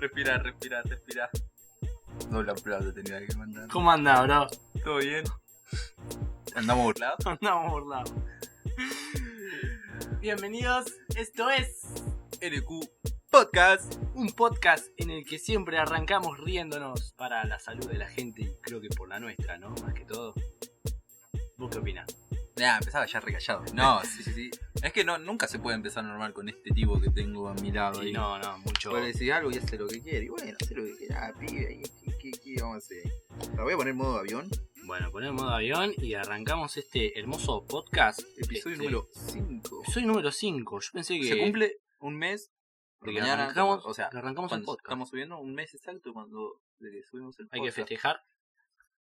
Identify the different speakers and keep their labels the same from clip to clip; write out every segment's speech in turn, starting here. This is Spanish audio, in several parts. Speaker 1: respira, respira, respira. No lo aplaudo, tenía que mandar.
Speaker 2: ¿Cómo anda, bro?
Speaker 1: ¿Todo bien? ¿Andamos burlados?
Speaker 2: Andamos burlados. Bienvenidos, esto es
Speaker 1: LQ Podcast.
Speaker 2: un podcast en el que siempre arrancamos riéndonos para la salud de la gente y creo que por la nuestra, ¿no? Más que todo. ¿Vos qué opinás?
Speaker 1: Nah, empezaba ya recallado. No, sí, sí, sí. Es que no, nunca se puede empezar normal con este tipo que tengo a mi lado.
Speaker 2: Y
Speaker 1: ahí.
Speaker 2: no, no, mucho.
Speaker 3: Puede decir algo y hace lo que quiere. Y bueno, hace lo que quiera,
Speaker 1: ah,
Speaker 3: pibe. ¿y ¿Qué, qué, qué vamos a hacer? La voy a poner en modo avión.
Speaker 2: Bueno, ponemos modo avión y arrancamos este hermoso podcast.
Speaker 3: Episodio
Speaker 2: Este,
Speaker 3: número 5.
Speaker 2: Episodio número 5. Yo pensé que.
Speaker 1: Se cumple un mes.
Speaker 2: de que
Speaker 1: mañana,
Speaker 2: arrancamos,
Speaker 1: o sea,
Speaker 2: que arrancamos el
Speaker 1: cuando
Speaker 2: podcast.
Speaker 1: estamos subiendo un mes exacto cuando de que subimos el
Speaker 2: Hay que
Speaker 1: podcast.
Speaker 2: festejar.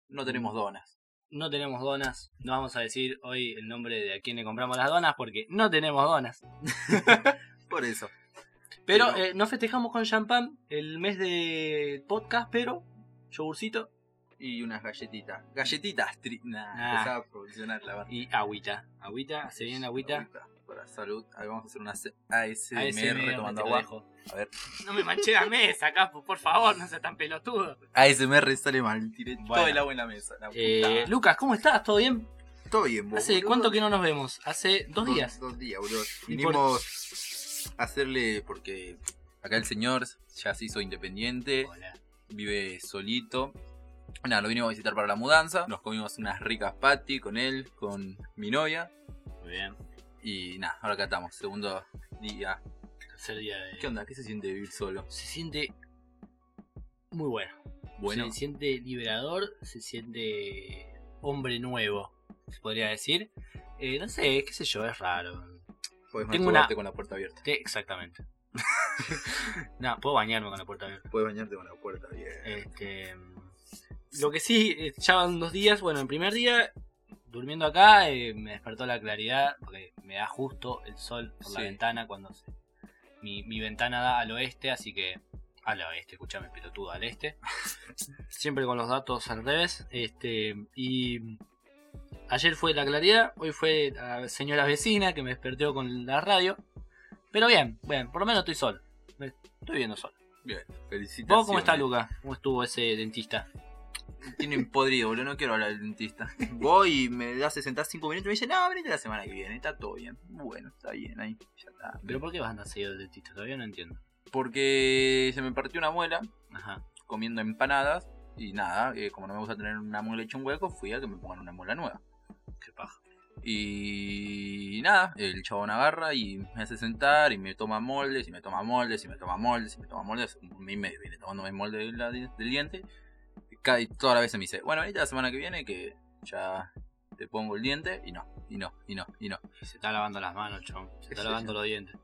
Speaker 1: no tenemos donas.
Speaker 2: No tenemos donas. No vamos a decir hoy el nombre de a quién le compramos las donas porque no tenemos donas.
Speaker 3: Por eso.
Speaker 2: Pero
Speaker 3: Pero-
Speaker 2: eh, no festejamos con champán el mes de podcast, pero yogurcito
Speaker 3: Y unas galletitas.
Speaker 1: Galletitas tri... Nah,
Speaker 2: Ah.
Speaker 1: empezaba a provisionar la barra.
Speaker 2: y agüita. Agüita, Ah, se viene agüita.
Speaker 1: Para salud. Ahí vamos a hacer una C- ASMR,
Speaker 2: ASMR,
Speaker 1: tomando
Speaker 2: te lo
Speaker 1: agua.
Speaker 2: dejo.
Speaker 1: A ver.
Speaker 2: No me manché la mesa, Capo, por favor, no seas tan pelotudo.
Speaker 1: ASMR sale mal. Tiré
Speaker 2: Bueno.
Speaker 1: todo el agua en la mesa. la puta.
Speaker 2: Eh, Lucas, ¿cómo estás? ¿Todo bien?
Speaker 3: Todo bien, vos.
Speaker 2: ¿Hace
Speaker 3: boludo.
Speaker 2: cuánto que no nos vemos? Hace dos días.
Speaker 3: Dos días, boludo.
Speaker 2: Y
Speaker 3: Vinimos a hacerle.
Speaker 1: Porque acá el señor ya se hizo independiente.
Speaker 2: Hola.
Speaker 1: vive solito. Nada, lo vinimos a visitar para la mudanza. Nos comimos unas ricas patty con él, con mi novia.
Speaker 2: Muy bien.
Speaker 1: Y nada, ahora acá estamos, segundo día.
Speaker 2: Tercer día de...
Speaker 1: ¿Qué onda? ¿Qué se siente vivir solo?
Speaker 2: Se siente muy bueno.
Speaker 1: Bueno,
Speaker 2: Se siente liberador, se siente hombre nuevo, se podría decir. Eh, no sé, qué sé yo, es raro.
Speaker 3: Podés,
Speaker 2: Tengo
Speaker 1: masturbarte
Speaker 2: una-
Speaker 1: con la puerta abierta.
Speaker 2: Te- exactamente. no, puedo bañarme con la puerta abierta.
Speaker 3: podés bañarte con la puerta bien.
Speaker 1: Eh,
Speaker 2: Este, lo que sí, eh, ya van dos días. Bueno, el primer día, durmiendo acá, eh, me despertó la claridad, porque me da justo el sol por la
Speaker 1: Sí.
Speaker 2: ventana cuando se- mi, mi ventana da al oeste, así que... Al oeste, escúchame, pelotudo, al este. Siempre con los datos al revés. Este, y ayer fue la claridad, hoy fue la señora vecina que me despertó con la radio. Pero bien, bien, por lo menos estoy sol. Me- Estoy viendo sol.
Speaker 1: Felicitaciones.
Speaker 2: ¿Vos cómo estás, Luca? ¿Cómo estuvo ese dentista?
Speaker 1: Tienen podrido, boludo. No quiero hablar del dentista.
Speaker 3: Voy y me hace sentar 5 minutos y me dice, no, venite la semana que viene, está todo bien. Bueno, está bien ahí, ya está.
Speaker 2: ¿Pero por qué vas a andar seguido del dentista? Todavía no entiendo.
Speaker 1: Porque se me partió una muela
Speaker 2: Ajá.
Speaker 1: comiendo empanadas. Y nada, eh, como no me gusta tener una muela hecha un hueco, fui a que me pongan una muela nueva.
Speaker 2: Qué paja.
Speaker 1: Y nada, el chabón agarra y me hace sentar y me toma moldes y me toma moldes y me toma moldes y me toma moldes. Un mes y medio viene tomándome molde de la- del diente. Y cada- y toda la vez me dice, bueno, ahorita la semana que viene que ya te pongo el diente. Y no, y no, y no, y no.
Speaker 2: Se está lavando las manos, chon. Se está lavando los dientes.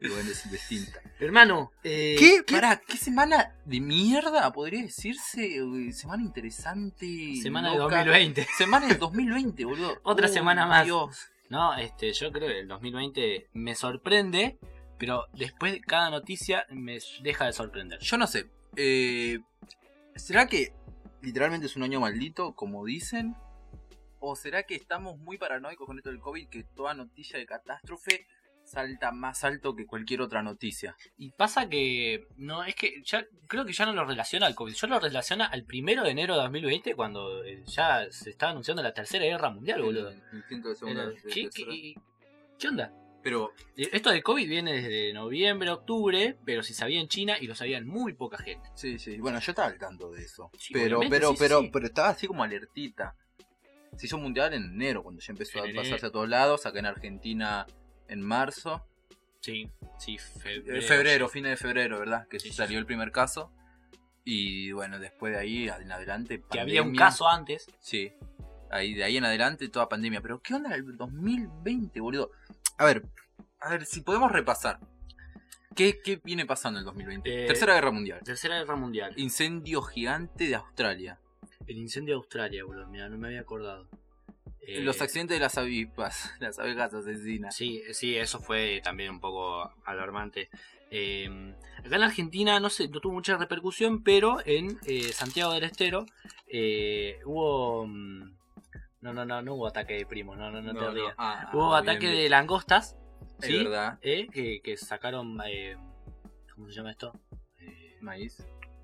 Speaker 1: Y bueno, es distinta.
Speaker 2: Hermano, eh,
Speaker 1: ¿Qué? Pará, ¿qué semana de mierda podría decirse? Uy, Semana interesante.
Speaker 2: Semana de
Speaker 1: loca.
Speaker 2: 2020.
Speaker 1: Semana del 2020, boludo.
Speaker 2: Otra
Speaker 1: Uy,
Speaker 2: semana más.
Speaker 1: Dios.
Speaker 2: Uh, No, este, yo creo que el 2020 me sorprende, pero después de cada noticia me deja de sorprender.
Speaker 1: Yo no sé. eh, ¿Será que literalmente es un año maldito, como dicen? ¿O será que estamos muy paranoicos con esto del COVID, que toda noticia de catástrofe salta más alto que cualquier otra noticia?
Speaker 2: Y pasa que, no, es que ya creo que ya no lo relaciona al COVID. Yo lo relaciona al primero de enero de 2020 cuando eh, ya se está anunciando la tercera guerra mundial, boludo.
Speaker 3: El instinto de segunda.
Speaker 2: Era-
Speaker 3: de
Speaker 2: ¿Qué,
Speaker 3: tercera.
Speaker 2: qué- qué onda? Eh,
Speaker 1: Pero
Speaker 2: Esto del COVID viene desde noviembre, octubre, pero se sabía en China y lo sabían muy poca gente.
Speaker 1: Sí, sí.
Speaker 3: Bueno, yo estaba al tanto de eso.
Speaker 2: Sí,
Speaker 3: pero,
Speaker 2: obviamente,
Speaker 3: pero,
Speaker 2: sí, sí,
Speaker 3: pero,
Speaker 2: sí.
Speaker 3: pero estaba
Speaker 1: Así como alertita. Se hizo mundial en enero, cuando ya empezó
Speaker 2: En
Speaker 1: a pasarse
Speaker 2: enero.
Speaker 1: a todos lados. Acá en Argentina en marzo.
Speaker 2: Sí, sí,
Speaker 1: Eh,
Speaker 2: febrero.
Speaker 1: febrero, fines de febrero, ¿verdad? Que
Speaker 2: Sí, sí,
Speaker 1: salió el primer caso. Y bueno, después de ahí en adelante.
Speaker 2: Que había un
Speaker 1: pandemia.
Speaker 2: caso antes.
Speaker 1: Sí. Ahí, de ahí en adelante toda pandemia. Pero ¿qué onda el 2020, boludo?
Speaker 3: A ver,
Speaker 1: A ver, si podemos repasar. ¿Qué, qué viene pasando en el 2020?
Speaker 2: Eh,
Speaker 1: Tercera Guerra Mundial.
Speaker 2: Tercera guerra mundial.
Speaker 1: Incendio gigante de Australia.
Speaker 2: El incendio de Australia, boludo. Mira, no me había acordado. Eh,
Speaker 1: Los accidentes de las avispas. Las abejas asesinas.
Speaker 2: Sí, sí, eso fue también un poco alarmante. Eh, acá en la Argentina no, sé, no tuvo mucha repercusión, pero en eh, Santiago del Estero eh, hubo... mm, No, no, no, no hubo ataque de primos, no, no, no, te rías.
Speaker 1: Ah,
Speaker 2: hubo
Speaker 1: bien,
Speaker 2: ataque
Speaker 1: bien.
Speaker 2: de langostas,
Speaker 1: Es
Speaker 2: ¿sí?
Speaker 1: verdad.
Speaker 2: eh, que, que sacaron... eh, ¿Cómo se llama esto? Eh,
Speaker 1: Maíz.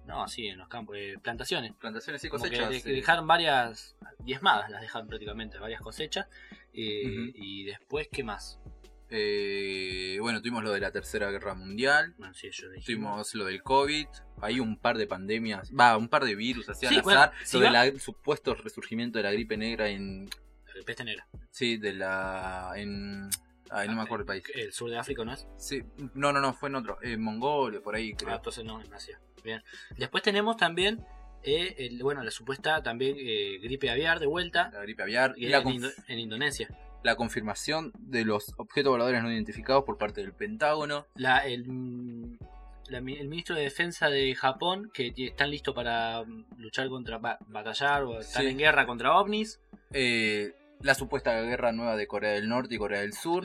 Speaker 2: no, sí, en los campos, eh, plantaciones.
Speaker 1: Plantaciones y
Speaker 2: Como que
Speaker 1: cosechas.
Speaker 2: de- que
Speaker 1: eh,
Speaker 2: dejaron varias diezmadas, las dejaron prácticamente, varias cosechas. eh,
Speaker 1: Ujú.
Speaker 2: Y después, ¿qué más?
Speaker 1: eh, bueno, tuvimos lo de la Tercera Guerra Mundial.
Speaker 2: Bueno, sí, yo dije.
Speaker 1: Tuvimos lo del COVID. Hay un par de pandemias. Va, un par de virus así
Speaker 2: Sí,
Speaker 1: al
Speaker 2: bueno,
Speaker 1: azar.
Speaker 2: si
Speaker 1: lo
Speaker 2: va-
Speaker 1: del supuesto resurgimiento de la gripe negra en.
Speaker 2: eh, Peste negra.
Speaker 1: Sí, de la. En. Ay,
Speaker 2: Ah,
Speaker 1: no me acuerdo el país.
Speaker 2: El sur de África, ¿no es?
Speaker 1: Sí, no, no, no, fue en otro. En Mongolia, por ahí
Speaker 2: Ah,
Speaker 1: creo.
Speaker 2: entonces no, en Asia. Bien. Después tenemos también, eh, el- bueno, la supuesta también eh, gripe aviar de vuelta.
Speaker 1: la gripe aviar.
Speaker 2: que
Speaker 1: y la
Speaker 2: en,
Speaker 1: conf-
Speaker 2: Indo- en Indonesia.
Speaker 1: la confirmación de los objetos voladores no identificados por parte del Pentágono.
Speaker 2: La, el, mm, la mi- el ministro de Defensa de Japón, que ti- están listos para mm, luchar contra, ba- batallar o están
Speaker 1: Sí.
Speaker 2: en guerra contra ovnis.
Speaker 1: Eh, la supuesta guerra nueva de Corea del Norte y Corea del Sur.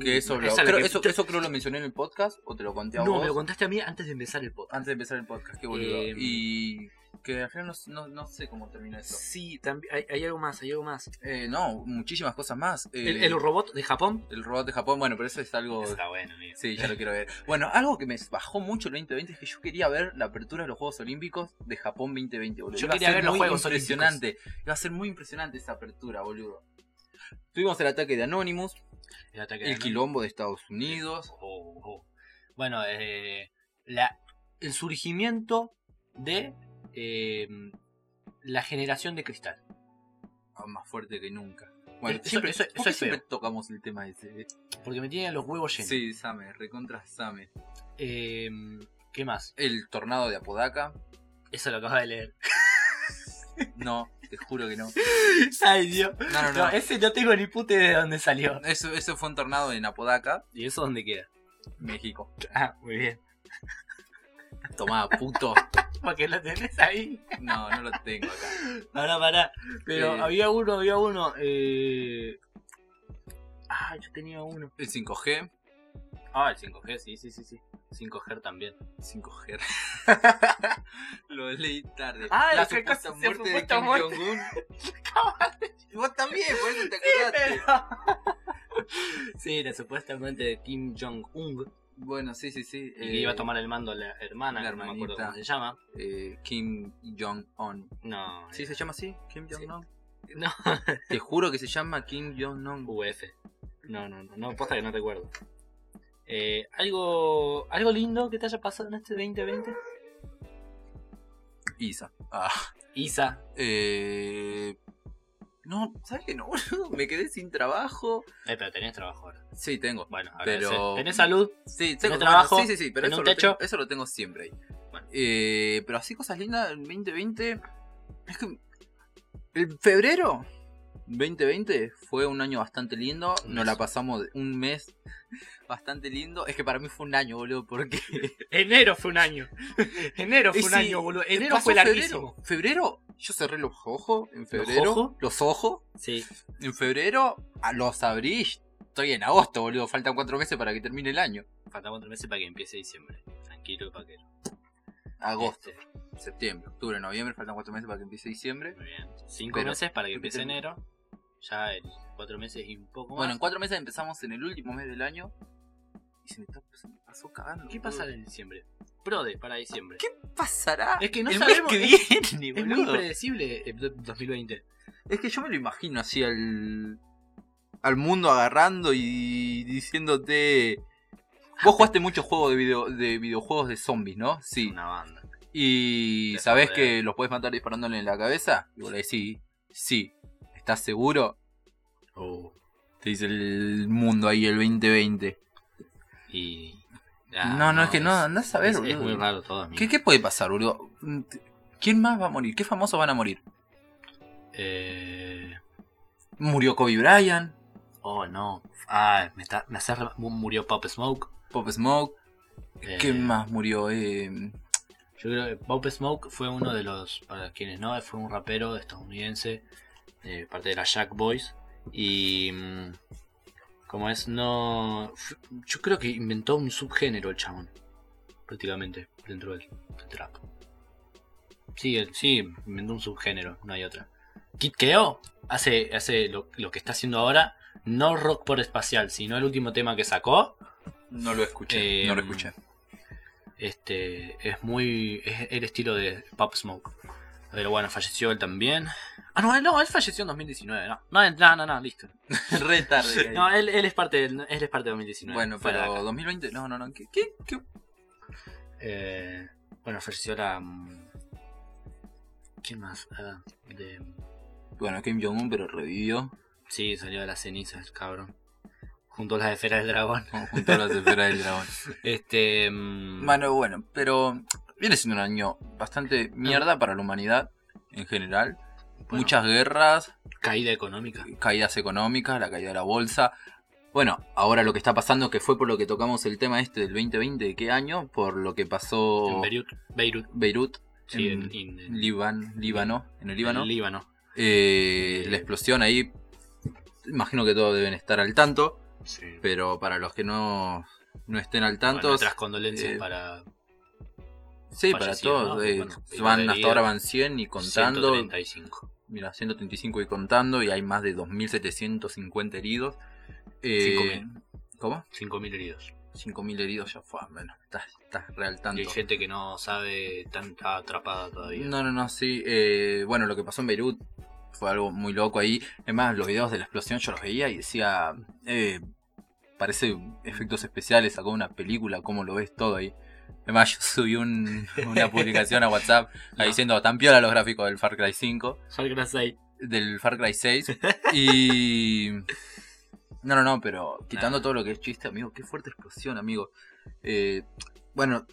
Speaker 1: Que eso,
Speaker 2: Esa
Speaker 1: lo-
Speaker 2: es la
Speaker 1: creo,
Speaker 2: que-
Speaker 1: eso, eso creo lo mencioné en el podcast o te lo conté a
Speaker 2: No,
Speaker 1: vos
Speaker 2: me lo contaste a mí antes de empezar el podcast.
Speaker 1: antes de empezar el podcast, qué boludo.
Speaker 2: Eh,
Speaker 1: y que al final no, no- no sé cómo termina eso.
Speaker 2: Sí, también, hay, hay algo más, hay algo más.
Speaker 1: Eh, no, muchísimas cosas más. Eh,
Speaker 2: El, el robot de Japón. Oh,
Speaker 1: el robot de Japón, bueno, pero eso es algo...
Speaker 2: bueno, amigo.
Speaker 1: Sí, ya lo quiero ver. Bueno, algo que me bajó mucho el 2020 es que yo quería ver la apertura de los Juegos Olímpicos de Japón 2020, boludo.
Speaker 2: Yo
Speaker 1: Iba a
Speaker 2: quería
Speaker 1: ser
Speaker 2: ver los
Speaker 1: muy
Speaker 2: Juegos
Speaker 1: impresionante. Iba a ser muy impresionante esa apertura, boludo. Tuvimos el ataque de Anonymous,
Speaker 2: El ataque de
Speaker 1: el
Speaker 2: Anoche.
Speaker 1: quilombo de Estados Unidos.
Speaker 2: Oh, oh. Bueno, eh, la- el surgimiento de eh, la generación de cristal.
Speaker 1: Ah, más fuerte que nunca. Bueno,
Speaker 2: Eh, Eso-
Speaker 1: siempre,
Speaker 2: eso-
Speaker 1: ¿por
Speaker 2: eso
Speaker 1: qué
Speaker 2: es
Speaker 1: siempre tocamos el tema ese. eh?
Speaker 2: Porque me tienen los huevos llenos.
Speaker 1: Sí, Same, recontra Same.
Speaker 2: Eh, ¿Qué más?
Speaker 1: El tornado de Apodaca.
Speaker 2: Eso lo acabas de leer.
Speaker 1: No, te juro que no.
Speaker 2: Ay, Dios.
Speaker 1: No, no,
Speaker 2: No,
Speaker 1: no.
Speaker 2: ese no tengo ni puta idea de dónde salió.
Speaker 1: Eso, eso fue un tornado en Apodaca,
Speaker 2: ¿Y eso dónde queda?
Speaker 1: México.
Speaker 2: Ah, muy bien.
Speaker 1: Tomá, puto.
Speaker 2: Porque lo tenés ahí.
Speaker 1: No, no lo tengo acá.
Speaker 2: Pará, pará. Pero
Speaker 1: Eh.
Speaker 2: había uno, había uno. Eh... Ah, yo tenía uno.
Speaker 1: El 5G.
Speaker 2: Ah, el 5G, sí, sí, sí, sí. 5G también.
Speaker 1: 5G. lo leí tarde.
Speaker 2: Ah,
Speaker 1: la
Speaker 2: lo que
Speaker 1: supuesta
Speaker 2: cosa-
Speaker 1: muerte
Speaker 2: la
Speaker 1: de
Speaker 2: supuesta
Speaker 1: Kim
Speaker 2: muerte.
Speaker 1: Jong-un. Vos también, por eso te acordaste.
Speaker 2: sí, la supuestamente de Kim Jong-un,
Speaker 1: Bueno, sí, sí, sí. eh,
Speaker 2: y que iba a tomar el mando la hermana,
Speaker 1: la
Speaker 2: que no me acuerdo
Speaker 1: hermanita.
Speaker 2: cómo se llama.
Speaker 1: eh, Kim Jong-un.
Speaker 2: No,
Speaker 1: ¿Sí se llama así? Kim
Speaker 2: Sí.
Speaker 1: Jong-un.
Speaker 2: No.
Speaker 1: Te juro que se llama Kim Jong-un.
Speaker 2: UF. No, no, no, no, posta que no recuerdo. Eh, ¿algo, ¿Algo lindo que te haya pasado en este 2020?
Speaker 1: Isa. Ah.
Speaker 2: Isa.
Speaker 1: Eh... No, ¿sabes qué no, boludo? Me quedé sin trabajo.
Speaker 2: Eh, pero tenés trabajo ahora.
Speaker 1: Sí, tengo.
Speaker 2: Bueno,
Speaker 1: Pero-
Speaker 2: pero... ¿Tenés salud?
Speaker 1: Sí,
Speaker 2: Tenés
Speaker 1: tengo
Speaker 2: trabajo,
Speaker 1: Sí, sí, sí, pero
Speaker 2: tenés
Speaker 1: eso,
Speaker 2: un
Speaker 1: lo
Speaker 2: techo.
Speaker 1: tengo, eso lo tengo siempre ahí.
Speaker 2: Bueno.
Speaker 1: Eh, pero así cosas lindas, el 2020. Es que. El febrero 2020 fue un año bastante lindo.
Speaker 2: Un
Speaker 1: Nos
Speaker 2: mes.
Speaker 1: la pasamos de- un mes bastante lindo. Es que para mí fue un año, boludo, porque.
Speaker 2: Enero fue un año. Enero fue
Speaker 1: Y
Speaker 2: un
Speaker 1: sí,
Speaker 2: año, boludo. Enero
Speaker 1: pasó
Speaker 2: fue
Speaker 1: febrero.
Speaker 2: larguísimo.
Speaker 1: Febrero, yo cerré los ojos en febrero.
Speaker 2: ojos?
Speaker 1: Los ojos.
Speaker 2: Sí.
Speaker 1: En febrero a los abrí. Estoy en agosto, boludo. Faltan cuatro meses para que termine el año.
Speaker 2: Faltan cuatro meses para que empiece diciembre. Tranquilo, para que... este,
Speaker 1: Agosto, septiembre, octubre, noviembre. Faltan cuatro meses para que empiece diciembre.
Speaker 2: Muy bien. Cinco
Speaker 1: Pero-
Speaker 2: meses para que
Speaker 1: pero
Speaker 2: empiece
Speaker 1: que te-
Speaker 2: enero. Ya en cuatro meses y un poco
Speaker 1: Bueno,
Speaker 2: más.
Speaker 1: en cuatro meses empezamos en el último mes del año. Y se me, está- se me pasó cagando.
Speaker 2: ¿Qué
Speaker 1: boludo.
Speaker 2: pasará en diciembre? Prode para diciembre.
Speaker 1: ¿Qué pasará?
Speaker 2: Es que no
Speaker 1: el
Speaker 2: sabemos,
Speaker 1: Mes
Speaker 2: es-
Speaker 1: que viene,
Speaker 2: Es muy
Speaker 1: boludo.
Speaker 2: impredecible eh, do- 2020.
Speaker 1: Es que yo me lo imagino así al. al mundo agarrando y diciéndote. Vos jugaste muchos juegos de, video, de videojuegos de zombies, ¿no? Sí.
Speaker 2: Una banda.
Speaker 1: Y
Speaker 2: Te
Speaker 1: sabés
Speaker 2: jodea.
Speaker 1: que los podés matar disparándole en la cabeza. Y vos le decís, sí. ¿Estás seguro? Oh. Te dice el mundo ahí, el 2020.
Speaker 2: Y.
Speaker 1: no, no, es que no, andás a saber,
Speaker 2: Ah, es, es
Speaker 1: boludo.
Speaker 2: muy raro todo. amigo.
Speaker 1: ¿Qué, qué puede pasar, boludo? Mm, ¿Quién más va a morir? ¿Qué famosos van a morir?
Speaker 2: Eh,
Speaker 1: Murió Kobe Bryant,
Speaker 2: oh, no. Ah, me, está, me hace re- mu- Murió Pop Smoke.
Speaker 1: Pop Smoke.
Speaker 2: Eh,
Speaker 1: ¿Quién más murió? Eh,
Speaker 2: Yo creo que Pop Smoke fue uno de los. Para quienes no, fue un rapero estadounidense. eh, parte de la Jack Boys. Y. mm, Como es, no. f- Yo creo que inventó un subgénero el chabón. prácticamente, dentro del, del trap. Sí, el- sí, inventó un subgénero, no hay otra. Kid Keo hace, hace lo, lo que está haciendo ahora, no rock por espacial, sino el último tema que sacó.
Speaker 1: No lo escuché.
Speaker 2: Eh,
Speaker 1: no lo escuché.
Speaker 2: Este, es muy. Es el estilo de Pop Smoke. Pero bueno, falleció él también. Ah, no, él no, él falleció en 2019. No, no, no, no, no, listo.
Speaker 1: Re tarde.
Speaker 2: No, él, él es parte del- él es parte de 2019.
Speaker 1: bueno,
Speaker 2: fuera de
Speaker 1: pero
Speaker 2: acá.
Speaker 1: 2020. No, no, no. ¿Qué? ¿Qué? qué?
Speaker 2: Eh, bueno, falleció la. mm, ¿Quién más? Ah, de-
Speaker 1: Bueno, Kim Jong-un, pero revivió.
Speaker 2: sí, salió de las cenizas, cabrón. Junto a las esferas del dragón.
Speaker 1: Junto a las esferas del dragón.
Speaker 2: Este. mm,
Speaker 1: Bueno, bueno, pero viene siendo un año bastante mierda para la humanidad en general.
Speaker 2: bueno,
Speaker 1: Muchas guerras,
Speaker 2: Caída económica.
Speaker 1: caídas económicas, la caída de la bolsa. Bueno, ahora lo que está pasando, que fue por lo que tocamos el tema este del 2020, ¿de qué año? Por lo que
Speaker 2: En
Speaker 1: pasó
Speaker 2: Beirut. Beirut.
Speaker 1: Beirut,
Speaker 2: Sí,
Speaker 1: Oh. en,
Speaker 2: en, en- en
Speaker 1: Líbano, Líbano, en el Líbano.
Speaker 2: En Líbano.
Speaker 1: Eh, la explosión ahí, imagino que todos deben estar al tanto,
Speaker 2: Sí.
Speaker 1: pero para los que no, no estén al tanto,
Speaker 2: Bueno, nuestras condolencias
Speaker 1: eh,
Speaker 2: para
Speaker 1: sí, para
Speaker 2: fallecidos,
Speaker 1: todos,
Speaker 2: ¿no?
Speaker 1: eh,
Speaker 2: Bueno, y
Speaker 1: van,
Speaker 2: heridos.
Speaker 1: hasta ahora van 100 y contando,
Speaker 2: 135.
Speaker 1: mira, 135 y contando, y hay más de 2.750 heridos. Eh, ¿Cómo?
Speaker 2: 5.000 heridos.
Speaker 1: 5.000 heridos ya fue, bueno, estás, estás real
Speaker 2: Y
Speaker 1: tanto.
Speaker 2: hay gente que no sabe, tan está atrapada todavía.
Speaker 1: No, no, no, sí. eh, bueno, lo que pasó en Beirut fue algo muy loco ahí. Es más, los videos de la explosión yo los veía y decía, eh, parece efectos especiales, sacó una película, cómo lo ves todo ahí. Es más, yo subí un- una publicación a WhatsApp ahí
Speaker 2: No.
Speaker 1: diciendo, tan piola los gráficos del Far Cry 5,
Speaker 2: Salgas ahí.
Speaker 1: del Far Cry 6. Y... No, no, no, pero quitando
Speaker 2: Nah.
Speaker 1: todo lo que es chiste, amigo, qué fuerte explosión, amigo. Eh, bueno,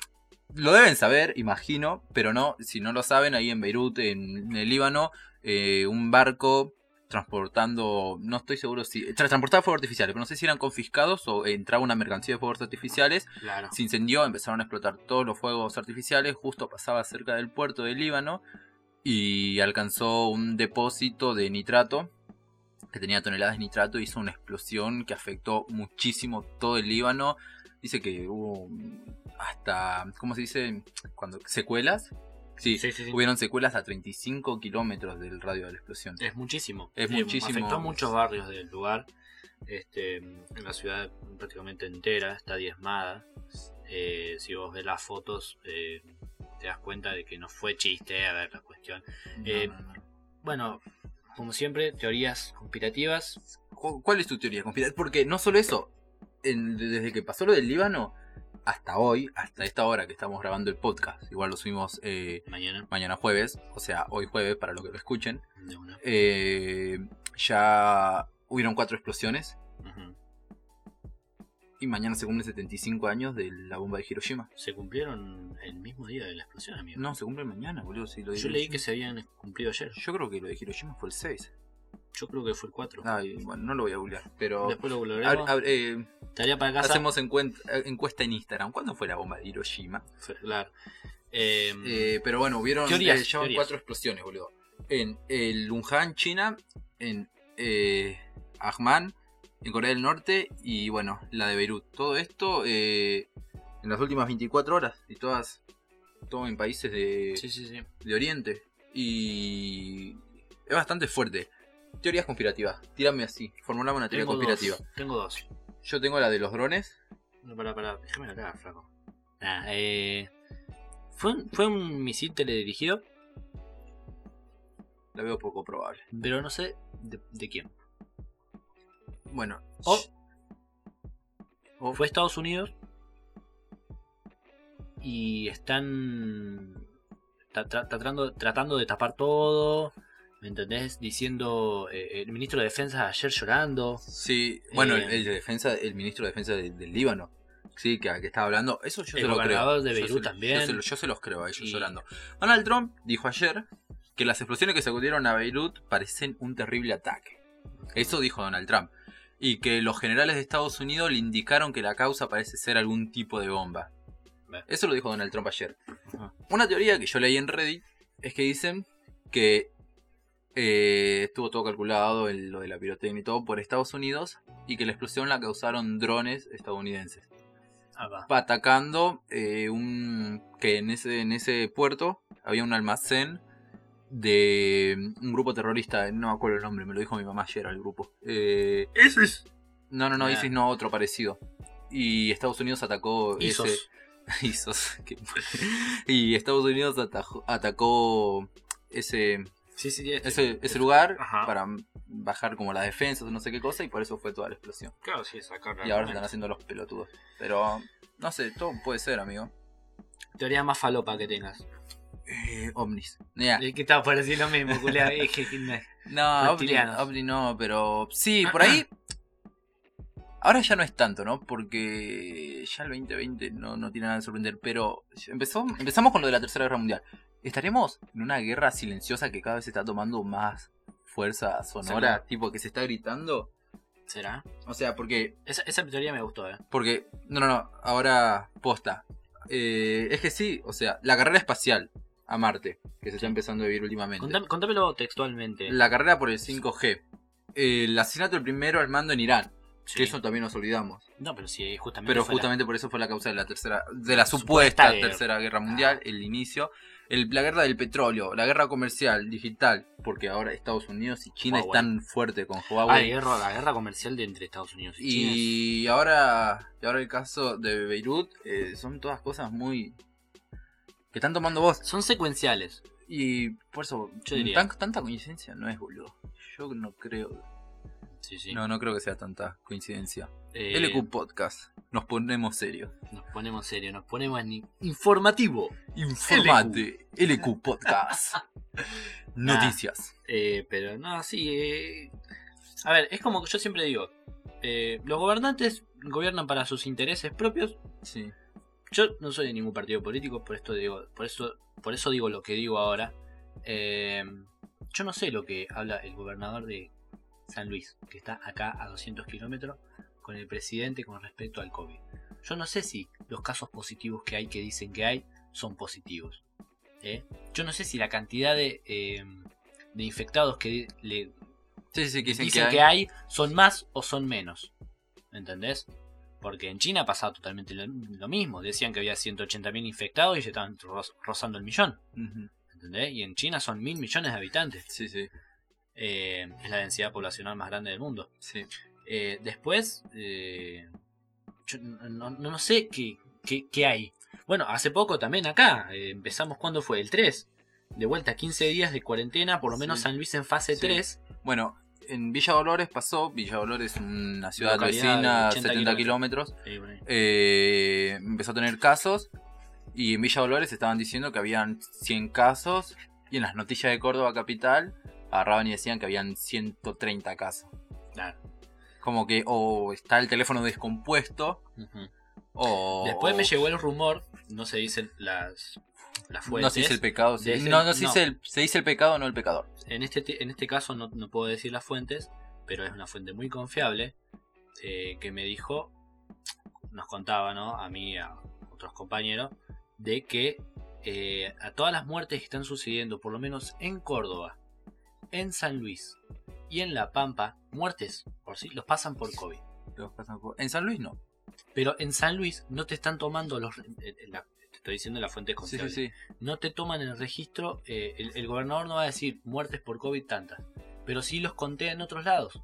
Speaker 1: lo deben saber, imagino, pero no, si no lo saben, ahí en Beirut, en, el Líbano, eh, un barco transportando, no estoy seguro si, tra- transportaba fuegos artificiales, pero no sé si eran confiscados o entraba una mercancía de fuegos artificiales
Speaker 2: Claro.
Speaker 1: se incendió, empezaron a explotar todos los fuegos artificiales, justo pasaba cerca del puerto del Líbano y alcanzó un depósito de nitrato que tenía toneladas de nitrato, hizo una explosión que afectó muchísimo todo el Líbano. Dice que hubo hasta, ¿cómo se dice? Cuando secuelas. Sí,
Speaker 2: Sí, sí, sí.
Speaker 1: hubieron secuelas a 35 kilómetros del radio de la explosión.
Speaker 2: Es muchísimo.
Speaker 1: Es
Speaker 2: Eh,
Speaker 1: muchísimo.
Speaker 2: Afectó a muchos barrios del lugar. Este, en la ciudad prácticamente entera está diezmada. Eh, si vos ves las fotos, eh, te das cuenta de que no fue chiste a ver la cuestión. eh,
Speaker 1: No, no, no.
Speaker 2: Bueno, como siempre, teorías conspirativas.
Speaker 1: ¿Cu- ¿Cuál es tu teoría? conspira- Porque no solo eso, en- desde que pasó lo del Líbano hasta hoy, hasta esta hora que estamos grabando el podcast, igual lo subimos eh,
Speaker 2: Mañana,
Speaker 1: mañana jueves, o sea, hoy jueves para lo que lo escuchen,
Speaker 2: de una.
Speaker 1: eh, ya hubieron cuatro explosiones
Speaker 2: Ujú.
Speaker 1: y mañana se cumplen 75 años de la bomba de Hiroshima.
Speaker 2: Se cumplieron el mismo día de la explosión, amigo.
Speaker 1: No, se cumple mañana, boludo, si lo de
Speaker 2: Yo leí
Speaker 1: Hiroshima-
Speaker 2: que se habían cumplido ayer.
Speaker 1: Yo creo que lo de Hiroshima fue el 6.
Speaker 2: Yo creo que fue el 4.
Speaker 1: Ay, bueno, no lo voy a googlear, pero...
Speaker 2: Después lo
Speaker 1: Ab-
Speaker 2: volveremos.
Speaker 1: ab- eh,
Speaker 2: Tarea para casa.
Speaker 1: hacemos encuen- encuesta en Instagram. ¿Cuándo fue la bomba de Hiroshima?
Speaker 2: Claro. Eh,
Speaker 1: Eh, pero bueno, hubieron
Speaker 2: Teorías,
Speaker 1: eh, ya van
Speaker 2: teorías.
Speaker 1: cuatro explosiones, boludo. En el Wuhan, China, en eh, Ajman, en Corea del Norte y bueno, la de Beirut. Todo esto eh, en las últimas 24 horas y todas todo en países de,
Speaker 2: sí, sí, sí.
Speaker 1: de Oriente. Y es bastante fuerte. Teorías conspirativas. Tírame así, formulame una teoría
Speaker 2: Tengo
Speaker 1: conspirativa.
Speaker 2: dos. Tengo dos.
Speaker 1: Yo tengo la de los drones.
Speaker 2: No, pará, pará, déjame acá, flaco. Nah, eh, fue, un- fue un misil teledirigido,
Speaker 1: La veo poco probable.
Speaker 2: pero no sé de, de quién.
Speaker 1: Bueno,
Speaker 2: O
Speaker 1: o-
Speaker 2: Oh. fue Estados Unidos y están tra- tra- tratando, tratando de tapar todo. ¿Me entendés? Diciendo eh, el ministro de Defensa ayer llorando.
Speaker 1: Sí, bueno,
Speaker 2: Eh,
Speaker 1: el, el de defensa, el ministro de defensa de- del Líbano, sí, que, que estaba hablando, eso yo
Speaker 2: El
Speaker 1: se lo creo.
Speaker 2: gobernador de
Speaker 1: Yo se
Speaker 2: Beirut
Speaker 1: lo-
Speaker 2: también.
Speaker 1: Yo se, lo- yo se los creo a ellos
Speaker 2: Y-
Speaker 1: llorando. Donald Trump dijo ayer que las explosiones que sacudieron a Beirut parecen un terrible ataque. Eso dijo Donald Trump. Y que los generales de Estados Unidos le indicaron que la causa parece ser algún tipo de bomba.
Speaker 2: Bueno.
Speaker 1: Eso lo dijo Donald Trump ayer.
Speaker 2: Ajá.
Speaker 1: Una teoría que yo leí en Reddit es que dicen que eh, estuvo todo calculado en lo de la pirotecnia y todo por Estados Unidos y que la explosión la causaron drones estadounidenses.
Speaker 2: Acá.
Speaker 1: va atacando eh, un que en ese en ese puerto había un almacén de mm, un grupo terrorista no me acuerdo el nombre me lo dijo mi mamá ayer al grupo Eh,
Speaker 2: Eso es.
Speaker 1: no no no
Speaker 2: Ah.
Speaker 1: ISIS no otro parecido y Estados Unidos atacó ese
Speaker 2: Isos.
Speaker 1: ISOS qué- y Estados Unidos atajó- atacó ese
Speaker 2: Sí, sí, este.
Speaker 1: ese, ese lugar
Speaker 2: Ajá.
Speaker 1: para bajar como las defensas o no sé qué cosa y por eso fue toda la explosión
Speaker 2: Claro, sí, sacar
Speaker 1: y ahora se están haciendo los pelotudos pero no sé todo puede ser amigo
Speaker 2: Teoría más falopa que tengas.
Speaker 1: Eh, ovnis. Nah.
Speaker 2: Es que estaba por decir lo mismo, culea. Es que- que no.
Speaker 1: No, ovni,
Speaker 2: Reptilianos.
Speaker 1: ovni no, pero sí, por ahí. Ahora ya no es tanto, ¿no? Porque ya el 2020 no, no tiene nada de sorprender, pero empezó, empezamos con lo de la Tercera Guerra Mundial. Estaremos en una guerra silenciosa que cada vez está tomando más fuerza sonora,
Speaker 2: Seguro.
Speaker 1: tipo que se está gritando.
Speaker 2: ¿Será?
Speaker 1: O sea, porque
Speaker 2: Esa, esa teoría me gustó, eh.
Speaker 1: Porque, no, no, no, ahora posta. Eh, es que sí, o sea, la carrera espacial a Marte, que se está empezando a vivir últimamente.
Speaker 2: Contame- contámelo textualmente.
Speaker 1: La carrera por el 5G. El asesinato del primero al mando en Irán,
Speaker 2: Sí.
Speaker 1: que eso también nos olvidamos.
Speaker 2: No, pero sí, justamente.
Speaker 1: Pero
Speaker 2: fue la-
Speaker 1: justamente por eso fue la causa de la tercera, de la
Speaker 2: Supuesta
Speaker 1: supuesta,
Speaker 2: guerra. Ah.
Speaker 1: tercera guerra mundial, el inicio, el- la guerra del petróleo, la guerra comercial, digital, porque ahora Estados Unidos y China
Speaker 2: Huawei.
Speaker 1: están fuerte con
Speaker 2: Ah,
Speaker 1: Huawei.
Speaker 2: la guerra, la guerra comercial de entre Estados Unidos y, China.
Speaker 1: Y ahora, y ahora el caso de Beirut, eh, son todas cosas muy... que están tomando voz.
Speaker 2: Son secuenciales.
Speaker 1: Y por eso,
Speaker 2: Yo diría.
Speaker 1: tan- tanta coincidencia no es, boludo. Yo no creo.
Speaker 2: Sí, sí.
Speaker 1: No, no creo que sea tanta coincidencia.
Speaker 2: Eh,
Speaker 1: LQ Podcast, nos ponemos serios.
Speaker 2: Nos ponemos serio, nos ponemos ni- informativo.
Speaker 1: Informate, LQ Podcast. Noticias.
Speaker 2: Eh, pero no, sí. eh, A ver, es como que yo siempre digo: eh, los gobernantes gobiernan para sus intereses propios.
Speaker 1: Sí.
Speaker 2: Yo no soy de ningún partido político, por esto digo, por eso, por eso digo lo que digo ahora. Eh, yo no sé lo que habla el gobernador de San Luis, que está acá a 200 kilómetros, con el presidente con respecto al COVID. Yo no sé si los casos positivos que hay, que dicen que hay, son positivos. ¿eh? Yo no sé si la cantidad de, eh, de infectados que di- le
Speaker 1: Sí, sí, sí, que dicen,
Speaker 2: dicen
Speaker 1: que,
Speaker 2: que
Speaker 1: hay.
Speaker 2: hay. son más o son menos. ¿Entendés? Porque en China pasaba totalmente lo, lo mismo. Decían que había 180.000 infectados y ya estaban roz- rozando el millón.
Speaker 1: Ujú.
Speaker 2: ¿Entendés? Y en China son mil millones de habitantes.
Speaker 1: Sí, sí,
Speaker 2: Eh, es la densidad poblacional más grande del mundo.
Speaker 1: sí.
Speaker 2: Eh, después, eh, yo no, no- no sé qué, qué- qué hay. Bueno, hace poco también acá, eh, empezamos cuando fue el 3. De vuelta, 15 días de cuarentena, por lo menos
Speaker 1: Sí.
Speaker 2: San Luis en fase
Speaker 1: Sí.
Speaker 2: 3.
Speaker 1: Bueno, en Villa Dolores pasó. Villa Dolores es una ciudad
Speaker 2: Localidad de
Speaker 1: vecina,
Speaker 2: 80
Speaker 1: 70 kilómetros.
Speaker 2: Eh, bueno,
Speaker 1: eh, empezó a tener casos y en Villa Dolores estaban diciendo que habían 100 casos y en las noticias de Córdoba Capital agarraban y decían que habían 130 casos.
Speaker 2: claro.
Speaker 1: Como que o está el teléfono descompuesto
Speaker 2: Ujú.
Speaker 1: o...
Speaker 2: Después me llegó el rumor, no se dicen las, las
Speaker 1: No
Speaker 2: fuentes.
Speaker 1: se dice el pecado, se,
Speaker 2: Desde-
Speaker 1: no, no se,
Speaker 2: no.
Speaker 1: dice el, se dice el pecado, no el pecador.
Speaker 2: en, este, te- en este caso no, no puedo decir las fuentes, pero es una fuente muy confiable eh, que me dijo, nos contaba ¿no? a mí y a otros compañeros, de que eh, a todas las muertes que están sucediendo, por lo menos en Córdoba, en San Luis y en La Pampa, muertes por sí, los pasan por COVID.
Speaker 1: Los pasan por- En San Luis no.
Speaker 2: Pero en San Luis no te están tomando los... eh, eh, la- te estoy diciendo la fuente
Speaker 1: Sí,
Speaker 2: confiable.
Speaker 1: sí, sí.
Speaker 2: no te toman el registro, eh, el, el gobernador no va a decir muertes por COVID tantas, pero sí los contea en otros lados.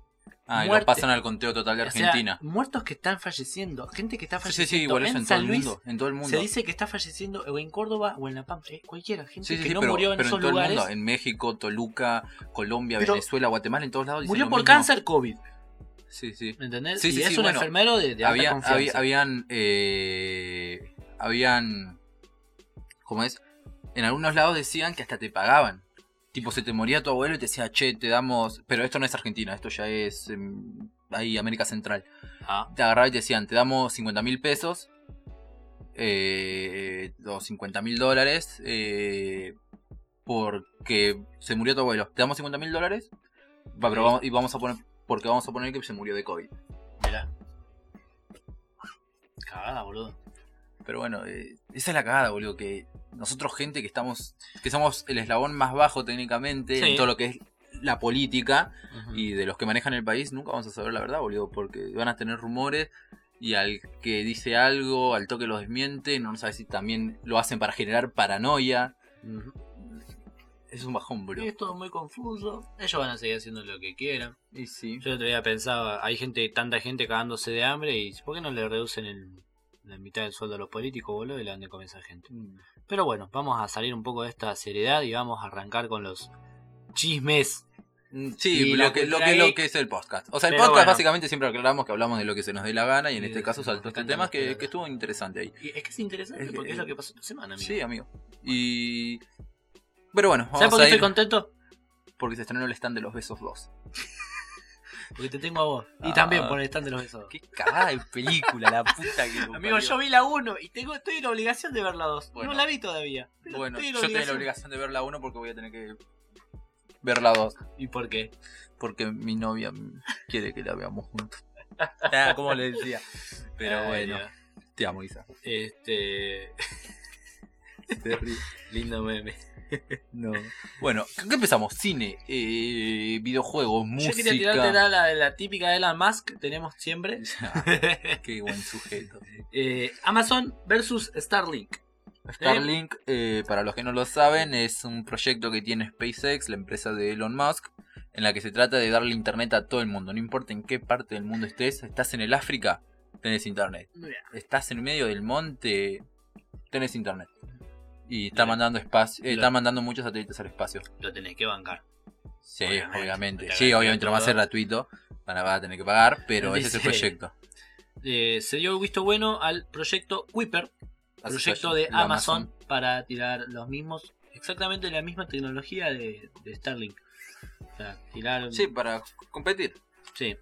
Speaker 1: Ah, y
Speaker 2: Muerte.
Speaker 1: lo pasan al conteo total de
Speaker 2: O sea,
Speaker 1: Argentina.
Speaker 2: muertos que están falleciendo, gente que está
Speaker 1: sí, sí, sí,
Speaker 2: falleciendo
Speaker 1: igual eso
Speaker 2: en,
Speaker 1: en todo
Speaker 2: San
Speaker 1: el
Speaker 2: Luis.
Speaker 1: mundo. En todo el mundo.
Speaker 2: Se dice que está falleciendo o en Córdoba o en La Pampa, eh, cualquiera, gente
Speaker 1: Sí, sí,
Speaker 2: que
Speaker 1: sí,
Speaker 2: no
Speaker 1: pero,
Speaker 2: murió en
Speaker 1: pero
Speaker 2: esos
Speaker 1: en todo
Speaker 2: lugares,
Speaker 1: el mundo, en México, Toluca, Colombia,
Speaker 2: Pero-
Speaker 1: Venezuela, Guatemala, en todos lados. dicen
Speaker 2: murió
Speaker 1: lo
Speaker 2: por
Speaker 1: mismo.
Speaker 2: cáncer COVID,
Speaker 1: Sí, sí.
Speaker 2: ¿me entendés?
Speaker 1: Sí,
Speaker 2: y
Speaker 1: sí,
Speaker 2: es
Speaker 1: sí,
Speaker 2: un
Speaker 1: bueno,
Speaker 2: enfermero de, de alta
Speaker 1: Había-
Speaker 2: confianza.
Speaker 1: había- habían, eh, habían, ¿cómo es? En algunos lados decían que hasta te pagaban. Tipo, se te moría tu abuelo y te decía, che, te damos, pero esto no es Argentina, esto ya es em, ahí América Central.
Speaker 2: Ah,
Speaker 1: Te agarraban y te decían, te damos 50 mil pesos, eh, o 50 mil dólares, eh, porque se murió tu abuelo. Te damos 50 mil dólares, va, pero vamos- y vamos a poner, porque vamos a poner que se murió de COVID.
Speaker 2: mirá. Cagada, boludo.
Speaker 1: Pero bueno, eh, esa es la cagada, boludo, que nosotros gente que estamos, que somos el eslabón más bajo técnicamente
Speaker 2: Sí.
Speaker 1: en todo lo que es la política
Speaker 2: Ujú.
Speaker 1: y de los que manejan el país, nunca vamos a saber la verdad, boludo, porque van a tener rumores Y al que dice algo, al toque lo desmiente, no sabes si también lo hacen para generar paranoia. Es un bajón, bro.
Speaker 2: Y es todo muy confuso. Ellos van a seguir haciendo lo que quieran.
Speaker 1: Y sí.
Speaker 2: Yo el otro día pensaba, hay gente, tanta gente cagándose de hambre y ¿por qué no le reducen el- la mitad del sueldo a los políticos, boludo? Y le dan de comer a esa gente.
Speaker 1: Mm,
Speaker 2: Pero bueno, vamos a salir un poco de esta seriedad y vamos a arrancar con los chismes.
Speaker 1: Sí,
Speaker 2: Y
Speaker 1: lo
Speaker 2: la
Speaker 1: que, lo,
Speaker 2: cultura
Speaker 1: que, lo
Speaker 2: geek.
Speaker 1: que es el podcast. O sea, el
Speaker 2: Pero
Speaker 1: podcast
Speaker 2: bueno.
Speaker 1: básicamente siempre aclaramos que hablamos de lo que se nos dé la gana y en
Speaker 2: Y
Speaker 1: este
Speaker 2: de-
Speaker 1: caso
Speaker 2: nos
Speaker 1: saltó este
Speaker 2: encantan
Speaker 1: tema
Speaker 2: las
Speaker 1: que,
Speaker 2: piedras.
Speaker 1: que estuvo interesante ahí.
Speaker 2: Y es que es interesante
Speaker 1: Es que-
Speaker 2: porque es lo que pasó esta semana, amigo.
Speaker 1: Sí, amigo. Y... Pero bueno,
Speaker 2: ¿Sabes
Speaker 1: vamos
Speaker 2: por qué
Speaker 1: a ir
Speaker 2: estoy contento?
Speaker 1: porque se estrenó el stand de los besos 2.
Speaker 2: Porque te tengo a vos. Y
Speaker 1: Ah.
Speaker 2: también por el stand de los besos.
Speaker 1: Qué cagada de película, la puta que lo
Speaker 2: Amigo,
Speaker 1: parió.
Speaker 2: yo vi la 1 y tengo, estoy en obligación de ver la 2.
Speaker 1: Bueno.
Speaker 2: No la vi todavía. pero
Speaker 1: Bueno,
Speaker 2: estoy en
Speaker 1: yo tenía la obligación de ver la 1 porque voy a tener que ver la 2.
Speaker 2: ¿Y por qué?
Speaker 1: Porque mi novia quiere que la veamos juntos. Ah, como le decía. Pero
Speaker 2: Ay,
Speaker 1: bueno,
Speaker 2: Dios.
Speaker 1: te amo, Isa.
Speaker 2: Este.
Speaker 1: Te río.
Speaker 2: Lindo meme.
Speaker 1: No. Bueno, ¿con ¿qué empezamos? Cine, eh, videojuegos, música.
Speaker 2: Yo quería tirarte la, la, la típica de Elon Musk que tenemos siempre.
Speaker 1: Qué buen sujeto.
Speaker 2: Eh, Amazon versus Starlink.
Speaker 1: Starlink, eh, para los que no lo saben, es un proyecto que tiene SpaceX, la empresa de Elon Musk, en la que se trata de darle internet a todo el mundo. No importa en qué parte del mundo estés, estás en el África, tenés internet.
Speaker 2: Mira,
Speaker 1: Estás en medio del monte, tenés internet. Y están
Speaker 2: Lo-
Speaker 1: mandando espacio, eh,
Speaker 2: lo-
Speaker 1: están mandando muchos satélites al espacio.
Speaker 2: Lo tenés que bancar.
Speaker 1: Sí,
Speaker 2: Obviamente,
Speaker 1: obviamente.
Speaker 2: no te
Speaker 1: Sí,
Speaker 2: hagas
Speaker 1: obviamente lo va a ser gratuito. Van a, van a tener que pagar, pero ese es el
Speaker 2: Dice-
Speaker 1: proyecto.
Speaker 2: Eh, se dio el visto bueno al proyecto Whipper, proyecto de
Speaker 1: La
Speaker 2: Amazon, para tirar los mismos, exactamente la misma tecnología de, de Starlink. O sea, tiraron.
Speaker 1: Sí, para competir.
Speaker 2: Sí.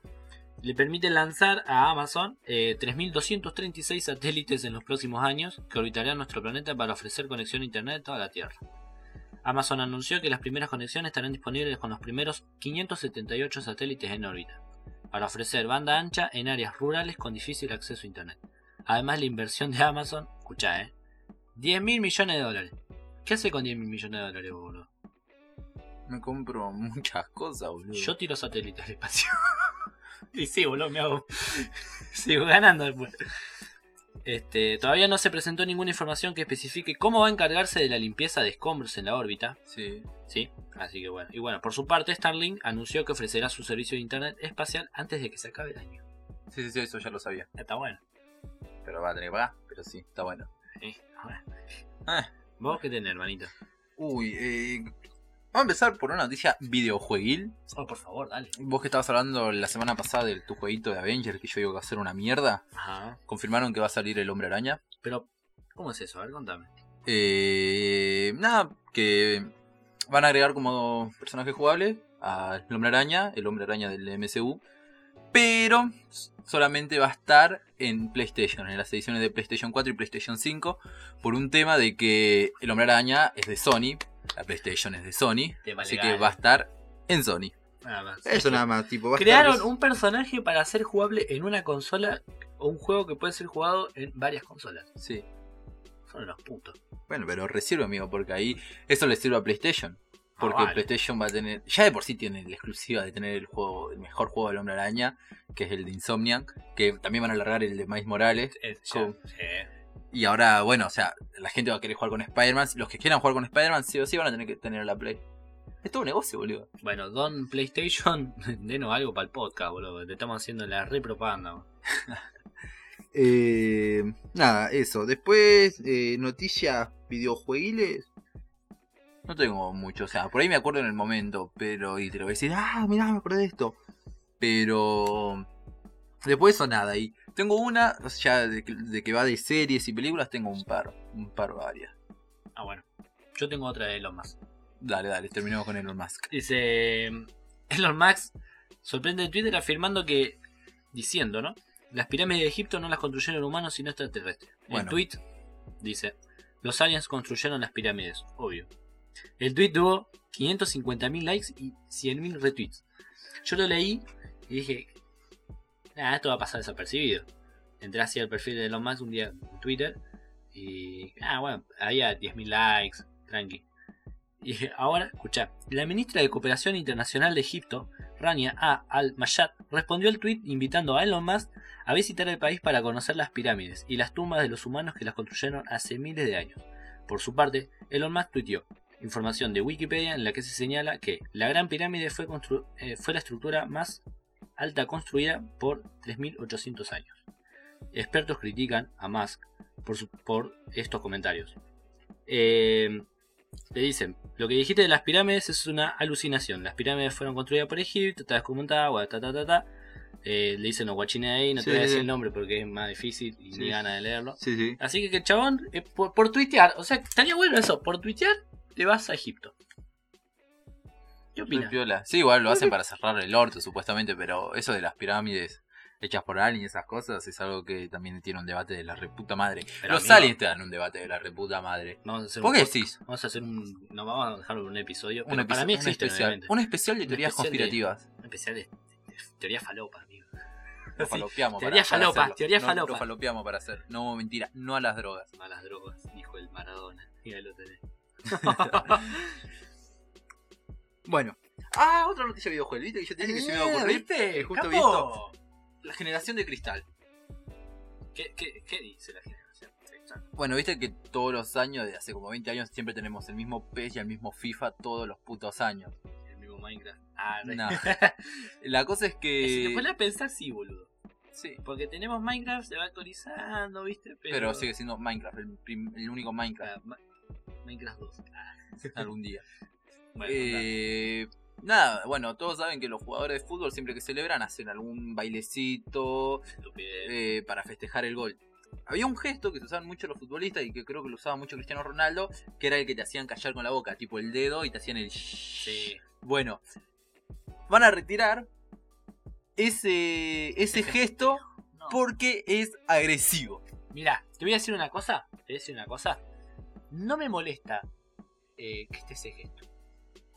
Speaker 2: Le permite lanzar a Amazon eh, 3.236 satélites en los próximos años que orbitarán nuestro planeta para ofrecer conexión a Internet a toda la Tierra. Amazon anunció que las primeras conexiones estarán disponibles con los primeros 578 satélites en órbita, para ofrecer banda ancha en áreas rurales con difícil acceso a Internet. Además, la inversión de Amazon, escuchá, ¿eh? 10 mil millones de dólares. ¿Qué hace con 10 mil millones de dólares, boludo?
Speaker 1: Me compro muchas cosas, boludo.
Speaker 2: Yo tiro satélites al espacio. y sí, boludo, me hago. Sigo ganando después. Este, todavía no se presentó ninguna información que especifique cómo va a encargarse de la limpieza de escombros en la órbita.
Speaker 1: Sí.
Speaker 2: Sí, así que bueno. Y bueno, por su parte, Starlink anunció que ofrecerá su servicio de internet espacial antes de que se acabe el año.
Speaker 1: sí, sí, sí, eso ya lo sabía.
Speaker 2: Está bueno.
Speaker 1: Pero va a tener que pagar, pero sí, está bueno.
Speaker 2: Sí, está bueno.
Speaker 1: Ah.
Speaker 2: Vos qué tenés, hermanito.
Speaker 1: Uy, eh, vamos a empezar por una noticia videojueguil.
Speaker 2: Oh, por favor, dale.
Speaker 1: Vos que estabas hablando la semana pasada de tu jueguito de Avengers, que yo digo que va a ser una mierda.
Speaker 2: Ajá.
Speaker 1: Confirmaron que va a salir el Hombre Araña.
Speaker 2: Pero, ¿cómo es eso? A ver, contame.
Speaker 1: Eh, nada, que van a agregar como personaje jugable al Hombre Araña, el Hombre Araña del MCU, pero solamente va a estar en PlayStation, en las ediciones de PlayStation 4 y PlayStation 5, por un tema de que el Hombre Araña es de Sony, la PlayStation es de Sony,
Speaker 2: Tema
Speaker 1: así
Speaker 2: legal.
Speaker 1: que va a estar en Sony.
Speaker 2: Nada más.
Speaker 3: más, tipo.
Speaker 2: Crearon un personaje para ser jugable en una consola o un juego que puede ser jugado en varias consolas.
Speaker 1: Sí.
Speaker 2: Son unos puntos.
Speaker 1: Bueno, pero resirve, amigo, porque ahí eso le sirve a PlayStation. Porque
Speaker 2: Ah, vale.
Speaker 1: PlayStation va a tener. Ya de por sí tiene la exclusiva de tener el juego, el mejor juego del hombre araña, que es el de Insomniac, que también van a alargar el de Miles Morales.
Speaker 2: Es-
Speaker 1: Con-
Speaker 2: ya, sí.
Speaker 1: Y ahora, bueno, o sea, la gente va a querer jugar con Spider-Man. Los que quieran jugar con Spider-Man, sí o sí van a tener que tener la Play. Es todo un negocio, boludo.
Speaker 2: Bueno, Don PlayStation, denos algo para el podcast, boludo. Te estamos haciendo la repropaganda. boludo.
Speaker 3: Eh, nada, eso. Después, eh, noticias videojueguiles.
Speaker 1: No tengo mucho, o sea, por ahí me acuerdo en el momento, pero. Y te lo voy a decir, "Ah,
Speaker 3: Ah, mirá, me acordé de esto.
Speaker 1: Pero después eso nada. Y tengo una, o sea, de, que- de que va de series y películas, tengo un par, un par varias.
Speaker 2: Ah, bueno. Yo tengo otra de Elon Musk.
Speaker 1: Dale, dale, terminamos con Elon Musk.
Speaker 2: Dice. Elon Musk sorprende en Twitter afirmando que. Diciendo, ¿no? Las pirámides de Egipto no las construyeron humanos sino extraterrestres.
Speaker 1: Bueno.
Speaker 2: El tweet dice: Los aliens construyeron las pirámides, obvio. El tweet tuvo 550.000 likes y 100.000 retweets. Yo lo leí y dije: Nada, esto va a pasar desapercibido. Entré así al perfil de Elon Musk un día en Twitter y. Ah, bueno, había 10.000 likes, tranqui. Y ahora, escucha, la ministra de Cooperación Internacional de Egipto Rania A. Al-Mashat respondió al tweet invitando a Elon Musk a visitar el país para conocer las pirámides y las tumbas de los humanos que las construyeron hace miles de años. Por su parte, Elon Musk tuiteó información de Wikipedia en la que se señala que la Gran Pirámide fue, constru- eh, fue la estructura más alta construida por 3.800 años. Expertos critican a Musk por, su- por estos comentarios. Eh, le dicen, lo que dijiste de las pirámides es una alucinación. Las pirámides fueron construidas por Egipto, te das cuenta, gua- ta ta ta ta. Eh, le dicen los guachines ahí, no
Speaker 3: Sí,
Speaker 2: te voy
Speaker 3: sí,
Speaker 2: a decir
Speaker 3: sí.
Speaker 2: el nombre porque es más difícil y
Speaker 3: Sí.
Speaker 2: ni gana de leerlo.
Speaker 3: Sí, sí.
Speaker 2: Así que, que chabón, eh, por, por tuitear, o sea, estaría bueno eso, por tuitear te vas a Egipto. ¿Qué
Speaker 1: Muy
Speaker 2: opinas?
Speaker 1: piola. Sí, igual lo hacen para cerrar el orto, supuestamente, pero eso de las pirámides hechas por aliens y esas cosas es algo que también tiene un debate de la reputa madre.
Speaker 2: Pero,
Speaker 1: Los
Speaker 2: amigo.
Speaker 1: aliens te dan un debate de la reputa madre.
Speaker 2: Vamos a hacer
Speaker 1: ¿Por
Speaker 2: un
Speaker 1: qué
Speaker 2: podcast,
Speaker 1: decís?
Speaker 2: Vamos a hacer un. No vamos a dejarlo en un episodio.
Speaker 1: Un
Speaker 2: pero para
Speaker 1: episo-
Speaker 2: mí
Speaker 1: un
Speaker 2: existe
Speaker 1: especial,
Speaker 2: obviamente.
Speaker 1: un especial de
Speaker 2: Un
Speaker 1: teorías
Speaker 2: especial de-
Speaker 1: conspirativas.
Speaker 2: Un especial de, de teoría falopa, amigo.
Speaker 1: Lo falopeamos para-
Speaker 2: Teorías
Speaker 1: para
Speaker 2: falopas,
Speaker 1: hacerlo.
Speaker 2: teorías
Speaker 1: No,
Speaker 2: falopas.
Speaker 1: Lo falopeamos para hacer. No, mentira, no a las drogas.
Speaker 2: Malas drogas, dijo el Maradona. Y ahí lo tenés.
Speaker 3: Bueno. Ah, otra noticia de videojuegos. ¿Viste que yo te dije que
Speaker 2: Eh,
Speaker 3: se me iba a ocurrir?
Speaker 1: Eh,
Speaker 3: Eh,
Speaker 1: ¿Viste?
Speaker 3: Justo
Speaker 1: Capo.
Speaker 3: visto.
Speaker 1: La generación de cristal.
Speaker 2: ¿Qué, qué, ¿Qué dice la generación? sexual?
Speaker 1: Bueno, viste que todos los años, de hace como 20 años, siempre tenemos el mismo PES y el mismo FIFA todos los putos años.
Speaker 2: El mismo Minecraft. Ah, no.
Speaker 1: No. La cosa es
Speaker 2: Si te
Speaker 1: que.
Speaker 2: pones a pensar, sí, boludo.
Speaker 1: Eh, Sí,
Speaker 2: Porque tenemos Minecraft, se va actualizando, ¿viste? Pero,
Speaker 1: pero sigue siendo Minecraft, el, prim- el único Minecraft
Speaker 2: Ah, Ma- Minecraft 2. Ah,
Speaker 1: algún día.
Speaker 2: bueno,
Speaker 1: Eh, nada, bueno, todos saben que los jugadores de fútbol siempre que celebran hacen algún bailecito
Speaker 2: tal, estupidez.
Speaker 1: eh, para festejar el gol. Había un gesto que se usaban mucho los futbolistas y que creo que lo usaba mucho Cristiano Ronaldo, que era el que te hacían callar con la boca, tipo el dedo y te hacían el...
Speaker 2: Sí.
Speaker 1: Bueno, van a retirar ese, ese gesto
Speaker 2: No.
Speaker 1: porque es agresivo.
Speaker 2: Mirá, te voy a decir una cosa. Te voy a decir una cosa. No me molesta eh, que esté ese gesto.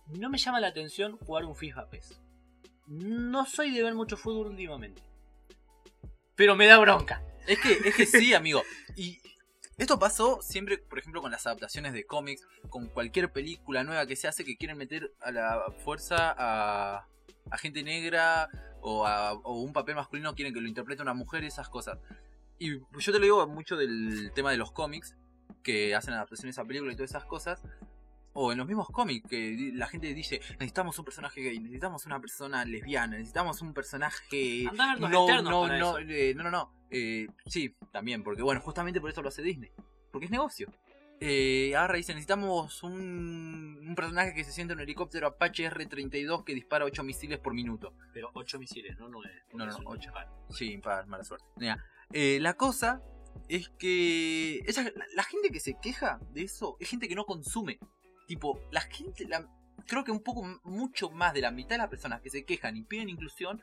Speaker 2: No me llama la atención jugar un FIFA PES. No soy de ver mucho fútbol últimamente. Pero me da bronca.
Speaker 1: Es que, es que sí, amigo. Y esto pasó siempre, por ejemplo, con las adaptaciones de cómics, con cualquier película nueva que se hace que quieren meter a la fuerza a, a gente negra o, a, o un papel masculino, quieren que lo interprete una mujer, esas cosas. Y yo te lo digo mucho del tema de los cómics, que hacen adaptaciones a películas y todas esas cosas. O en los mismos cómics, que di- la gente dice, necesitamos un personaje gay, necesitamos una persona lesbiana, necesitamos un personaje
Speaker 2: Andá a ver los
Speaker 1: Eh, no,
Speaker 2: Eternos
Speaker 1: no,
Speaker 2: para
Speaker 1: no,
Speaker 2: eso.
Speaker 1: eh, no, no, no. Eh, sí, también, porque bueno, justamente por eso lo hace Disney. Porque es negocio. Eh, ahora dice, necesitamos un, un personaje que se siente en un helicóptero Apache R-32 que dispara 8 misiles por minuto.
Speaker 2: Pero 8 misiles, no 9.
Speaker 1: No, no, no, ocho. Sí, impar, mala suerte. Mira, eh, la cosa es que esa- la, la gente que se queja de eso es gente que no consume. Tipo, la gente, la- creo que un poco, mucho más de la mitad de las personas que se quejan y piden inclusión,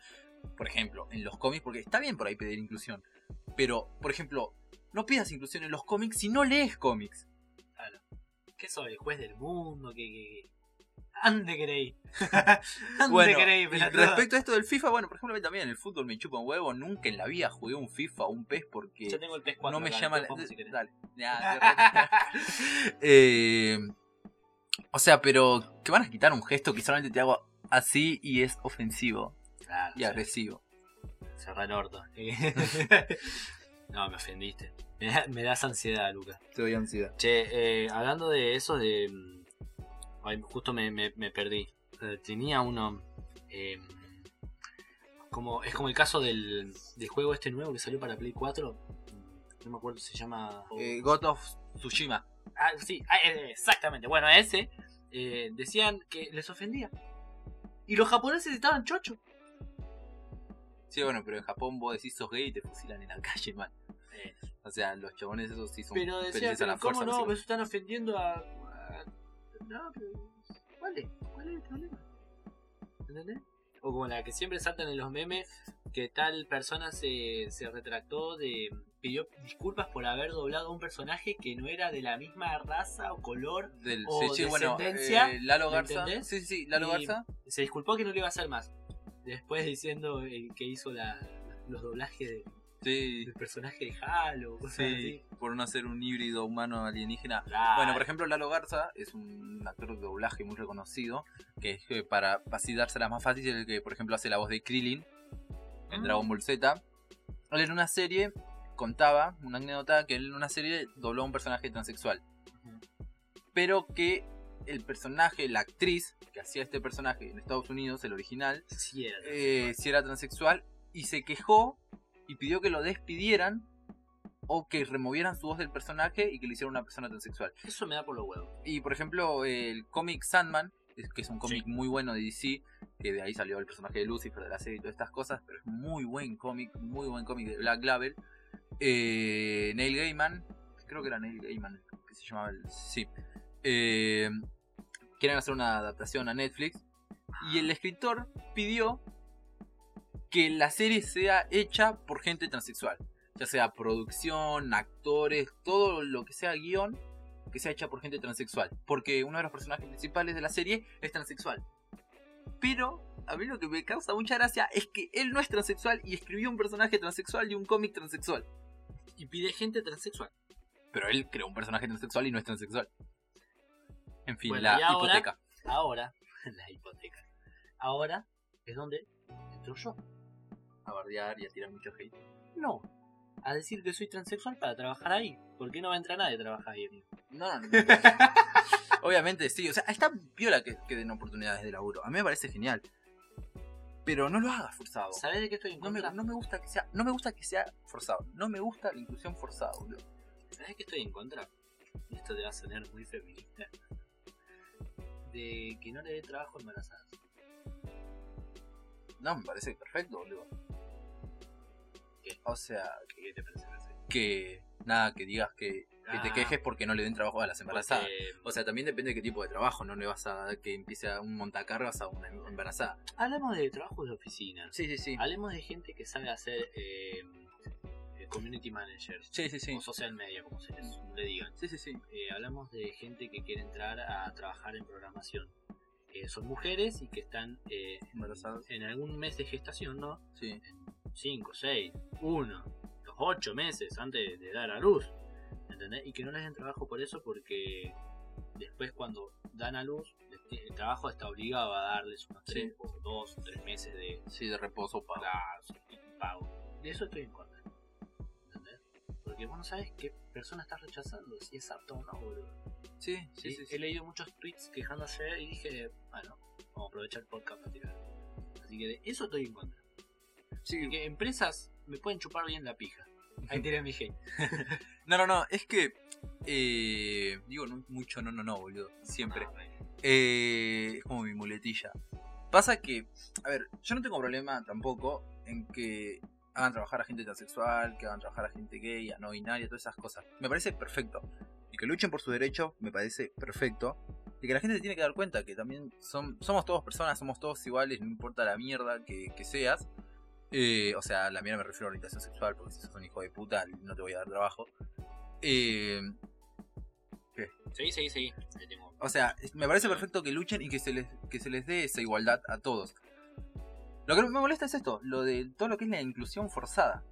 Speaker 1: por ejemplo, en los cómics, porque está bien por ahí pedir inclusión, pero, por ejemplo, no pidas inclusión en los cómics si no lees cómics.
Speaker 2: ¿Qué soy? ¿El juez del mundo? ¿Qué, qué, qué? ande creí? ande
Speaker 1: Bueno,
Speaker 2: creí,
Speaker 1: y
Speaker 2: pelotudo?
Speaker 1: respecto a esto del FIFA, bueno, por ejemplo, a mí también el fútbol me chupa un huevo, nunca en la vida jugué un FIFA o un PES porque...
Speaker 2: Yo tengo el PS4.
Speaker 1: no me
Speaker 2: acá,
Speaker 1: llama la
Speaker 2: después jugamos si querés.
Speaker 1: Dale. Ya, te re- Eh, o sea, pero que van a quitar un gesto que solamente te hago así y es ofensivo
Speaker 2: Claro,
Speaker 1: y
Speaker 2: sí.
Speaker 1: agresivo.
Speaker 2: Cerra el orto. no, me ofendiste. Me, da- me das ansiedad, Lucas.
Speaker 1: Te doy ansiedad.
Speaker 2: Che, eh, hablando de eso de... mm, Ay, justo me, me- me perdí. Eh, Tenía uno... eh, como, es como el caso del, del juego este nuevo que salió para Play 4. No me acuerdo, se llama...
Speaker 1: Eh, God of Tsushima.
Speaker 2: Ah, sí, ah, eh, exactamente. Bueno, a ese eh, decían que les ofendía. Y los japoneses estaban chocho.
Speaker 1: Sí, bueno, pero en Japón vos decís sos gay y te fusilan en la calle, man.
Speaker 2: Eh.
Speaker 1: O sea, los chabones esos sí son
Speaker 2: Pero decían,
Speaker 1: felices a la
Speaker 2: pero ¿cómo
Speaker 1: fuerza.
Speaker 2: no?
Speaker 1: no
Speaker 2: Me
Speaker 1: sé
Speaker 2: están ofendiendo a... a- No, pero... ¿Cuál es? ¿Cuál es el problema? ¿Entendés? O como la que siempre saltan en los memes, que tal persona se, se retractó de... Pidió disculpas por haber doblado a un personaje que no era de la misma raza o color.
Speaker 1: qué. Del,
Speaker 2: o
Speaker 1: sí, sí, bueno,
Speaker 2: descendencia,
Speaker 1: eh, Lalo
Speaker 2: ¿me
Speaker 1: Garza.
Speaker 2: entendés?
Speaker 1: Sí, sí, sí, Lalo
Speaker 2: Y-
Speaker 1: Garza.
Speaker 2: Se disculpó que no lo iba a hacer más. Después diciendo eh, que hizo la- los doblajes de
Speaker 1: Sí,
Speaker 2: El personaje de Halo, cosas
Speaker 1: sí, por no ser un híbrido humano alienígena.
Speaker 2: así. Claro.
Speaker 1: Bueno, por ejemplo, Lalo Garza es un actor de doblaje muy reconocido, que es que para así dárselas más fácil, es el que, por ejemplo, hace la voz de Krillin en
Speaker 2: Mm.
Speaker 1: Dragon Ball Z. Él en una serie contaba una anécdota que él en una serie dobló a un personaje transexual, pero que el personaje, la actriz que hacía este personaje en Estados Unidos, el original,
Speaker 2: Sí, era.
Speaker 1: eh, si era transexual y se quejó y pidió que lo despidieran o que removieran su voz del personaje y que lo hicieran una persona transexual.
Speaker 2: Eso me da por los huevos.
Speaker 1: Y por ejemplo, el cómic Sandman, es- que es un cómic muy bueno de DC, que de ahí salió el personaje de Lucifer, de la serie y todas estas cosas, pero es muy buen cómic, muy buen cómic de Black Label. Eh, Neil Gaiman, creo que era Neil Gaiman, que se llamaba el. Sí. Eh, quieren hacer una adaptación a Netflix. Y el escritor pidió que la serie sea hecha por gente transexual. Ya sea producción, actores, todo lo que sea guión, que sea hecha por gente transexual. Porque uno de los personajes principales de la serie es transexual. Pero a mí lo que me causa mucha gracia es que él no es transexual y escribió un personaje transexual y un cómic transexual.
Speaker 2: Y pide gente transexual.
Speaker 1: Pero él creó un personaje transexual y no es transexual. En fin,
Speaker 2: Bueno,
Speaker 1: la
Speaker 2: y ahora-
Speaker 1: hipoteca.
Speaker 2: Ahora, la hipoteca. Ahora es donde entro yo.
Speaker 1: A bardear y a tirar mucho hate.
Speaker 2: No. A decir que soy transexual para trabajar ahí. ¿Por qué no va a entrar nadie a trabajar ahí, amigo?
Speaker 1: No, no, no. Obviamente, sí. O sea, está viola que, que den oportunidades de laburo. A mí me parece genial. Pero no lo hagas forzado.
Speaker 2: ¿Sabés de qué estoy en
Speaker 1: No me,
Speaker 2: contra?
Speaker 1: no me gusta que sea, no me gusta que sea forzado. No me gusta la inclusión forzada, boludo.
Speaker 2: ¿Sabes que estoy en contra? Y esto te va a sonar muy feminista. De que no le dé trabajo a embarazadas.
Speaker 1: No, me parece perfecto, boludo.
Speaker 2: ¿Qué?
Speaker 1: O sea,
Speaker 2: ¿Qué te parece?
Speaker 1: que nada, que digas que, que te
Speaker 2: Ah.
Speaker 1: quejes porque no le den trabajo a las embarazadas.
Speaker 2: Porque-
Speaker 1: O sea, también depende de qué tipo de trabajo, no le vas a dar que empiece a un montacargas a una embarazada.
Speaker 2: hablamos de trabajos de oficina.
Speaker 1: Sí, sí, sí.
Speaker 2: Hablemos de gente que sabe hacer eh, eh, community manager
Speaker 1: Sí, sí, sí.
Speaker 2: o social media, como se les, le digan.
Speaker 1: Sí, sí, sí.
Speaker 2: Eh, hablamos de gente que quiere entrar a trabajar en programación. Eh, son mujeres y que están eh,
Speaker 1: Embarazadas.
Speaker 2: en algún mes de gestación, ¿no?
Speaker 1: Sí.
Speaker 2: 5, 6, 1, los 8 meses antes de dar a luz. ¿Entendés? Y que no les den trabajo por eso porque después cuando dan a luz, este, el trabajo está obligado a darles unos
Speaker 1: Sí.
Speaker 2: 3 o 2 o 3 meses de
Speaker 1: Sí, de reposo para.
Speaker 2: plazo y pago. De eso estoy en contra. ¿Entendés? Porque vos no sabes qué persona estás rechazando, si es apto o no, boludo.
Speaker 1: Sí, sí,
Speaker 2: Y
Speaker 1: sí.
Speaker 2: He leído muchos tweets quejándose y dije, bueno, vamos a aprovechar el podcast para tirar. Así que de eso estoy en contra.
Speaker 1: Sí.
Speaker 2: Y que empresas me pueden chupar bien la pija. Ahí tiré mi hate.
Speaker 1: No, no, no, es que. eh, digo no, mucho no, no, no, boludo. Siempre.
Speaker 2: No, eh,
Speaker 1: Eh, es como mi muletilla. Pasa que, a ver, yo no tengo problema tampoco en que hagan trabajar a gente transexual, que hagan trabajar a gente gay, a no binaria, todas esas cosas. Me parece perfecto. Y que luchen por sus derechos, me parece perfecto. Y que la gente se tiene que dar cuenta que también son, somos todos personas, somos todos iguales, no importa la mierda que, que seas. Eh, o sea, la mierda me refiero a orientación sexual, porque si sos un hijo de puta no te voy a dar trabajo. Eh,
Speaker 2: Seguí, seguí, seguí. Ahí tengo.
Speaker 1: o sea, es- me parece perfecto que luchen y que se les, que se les dé esa igualdad a todos. Lo que me molesta es esto, lo de todo lo que es la inclusión forzada.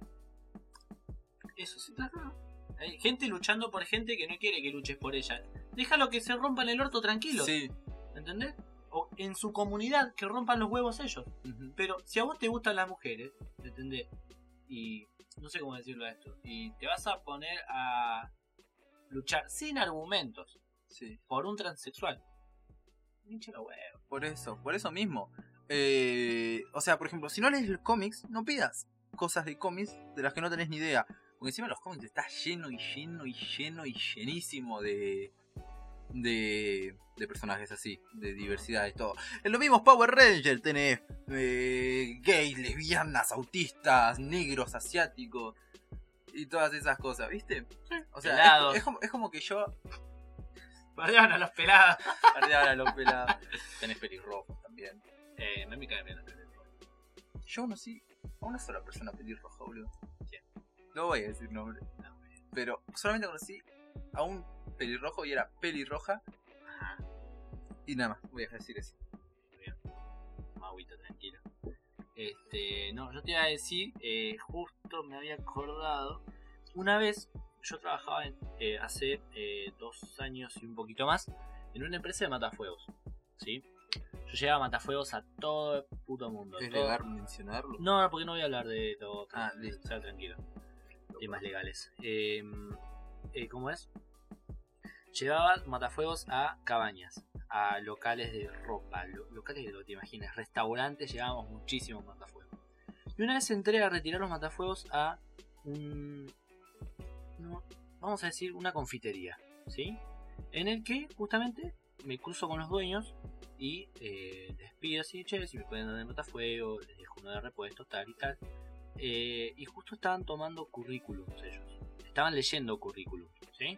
Speaker 2: Eso se trata. Hay gente luchando por gente que no quiere que luches por ella. Déjalo que se rompan el orto tranquilo.
Speaker 1: Sí.
Speaker 2: ¿Entendés? O en su comunidad que rompan los huevos ellos.
Speaker 1: Ujú.
Speaker 2: Pero si a vos te gustan las mujeres, ¿entendés? Y no sé cómo decirlo a esto. Y te vas a poner a luchar sin argumentos
Speaker 1: Sí.
Speaker 2: por un transexual. Hincha la hueva.
Speaker 1: Por eso, por eso mismo. Eh, o sea, por ejemplo, si no lees los cómics, no pidas cosas de cómics de las que no tenés ni idea. Porque encima los cómics está lleno y lleno y lleno y llenísimo de. De, de personajes así, de diversidad y todo. En los mismos Power Rangers tenés eh, gays, lesbianas, autistas, negros, asiáticos y todas esas cosas, ¿viste? O sea, es-
Speaker 2: Pelados.
Speaker 1: es como- es como que yo
Speaker 2: Perdón a los pelados.
Speaker 1: Ardeaba la los pelados. Tenés pelirrojos también.
Speaker 2: Eh, no me cae bien el teléfono.
Speaker 1: Yo conocí a una sola persona pelirroja, boludo. No voy a decir nombre. Pero solamente conocí a un pelirrojo y era pelirroja. Y nada más, voy a dejar de decir eso.
Speaker 2: Mamá, agüita, tranquila. Este, no, yo te iba a decir, eh, justo me había acordado. Una vez yo trabajaba en- eh, hace eh, dos años y un poquito más en una empresa de matafuegos. ¿sí? Yo llevaba matafuegos a todo el puto mundo.
Speaker 1: ¿Es
Speaker 2: todo-
Speaker 1: legal mencionarlo?
Speaker 2: No, porque no voy a hablar de todo.
Speaker 1: Ah, listo.
Speaker 2: tranquilo. Temas legales. Eh, eh, ¿Cómo es? Llevaba matafuegos a cabañas, a locales de ropa, lo- locales de lo que te imaginas, restaurantes, llevábamos muchísimos matafuegos. Y una vez entré a retirar los matafuegos a un. no, vamos a decir, una confitería, ¿sí? En el que justamente me cruzo con los dueños y eh, les pido así, che, si me pueden dar el matafuego, les dejo uno de repuesto, tal y tal. Eh, y justo estaban tomando currículums ellos. Estaban leyendo currículums, ¿sí?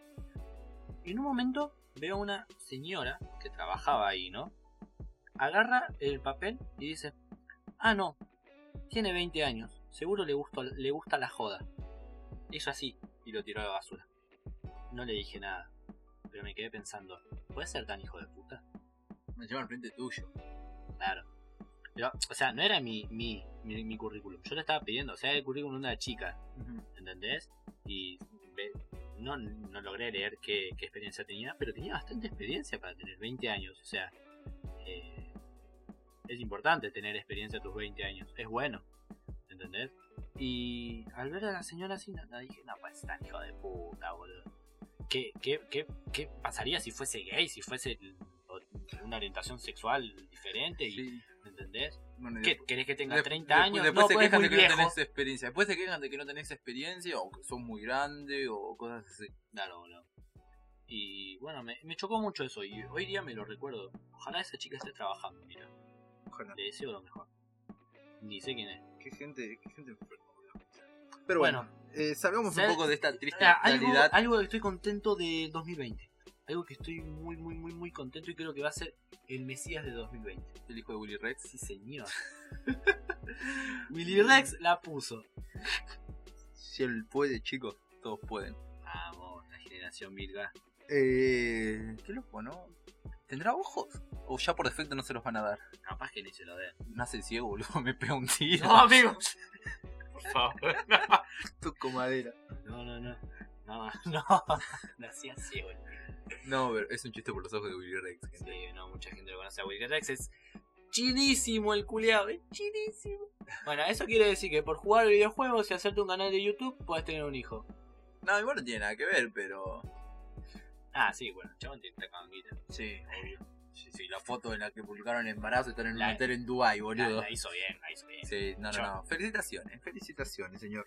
Speaker 2: Y en un momento veo a una señora que trabajaba ahí, ¿no? Agarra el papel y dice, ah, no, tiene 20 años, seguro le, gusto, le gusta la joda. Hizo así y lo tiró a la basura. No le dije nada, pero me quedé pensando, ¿puede ser tan hijo de puta?
Speaker 1: Me lleva al frente tuyo.
Speaker 2: Claro. Yo- o sea, no era mi, mi, mi, mi currículum. Yo le estaba pidiendo, o sea, el currículum de una chica, ¿entendés? Y ve- no, no logré leer qué, qué experiencia tenía, pero tenía bastante experiencia para tener 20 años. O sea, eh, es importante tener experiencia a tus 20 años. Es bueno, ¿entendés? Y al ver a la señora así, nada, dije, no, pues tan hijo de puta, boludo. ¿Qué, qué, qué, ¿Qué pasaría si fuese gay, si fuese o- una orientación sexual diferente? Y,
Speaker 1: Sí.
Speaker 2: ¿Entendés?
Speaker 1: Bueno, y
Speaker 2: ¿Qué,
Speaker 1: después-
Speaker 2: ¿Querés que tenga
Speaker 1: Dep-
Speaker 2: 30
Speaker 1: despu-
Speaker 2: años?
Speaker 1: Después
Speaker 2: no,
Speaker 1: se
Speaker 2: pues es
Speaker 1: quejan
Speaker 2: muy
Speaker 1: de que no
Speaker 2: viejo.
Speaker 1: tenés experiencia. Después se quejan de que no tenés experiencia o que son muy grandes o cosas así.
Speaker 2: Claro, boludo. Y bueno, me, me chocó mucho eso y hoy día me lo recuerdo. Ojalá esa chica esté trabajando, mira.
Speaker 1: Ojalá.
Speaker 2: Le deseo lo mejor. Ni sé quién es.
Speaker 1: Qué gente, qué gente enferma, boludo.
Speaker 3: Pero bueno,
Speaker 2: Bueno.
Speaker 3: eh, salgamos un
Speaker 2: ¿Sabes?
Speaker 3: poco de esta triste
Speaker 2: Ah, algo,
Speaker 3: realidad.
Speaker 2: algo que estoy contento de 2020. Algo que estoy muy, muy, muy, muy contento y creo que va a ser el Mesías de 2020.
Speaker 1: El hijo de Willy Rex.
Speaker 2: Sí, señor. Willy Rex la puso.
Speaker 3: Si él puede, chicos.
Speaker 1: Todos pueden.
Speaker 2: Vamos, la generación Virga.
Speaker 3: Eh,
Speaker 1: Qué loco, ¿no? ¿Tendrá ojos? O ya por defecto no se los van a dar.
Speaker 2: Capaz que ni se lo den.
Speaker 1: Nace ciego, boludo. Me pega un tiro.
Speaker 2: No, amigo. Por favor.
Speaker 3: toco madera.
Speaker 2: No, no, no. No, no. Nací así, boludo.
Speaker 1: No, pero es un chiste por los ojos de Willy Rex. gente.
Speaker 2: Sí, no, mucha gente lo conoce a Willy Rex. Es chinísimo el culiado, es chinísimo. Bueno, eso quiere decir que por jugar videojuegos y hacerte un canal de YouTube puedes tener un hijo.
Speaker 1: No, igual no tiene nada que ver, pero.
Speaker 2: Ah, sí, bueno, el chabón tiene esta canguita.
Speaker 1: Sí, obvio. Sí, sí, la foto en la que publicaron el embarazo están en un
Speaker 2: La-
Speaker 1: hotel en Dubai,
Speaker 2: La,
Speaker 1: boludo.
Speaker 2: Ah, la hizo bien, la hizo bien.
Speaker 1: Sí, no, no,
Speaker 2: Yo-
Speaker 1: no. Felicitaciones.
Speaker 3: Felicitaciones, señor.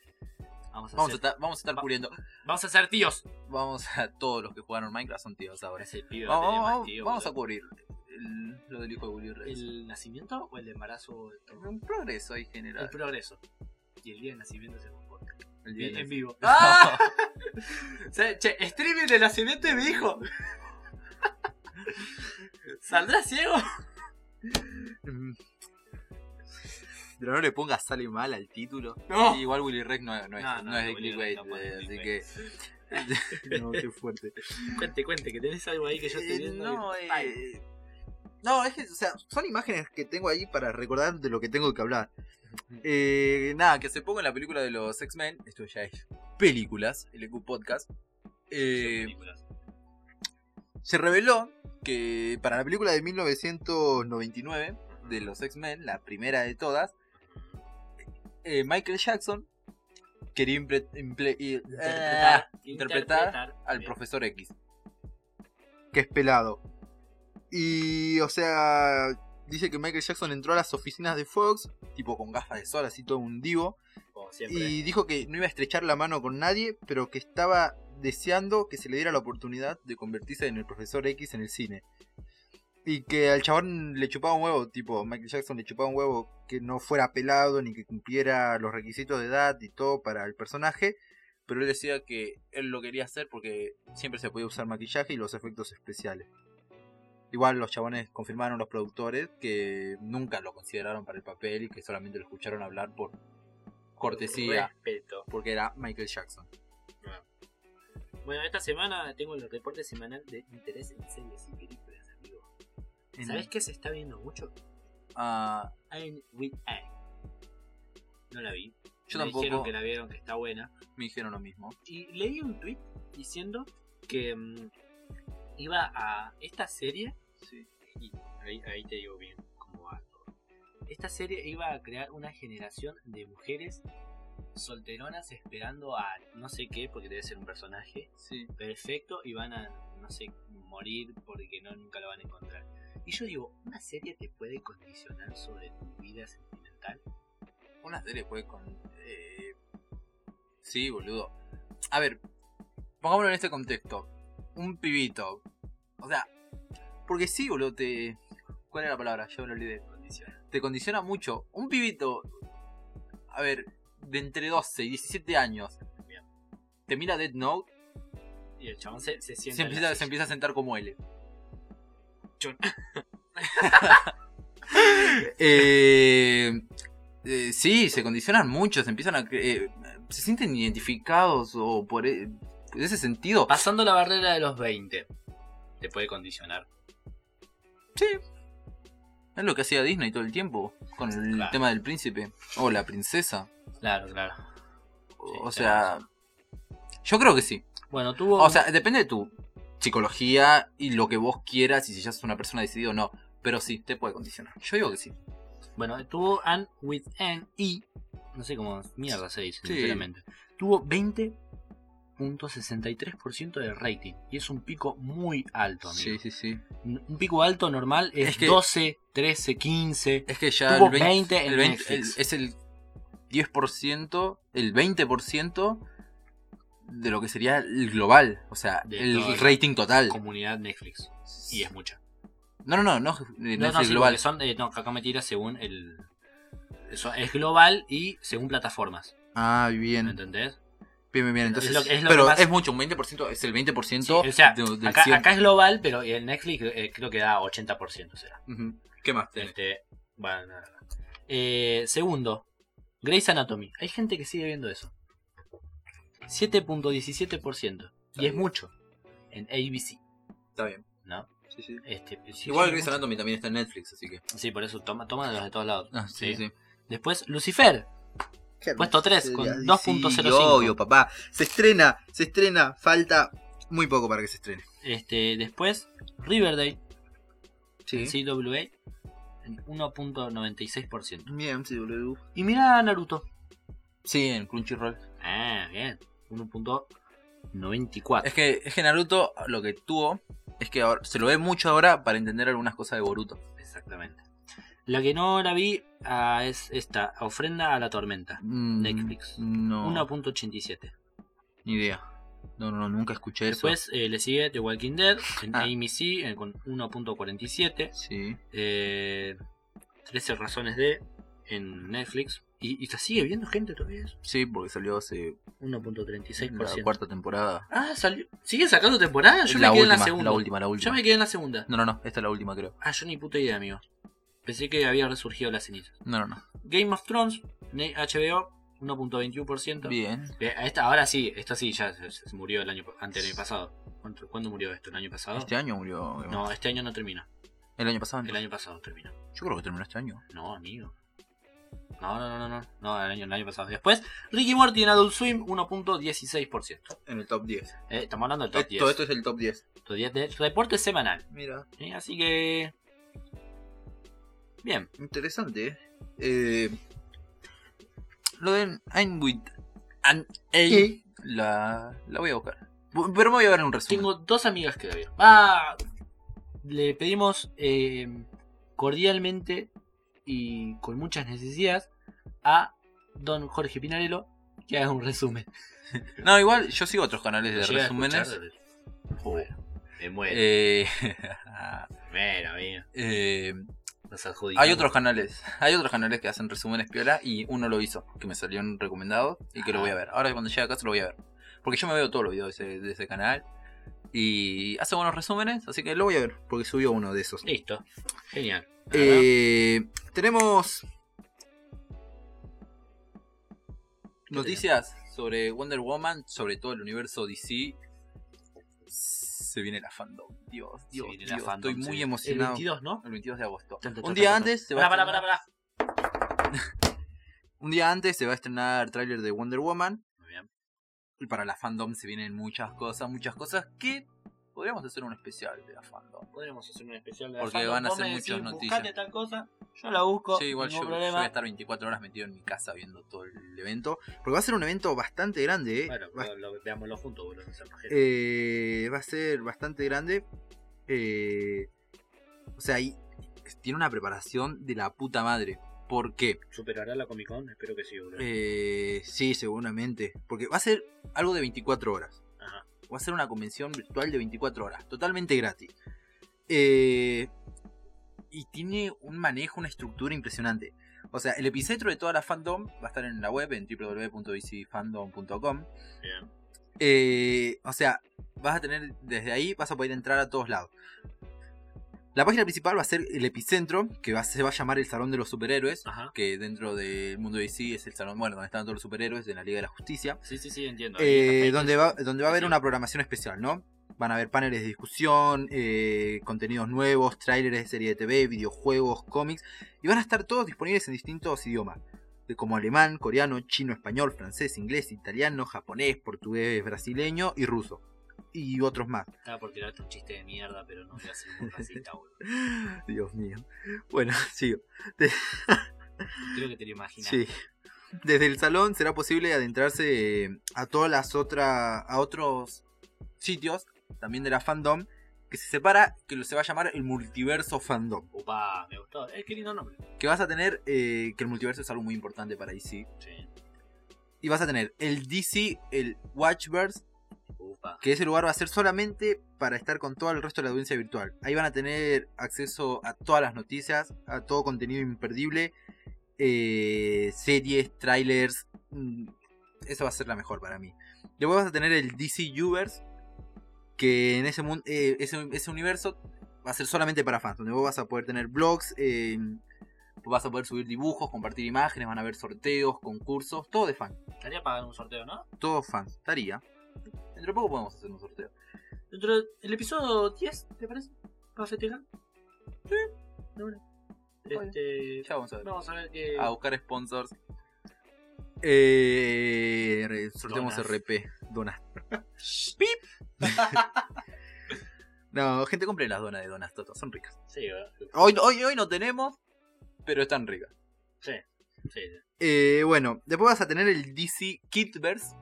Speaker 2: Vamos
Speaker 1: Vamos
Speaker 2: a,
Speaker 1: a
Speaker 2: ser,
Speaker 1: estar, vamos a estar
Speaker 2: Va-
Speaker 1: cubriendo.
Speaker 2: vamos a ser tíos.
Speaker 1: Vamos a todos los que jugaron Minecraft son tíos ahora.
Speaker 2: Ese pibe
Speaker 1: Vamos,
Speaker 2: tiene más
Speaker 1: vamos-
Speaker 2: tío,
Speaker 1: vamos a
Speaker 2: boludo.
Speaker 1: cubrir el- lo del hijo de Willy Rex.
Speaker 2: ¿El nacimiento o el embarazo? El,
Speaker 1: Un progreso ahí
Speaker 2: el
Speaker 1: general.
Speaker 2: progreso. Y el día del nacimiento se comporta.
Speaker 1: El día
Speaker 2: En
Speaker 1: de-
Speaker 2: vivo.
Speaker 1: ¡Ah!
Speaker 2: Se- Che, streaming del nacimiento de mi hijo. ¿Saldrá ciego?
Speaker 3: Pero no le pongas sale mal al título.
Speaker 2: No.
Speaker 1: Sí, igual Willy Rex no, no es,
Speaker 2: No,
Speaker 1: no,
Speaker 2: no,
Speaker 1: es de
Speaker 2: Willy
Speaker 1: clickbait,
Speaker 2: Rex no puede
Speaker 1: eh,
Speaker 2: ser
Speaker 1: así
Speaker 2: clickbait.
Speaker 1: que.
Speaker 3: No, qué fuerte.
Speaker 2: Cuente, cuente, que tenés algo ahí que yo estoy
Speaker 3: Eh,
Speaker 2: viendo.
Speaker 3: no,
Speaker 2: y-
Speaker 3: eh,
Speaker 2: Ay,
Speaker 3: no, es que, o sea, son imágenes que tengo ahí para recordar de lo que tengo que hablar. Eh, nada,
Speaker 1: Ah, que hace poco en la película de los X-Men, esto ya es películas, LQ Podcast, eh,
Speaker 2: películas.
Speaker 3: se reveló que para la película de 1999 de los X-Men, la primera de todas, eh, Michael Jackson quería impre- imple- eh,
Speaker 2: Interpretar,
Speaker 1: interpretar al
Speaker 2: bien.
Speaker 1: profesor X.
Speaker 3: que es pelado. Y, o sea, dice que Michael Jackson entró a las oficinas de Fox, tipo con gafas de sol, así todo un divo,
Speaker 2: Como siempre.
Speaker 3: y dijo que no iba a estrechar la mano con nadie, pero que estaba deseando que se le diera la oportunidad de convertirse en el profesor X en el cine. Y que al chabón le chupaba un huevo, tipo, Michael Jackson le chupaba un huevo que no fuera pelado ni que cumpliera los requisitos de edad y todo para el personaje,
Speaker 1: Pero él decía que él lo quería hacer porque
Speaker 3: siempre se podía usar maquillaje y los efectos especiales. Igual los chabones confirmaron los productores que
Speaker 1: nunca lo consideraron para el papel y que solamente lo escucharon hablar por cortesía,
Speaker 2: Respeto.
Speaker 3: porque era Michael Jackson.
Speaker 2: Bueno, esta semana tengo el reporte semanal de interés en series y películas, amigo.
Speaker 3: En-
Speaker 2: ¿Sabés qué se está viendo mucho?
Speaker 1: Ah,
Speaker 2: I'm with I. No la vi.
Speaker 1: Yo
Speaker 2: Me
Speaker 1: tampoco
Speaker 2: Dijeron que la vieron, que está buena.
Speaker 1: me dijeron lo mismo.
Speaker 2: Y leí un tweet diciendo que mm, iba a esta serie.
Speaker 1: Sí.
Speaker 2: y ahí, ahí te digo bien cómo va todo. Esta serie iba a crear una generación de mujeres solteronas esperando a no sé qué, porque debe ser un personaje
Speaker 1: Sí.
Speaker 2: perfecto y van a, no sé, morir porque no nunca lo van a encontrar. Y yo digo, ¿una serie te puede condicionar sobre tu vida sentimental?
Speaker 1: Una serie puede con. eh, Sí, boludo. A ver, pongámoslo en este contexto. Un pibito. O sea, porque sí, boludo, te. ¿Cuál era la palabra? Yo me lo olvidé. Te condiciona mucho. Un pibito. A ver, de entre 12 y 17 años.
Speaker 2: Bien.
Speaker 1: Te mira Dead Note,
Speaker 2: Y el chabón se, se siente...
Speaker 1: se empieza, se empieza a sentar como L.
Speaker 2: Chon.
Speaker 1: Eh, eh, sí, se condicionan mucho, se empiezan a... cre- eh, se sienten identificados o por, e- por ese sentido.
Speaker 2: Pasando la barrera de los 20, te puede condicionar.
Speaker 1: Es lo que hacía Disney todo el tiempo, con el
Speaker 2: Claro.
Speaker 1: tema del príncipe o la princesa.
Speaker 2: Claro, claro.
Speaker 1: O,
Speaker 2: Sí,
Speaker 1: o
Speaker 2: tenés
Speaker 1: sea, yo creo que sí.
Speaker 2: Bueno, tuvo...
Speaker 1: O sea, depende de tu psicología y lo que vos quieras y si ya sos una persona decidida o no. Pero sí, te puede condicionar. Yo digo que sí.
Speaker 2: Bueno, tuvo Anne with N E, no sé cómo mierda se dice,
Speaker 1: Sí.
Speaker 2: sinceramente. Tuvo 20.63% de rating y es un pico muy alto, amigo.
Speaker 1: sí, sí.
Speaker 2: N- Un pico alto normal es,
Speaker 1: Es que-
Speaker 2: 12, 13, 15.
Speaker 1: Es que ya
Speaker 2: Tuvo
Speaker 1: el 20,
Speaker 2: 20 en
Speaker 1: el 20
Speaker 2: Netflix.
Speaker 1: el- es el 10%, el 20% de lo que sería el global, o sea,
Speaker 2: De
Speaker 1: el
Speaker 2: todo.
Speaker 1: rating total.
Speaker 2: Comunidad Netflix y es mucha.
Speaker 1: No, no, no, no, eh, no es
Speaker 2: No, no,
Speaker 1: el
Speaker 2: sí,
Speaker 1: global.
Speaker 2: porque son, eh, no, acá me tira según el. eso es global y según plataformas.
Speaker 1: Ah,
Speaker 2: ¿Me
Speaker 1: bien.
Speaker 2: entendés?
Speaker 1: Bien, bien, bien.
Speaker 2: Es
Speaker 1: Entonces,
Speaker 2: lo- es lo
Speaker 1: pero
Speaker 2: que más-
Speaker 1: es mucho, un 20%, es el 20%
Speaker 2: Sí, o sea,
Speaker 1: de- del
Speaker 2: acá,
Speaker 1: 100.
Speaker 2: acá es global, pero el Netflix eh, creo que da 80% será.
Speaker 1: Ujú. ¿Qué más tenés?
Speaker 2: Este, bueno, nada, nada. Eh, segundo, Grey's Anatomy. Hay gente que sigue viendo eso. 7.17%. Y es
Speaker 1: bien.
Speaker 2: mucho. En ABC,
Speaker 1: Está bien.
Speaker 2: ¿no?
Speaker 1: Sí, sí.
Speaker 2: Este, sí,
Speaker 1: Igual
Speaker 2: sí,
Speaker 1: Grey's
Speaker 2: mucho.
Speaker 1: Anatomy también está en Netflix, así que.
Speaker 2: Sí, por eso toma, toma de los de todos lados.
Speaker 1: Ah, sí, sí.
Speaker 2: Después, Lucifer. Puesto tres, con 2.05.
Speaker 3: obvio, papá. Se estrena, se estrena. Falta muy poco para que se estrene.
Speaker 2: Este, después, Riverdale.
Speaker 3: Sí.
Speaker 2: CWA. En 1.96%.
Speaker 3: Bien, sí, boludo.
Speaker 2: Y mira Naruto.
Speaker 1: Sí, en Crunchyroll.
Speaker 2: Ah, bien. 1.94.
Speaker 1: Es que, es que Naruto lo que tuvo es que ahora, se lo ve mucho ahora para entender algunas cosas de Boruto.
Speaker 2: Exactamente. La que no la vi ah, es esta, Ofrenda a la Tormenta.
Speaker 1: Mm,
Speaker 2: Netflix.
Speaker 1: No.
Speaker 2: 1.87.
Speaker 1: Ni idea. No, no, no, nunca escuché eso.
Speaker 2: Después eh, le sigue The Walking Dead en
Speaker 1: Ah.
Speaker 2: AMC eh, con 1.47.
Speaker 1: Sí.
Speaker 2: Eh, 13 razones de en Netflix. Y, y la sigue viendo gente todavía. eso.
Speaker 1: Sí, porque salió hace la
Speaker 2: 1.36%.
Speaker 1: cuarta temporada.
Speaker 2: Ah, salió. ¿Sigue sacando temporada? Yo
Speaker 1: la
Speaker 2: me quedé
Speaker 1: última,
Speaker 2: en la segunda.
Speaker 1: la última, la
Speaker 2: Yo
Speaker 1: última.
Speaker 2: me quedé en la segunda.
Speaker 1: No, no, no, esta es la última creo.
Speaker 2: Ah, yo ni puta idea, amigo. Pensé que había resurgido la ceniza.
Speaker 1: No, no, no.
Speaker 2: Game of Thrones, ne- HBO, 1.21%.
Speaker 1: Bien.
Speaker 2: Eh, a esta- ahora sí, esta sí, ya se, se murió el año pa- antes del año pasado. ¿Cuánto- ¿Cuándo murió esto? ¿El año pasado?
Speaker 1: Este año murió. Game of-
Speaker 2: no, este año no termina.
Speaker 1: El año pasado.
Speaker 2: El año pasado termina.
Speaker 1: Yo creo que terminó este año.
Speaker 2: No, amigo. No, no, no, no, no, no el, año, el año pasado. Después, Ricky Morty en Adult Swim, 1.16%.
Speaker 3: En el top 10.
Speaker 2: Eh, estamos hablando del top 10.
Speaker 3: Todo esto es el top 10.
Speaker 2: Top 10 de reporte semanal.
Speaker 3: Mira,
Speaker 2: ¿sí? Así que... Bien.
Speaker 3: interesante, ¿eh? eh
Speaker 1: Lo de I'm with an A. La, la voy a buscar. Bu- Pero me voy a ver un resumen.
Speaker 2: Tengo dos amigas que la vieron. Ah, le pedimos eh, cordialmente y con muchas necesidades a don Jorge Pinarello que haga un resumen.
Speaker 1: No, igual yo sigo otros canales de
Speaker 2: ¿Lo llega a
Speaker 1: resúmenes.
Speaker 2: escuchar? Bueno, me muero.
Speaker 1: Eh,
Speaker 2: Bueno, amigo,
Speaker 1: eh,
Speaker 2: nos adjudicamos.
Speaker 1: Hay otros canales, hay otros canales que hacen resúmenes piola y uno lo hizo, que me salió un recomendado y que lo voy a ver. Ahora cuando llegue a casa lo voy a ver. Porque yo me veo todos los videos de ese, de ese canal y hace buenos resúmenes, así que lo voy a ver.
Speaker 3: porque subió uno de esos.
Speaker 2: Listo. Genial. La verdad,
Speaker 3: Eh, tenemos
Speaker 1: Noticias sobre Wonder Woman, sobre todo el universo DC. Se viene la fandom. Dios,
Speaker 2: se
Speaker 1: Dios,
Speaker 2: viene la
Speaker 1: Dios.
Speaker 2: fandom,
Speaker 1: estoy
Speaker 2: se
Speaker 1: muy
Speaker 2: viene.
Speaker 1: emocionado.
Speaker 2: El 22, ¿no?
Speaker 1: El 22 de agosto.
Speaker 2: Tan, tan,
Speaker 1: Un
Speaker 2: tan,
Speaker 1: día
Speaker 2: tan, tan.
Speaker 1: antes se va
Speaker 2: Pará,
Speaker 1: a
Speaker 2: pará,
Speaker 1: estrenar-
Speaker 2: pará, pará.
Speaker 4: Un día antes se va a estrenar tráiler de Wonder Woman.
Speaker 2: Muy bien.
Speaker 4: Y para la fandom se vienen muchas cosas, muchas cosas que podríamos hacer un especial de la fandom.
Speaker 2: Podríamos hacer un especial de
Speaker 4: Porque
Speaker 2: Fandom.
Speaker 4: van a
Speaker 2: Vos
Speaker 4: ser
Speaker 2: me decís,
Speaker 4: muchas noticias.
Speaker 2: "Buscate tal cosa, yo la busco.
Speaker 4: Sí, igual yo,
Speaker 2: ningún
Speaker 4: yo voy
Speaker 2: problema.
Speaker 4: a estar 24 horas metido en mi casa viendo todo el evento.
Speaker 1: evento, Porque va a ser un evento bastante grande, ¿eh?
Speaker 2: Bueno,
Speaker 1: Va-
Speaker 2: lo, lo- veámoslo juntos, boludo. no seas pajero.
Speaker 1: eh, va a ser bastante grande. Eh, o sea, y tiene una preparación de la puta madre. ¿Por qué?
Speaker 2: ¿Superará la Comic Con? Espero que sí, boludo.
Speaker 1: Eh, sí, seguramente. Porque va a ser algo de 24 horas.
Speaker 2: Ajá.
Speaker 1: Va a ser una convención virtual de 24 horas, totalmente gratis. Eh,
Speaker 4: y tiene un manejo, una estructura impresionante. O sea, el epicentro de toda la fandom va a estar en la web en www.dcfandom.com.
Speaker 2: Bien.
Speaker 4: Eh, o sea, vas a tener desde ahí, vas a poder entrar a todos lados.
Speaker 1: la página principal va a ser el epicentro, que va- se va a llamar el Salón de los Superhéroes.
Speaker 2: Ajá.
Speaker 4: Que dentro del mundo de DC es el salón, bueno, donde están todos los superhéroes de la Liga de la Justicia.
Speaker 2: Sí, sí, sí, entiendo. Ahí está
Speaker 1: Eh,
Speaker 2: Facebook.
Speaker 1: donde, va, donde va a haber
Speaker 2: Sí.
Speaker 1: una programación especial, ¿no? Van a haber paneles de discusión, eh, contenidos nuevos, tráileres de serie de TV, videojuegos, cómics, y van a estar todos disponibles en distintos idiomas, de como alemán, coreano, chino, español, francés, inglés, italiano, japonés, portugués, brasileño y ruso, y otros más.
Speaker 2: Estaba por tirarte un chiste de mierda, pero no voy a ser muy racista, boludo.
Speaker 1: Dios mío. Bueno, sigo.
Speaker 2: Creo que te lo imaginas.
Speaker 1: Sí. Desde el salón será posible adentrarse eh, a todas las otras. a otros sitios, también de la fandom, que se separa, que lo- se va a llamar el multiverso fandom.
Speaker 2: Upa, me gustó. Es que lindo nombre.
Speaker 1: Que vas a tener, eh, que el multiverso es algo muy importante para DC.
Speaker 2: Sí.
Speaker 1: Y vas a tener el DC, el Watchverse,
Speaker 2: Upa.
Speaker 1: que ese lugar va a ser solamente para estar con todo el resto de la audiencia virtual. Ahí van a tener acceso a todas las noticias, a todo contenido imperdible, eh, series, trailers. mm, Esa va a ser la mejor para mí. Después vas a tener el DC Universe, que en ese, mun- eh, ese, ese universo va a ser solamente para fans, donde vos vas a poder tener blogs, eh,
Speaker 4: Vas a poder subir dibujos, compartir imágenes, van a haber sorteos, concursos, todo de fan.
Speaker 2: Estaría pagar un sorteo, ¿no?
Speaker 1: todos fans. Estaría.
Speaker 4: Dentro de poco podemos hacer un sorteo.
Speaker 2: Dentro del episodio 10, ¿te parece? ¿Para festejar? Sí. De una. Este.
Speaker 4: Ya vamos a ver.
Speaker 2: Vamos a ver qué.
Speaker 4: A buscar sponsors.
Speaker 1: Eh, re- sorteamos
Speaker 2: Donas.
Speaker 1: RP, donas. no, gente, compren las donas de Donas Toto, son ricas.
Speaker 2: Sí, ¿verdad?
Speaker 4: Hoy, hoy, hoy no tenemos, pero están ricas.
Speaker 2: Sí. Sí, sí.
Speaker 1: Eh, bueno, después vas a tener el DC Kidverse,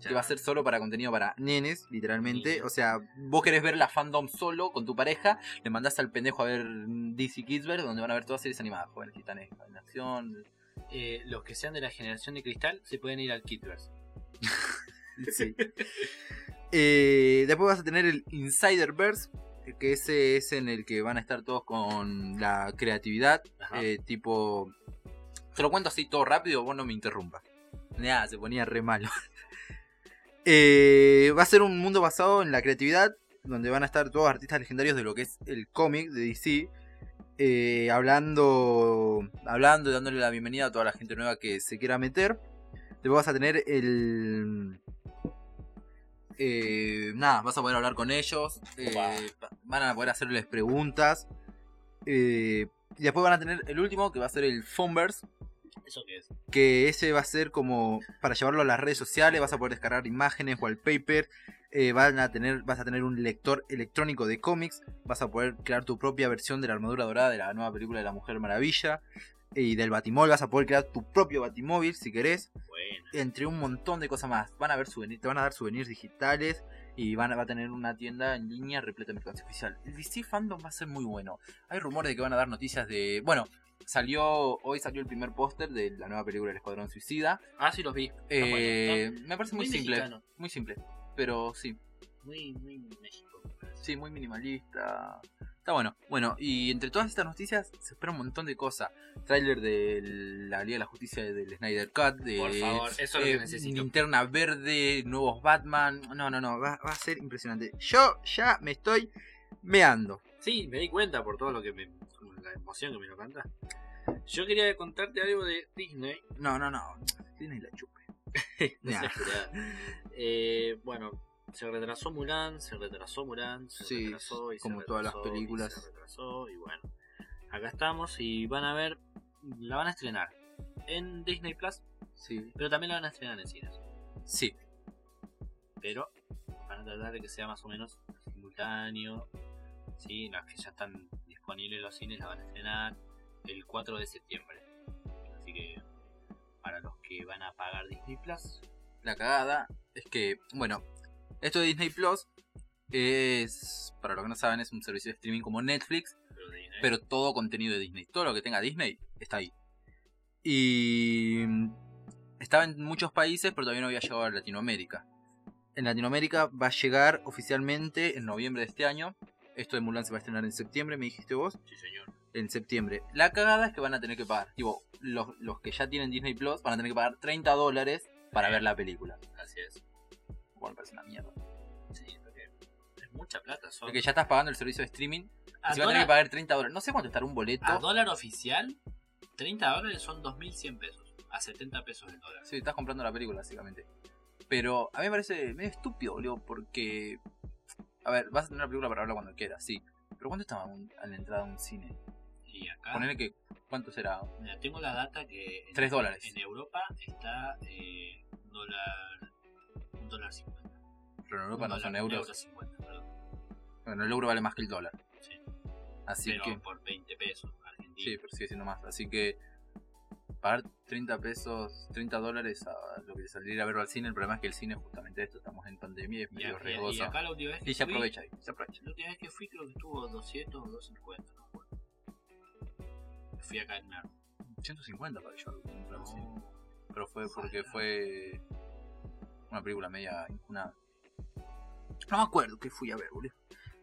Speaker 4: Que va a ser solo para contenido para
Speaker 1: nenes, literalmente.
Speaker 2: Niños.
Speaker 1: O sea,
Speaker 4: Vos querés ver la fandom solo con tu pareja, le mandás al pendejo a ver DC Kidsberg, donde van a ver todas series animadas, jóvenes titanes en acción.
Speaker 2: Eh, los que sean de la generación de cristal se pueden ir al Kitverse.
Speaker 1: sí. Eh, después vas a tener el Insiderverse, que ese es en el que van a estar todos con la creatividad,
Speaker 2: Ajá.
Speaker 1: eh, tipo
Speaker 4: Te lo cuento así todo rápido, vos no me interrumpas.
Speaker 1: Nah, se ponía re malo. Eh, va a ser un mundo basado en la creatividad, donde van a estar todos artistas legendarios de lo que es el cómic de DC, eh, hablando,
Speaker 4: Hablando y dándole la bienvenida a toda la gente nueva que
Speaker 1: que se quiera meter. Después vas a tener el... eh, nada, vas a poder hablar con ellos, eh,
Speaker 2: Opa.
Speaker 1: va- van a poder hacerles preguntas. eh, y después van a tener el último, que va a ser el Phonverse,
Speaker 2: ¿Eso qué es?
Speaker 1: que ese va a ser como para llevarlo a las redes sociales, vas a poder descargar imágenes, wallpaper, eh, van a tener, vas a tener un lector electrónico de cómics, vas a poder crear tu propia versión de la armadura dorada de la nueva película de la Mujer Maravilla y del Batimóvil, vas a poder crear tu propio Batimóvil si querés,
Speaker 2: Bueno.
Speaker 1: entre un montón de cosas más. Van a ver souvenir- te van a dar souvenirs digitales y van a, va a tener una tienda en línea repleta de mercancía oficial.
Speaker 4: El DC Fandom va a ser muy bueno. Hay rumores de que van a dar noticias de. Bueno, salió. Hoy salió el primer póster de la nueva película del Escuadrón Suicida.
Speaker 2: Ah, sí, los vi.
Speaker 4: Eh,
Speaker 2: Está bueno,
Speaker 4: me parece
Speaker 2: está
Speaker 4: muy, simple.
Speaker 2: mexicano.
Speaker 4: Muy simple. Pero sí.
Speaker 2: Muy, muy México. me parece.
Speaker 4: Sí, muy minimalista. Está bueno. Bueno, y entre todas estas noticias se espera un montón de cosas. Trailer de la Liga de la Justicia del Snyder Cut, de
Speaker 2: Por favor, eso es lo
Speaker 4: eh,
Speaker 2: que necesito.
Speaker 4: Linterna Verde, nuevos Batman. No, no, no.
Speaker 1: Va, va a ser impresionante. Yo ya me estoy meando.
Speaker 2: Sí, me di cuenta por todo lo que me. la emoción que me lo canta. Yo quería contarte algo de Disney.
Speaker 1: No, no, no. Tiene la chupe.
Speaker 2: No
Speaker 1: Nah.
Speaker 2: sé, jurá. Eh, bueno, se retrasó Mulan, se retrasó Mulan, se
Speaker 1: Sí,
Speaker 2: retrasó y se
Speaker 1: como todas las
Speaker 2: retrasó y
Speaker 1: películas.
Speaker 2: se retrasó y bueno, acá estamos y van a ver, la van a estrenar en Disney Plus,
Speaker 3: Sí.
Speaker 2: pero también la van a estrenar en cines.
Speaker 1: Sí,
Speaker 2: Pero van a tratar de que sea más o menos simultáneo. ¿sí? Las que ya están disponibles en los cines las van a estrenar el 4 de septiembre. Así que para los que van a pagar Disney Plus,
Speaker 1: la cagada es que, bueno, esto de Disney Plus es, para los que no saben, es un servicio de streaming como Netflix,
Speaker 2: pero de Disney.
Speaker 1: pero todo contenido de Disney. Todo lo que tenga Disney está ahí. Y mm, estaba en muchos países, pero todavía no había llegado a Latinoamérica. En Latinoamérica va a llegar oficialmente en noviembre de este año. Esto de Mulan se va a estrenar en septiembre, me dijiste vos.
Speaker 2: Sí, señor.
Speaker 1: En septiembre. La cagada es que van a tener que pagar. Tipo, los, los que ya tienen Disney Plus van a tener que pagar 30 dólares para ver la película.
Speaker 2: Así es.
Speaker 1: Bueno, me parece una mierda.
Speaker 2: Sí, porque es mucha plata. Son...
Speaker 1: Porque ya estás pagando el servicio de streaming.
Speaker 2: a,
Speaker 1: Si vas a tener que
Speaker 2: dólar,
Speaker 1: pagar 30 dólares. No sé cuánto estará un boleto.
Speaker 2: a dólar oficial, 30 dólares son 2.100 pesos. A 70 pesos el dólar.
Speaker 1: Sí, estás comprando la película, básicamente. Pero a mí me parece medio estúpido, boludo, porque. A ver, vas a tener la película para verla cuando quieras, sí. Pero ¿cuánto estaba un- a la entrada de un cine?
Speaker 2: Y acá
Speaker 1: Ponele que. ¿Cuánto será?
Speaker 2: mira, tengo la data que en,
Speaker 1: 3 dólares.
Speaker 2: en Europa está eh, un dólar, un dólar 50.
Speaker 1: Pero en Europa no
Speaker 2: Un
Speaker 1: son
Speaker 2: dólar- un
Speaker 1: euros.
Speaker 2: euro 50, perdón.
Speaker 1: Bueno, el euro vale más que el dólar.
Speaker 2: Sí.
Speaker 1: Así
Speaker 2: pero
Speaker 1: que.
Speaker 2: por 20 pesos
Speaker 1: Sí,
Speaker 2: Argentina.
Speaker 1: pero sigue siendo más. Así que. Pagar 30 pesos, 30 dólares a lo que salir a verlo al cine. El problema es que el cine, es justamente esto, estamos en pandemia y es
Speaker 2: y,
Speaker 1: medio
Speaker 2: a- y,
Speaker 1: riesgoso.
Speaker 2: acá la última vez que
Speaker 1: Y se
Speaker 2: fui-
Speaker 1: aprovecha ahí, se aprovecha.
Speaker 2: La última vez que fui creo que estuvo 200 o 250, no me acuerdo. Fui acá en Narva.
Speaker 1: 150 para yo.
Speaker 2: No,
Speaker 1: Pero fue porque
Speaker 2: Ojalá.
Speaker 1: fue una película media incunada. No me acuerdo que fui a ver, boludo.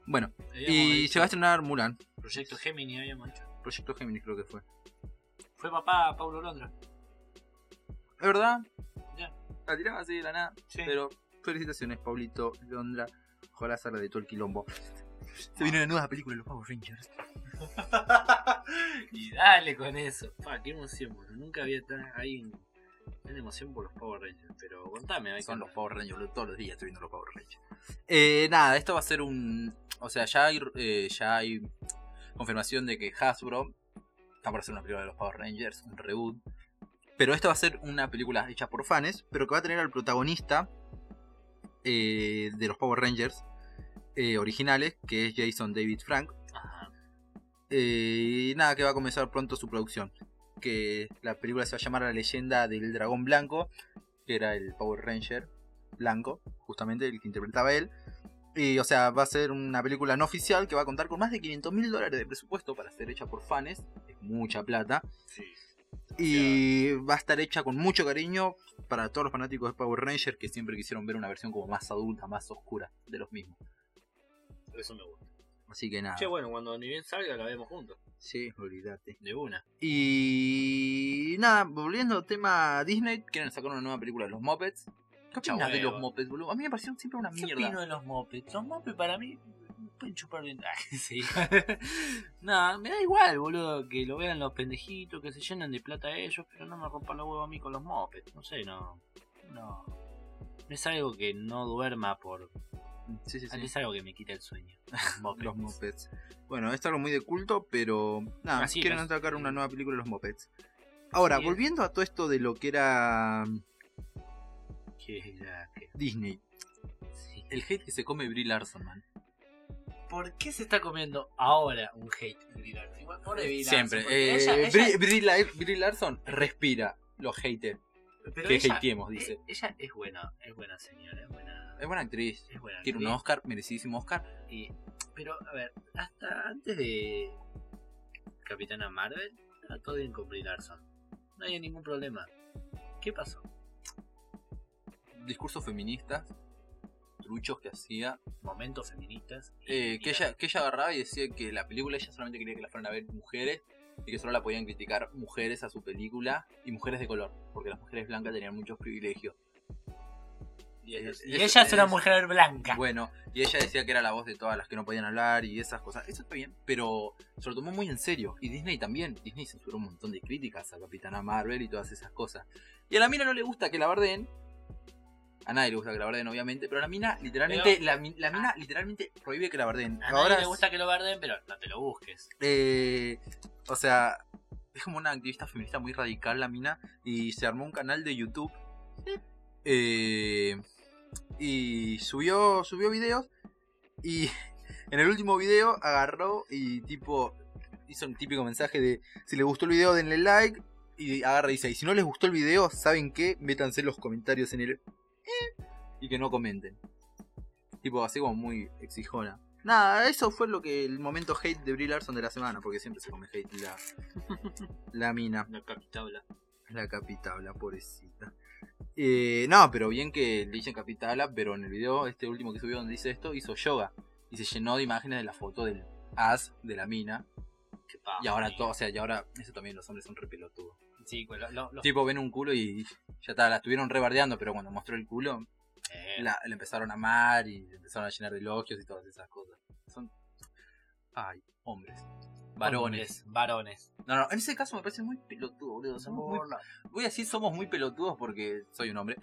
Speaker 1: Bueno,
Speaker 2: habíamos
Speaker 1: y
Speaker 2: dicho
Speaker 1: se va a estrenar Mulan.
Speaker 2: Proyecto Gemini habíamos hecho.
Speaker 1: Proyecto Géminis creo que fue.
Speaker 2: Fue papá Pablo Londra.
Speaker 1: ¿Es verdad?
Speaker 2: Ya.
Speaker 1: La tiraba así de la nada.
Speaker 2: Sí.
Speaker 1: Pero felicitaciones, Paulito, Londra. Ojalá salga de todo el quilombo. Se viene una nueva película de los Power Rangers.
Speaker 2: y dale con eso. Pa, qué emoción, boludo. Nunca había tan ahí tan emoción por los Power Rangers. Pero contame, a ver
Speaker 1: Son
Speaker 2: qué-
Speaker 1: los Power Rangers, boludo, todos los días estoy viendo los Power Rangers. Eh, nada, esto va a ser un. O sea, ya hay, eh, ya hay confirmación de que Hasbro está por hacer una película de los Power Rangers, un reboot. Pero esto va a ser una película hecha por fans, pero que va a tener al protagonista eh, de los Power Rangers eh, originales, que es Jason David Frank.
Speaker 2: Ajá.
Speaker 1: Eh, y nada, que va a comenzar pronto su producción. Que la película se va a llamar La leyenda del dragón blanco, que era el Power Ranger blanco, justamente el que interpretaba él. Y o sea, va a ser una película no oficial que va a contar con más de 500 mil dólares de presupuesto para ser hecha por fans, es mucha plata.
Speaker 2: Sí.
Speaker 1: Y va a estar hecha con mucho cariño para todos los fanáticos de Power Ranger que siempre quisieron ver una versión como más adulta, más oscura de los mismos.
Speaker 2: Eso me gusta.
Speaker 1: Así que nada.
Speaker 2: Che, bueno, cuando ni bien salga la vemos juntos.
Speaker 1: Sí, olvídate.
Speaker 2: De una.
Speaker 1: Y nada, volviendo al tema Disney, quieren sacar una nueva película de los Muppets. ¿Qué
Speaker 2: Chau,
Speaker 1: opinas de
Speaker 2: huevo.
Speaker 1: los Muppets, boludo? A mí me parecieron siempre una
Speaker 2: ¿Qué opino
Speaker 1: mierda.
Speaker 2: de los mopeds? Los mopeds para mí me pueden chupar bien. Ah, sí. Nada, me da igual, boludo, que lo vean los pendejitos, que se llenan de plata ellos, pero no me rompan los huevos a mí con los mopeds. No sé, no. No. No es algo que no duerma por.
Speaker 1: Sí, sí, sí.
Speaker 2: No es algo que me quita el sueño. Los mopeds.
Speaker 1: Los Muppets. Bueno, es algo muy de culto, pero nada,
Speaker 2: Así
Speaker 1: quieren
Speaker 2: es.
Speaker 1: sacar una nueva película de los Muppets. Ahora,
Speaker 2: Así es.
Speaker 1: volviendo a todo esto de lo que era mm,
Speaker 2: Que es la que-
Speaker 1: Disney.
Speaker 2: sí.
Speaker 1: El hate que se come Brie Larson, man.
Speaker 2: ¿Por qué se está comiendo ahora un hate? Brie Larson? Igual, pobre Brie Larson,
Speaker 1: Siempre.
Speaker 2: porque
Speaker 1: Eh,
Speaker 2: ella- ella-
Speaker 1: Brie, Brie La- Brie Larson respira los haters
Speaker 2: pero
Speaker 1: que
Speaker 2: ella-
Speaker 1: hateemos, dice.
Speaker 2: eh, Ella es buena, es buena señora, es buena.
Speaker 1: Es buena actriz.
Speaker 2: Es buena.
Speaker 1: Quiere un
Speaker 2: actriz.
Speaker 1: Oscar, merecidísimo Oscar.
Speaker 2: Y- Eh, pero, a ver, hasta antes de Capitana Marvel, era todo bien con Brie Larson. No había ningún problema. ¿Qué pasó?
Speaker 1: Discursos feministas, truchos que hacía.
Speaker 2: Momentos feministas. y-
Speaker 1: Eh,
Speaker 2: y
Speaker 1: que,
Speaker 2: la-
Speaker 1: ella, que ella agarraba y decía que la película ella solamente quería que la fueran a ver mujeres y que solo la podían criticar mujeres a su película y mujeres de color, porque las mujeres blancas tenían muchos privilegios. Y,
Speaker 2: Y ella es una
Speaker 1: mujer
Speaker 2: mujer blanca.
Speaker 1: Bueno, y ella decía que era la voz de todas las que no podían hablar y esas cosas. Eso está bien, pero se lo tomó muy en serio. Y Disney también. Disney censuró un montón de críticas a Capitana Marvel y todas esas cosas. Y a la mina no le gusta que la bardeen. A nadie le gusta que la bardeen, obviamente, pero a la mina literalmente,
Speaker 2: Pero- ah.
Speaker 1: la, mi- la mina literalmente prohíbe que la bardeen.
Speaker 2: A nadie
Speaker 1: Ahora,
Speaker 2: le gusta que lo verden, pero no te lo busques.
Speaker 1: eh, o sea, es como una activista feminista muy radical la mina y se armó un canal de YouTube eh, y subió subió videos y en el último video agarró y tipo hizo un típico mensaje de si les gustó el video denle like y agarra y dice y si no les gustó el video saben qué métanse los comentarios en el eh, y que no comenten tipo así como muy exijona Nada, eso fue lo que el momento hate de Brie Larson de la semana, porque siempre se come hate la, la mina,
Speaker 2: La capitabla.
Speaker 1: la capitabla, pobrecita. Eh, no, pero bien que le dicen capitabla, pero en el video este último que subió donde dice esto, hizo yoga. Y se llenó de imágenes de la foto del as de la mina.
Speaker 2: Qué paja,
Speaker 1: Y ahora
Speaker 2: amigo.
Speaker 1: todo, o sea, y ahora eso también los hombres son re pelotudos.
Speaker 2: Sí, güey, lo- lo- lo-
Speaker 1: Tipo ven un culo y ya está, la estuvieron rebardeando, pero cuando mostró el culo,
Speaker 2: Eh,
Speaker 1: la, la empezaron a amar y la empezaron a llenar de elogios y todas esas cosas. Son. Ay, hombres. Varones.
Speaker 2: hombres, Varones.
Speaker 1: No, no, en ese caso me parece muy pelotudo, boludo. Somos muy-
Speaker 2: Gorda.
Speaker 1: voy a decir somos muy pelotudos porque soy un hombre.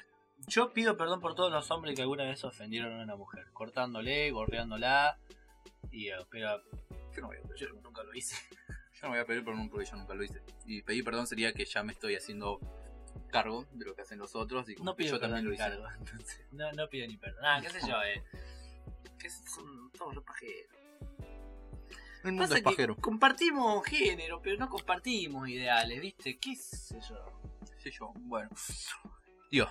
Speaker 2: Yo pido perdón por todos los hombres que alguna vez ofendieron a una mujer, cortándole, gorreándola. Y, eh, pero
Speaker 1: Yo no voy a pedir,
Speaker 2: yo nunca lo hice.
Speaker 1: yo no voy a pedir perdón porque yo nunca lo hice. Y pedir perdón sería que ya me estoy haciendo cargo de lo que hacen los otros y como
Speaker 2: No
Speaker 1: que
Speaker 2: pido
Speaker 1: yo
Speaker 2: perdón
Speaker 1: también lo
Speaker 2: ni
Speaker 1: hice.
Speaker 2: cargo. entonces, no, no pido ni perdón. Ah, qué sé yo, eh. Que son todos los pajeros.
Speaker 1: El mundo
Speaker 2: Pasa
Speaker 1: es
Speaker 2: que
Speaker 1: pajero.
Speaker 2: compartimos género, pero no compartimos ideales, ¿viste? ¿Qué sé yo?
Speaker 1: Sí, yo, bueno. Dios.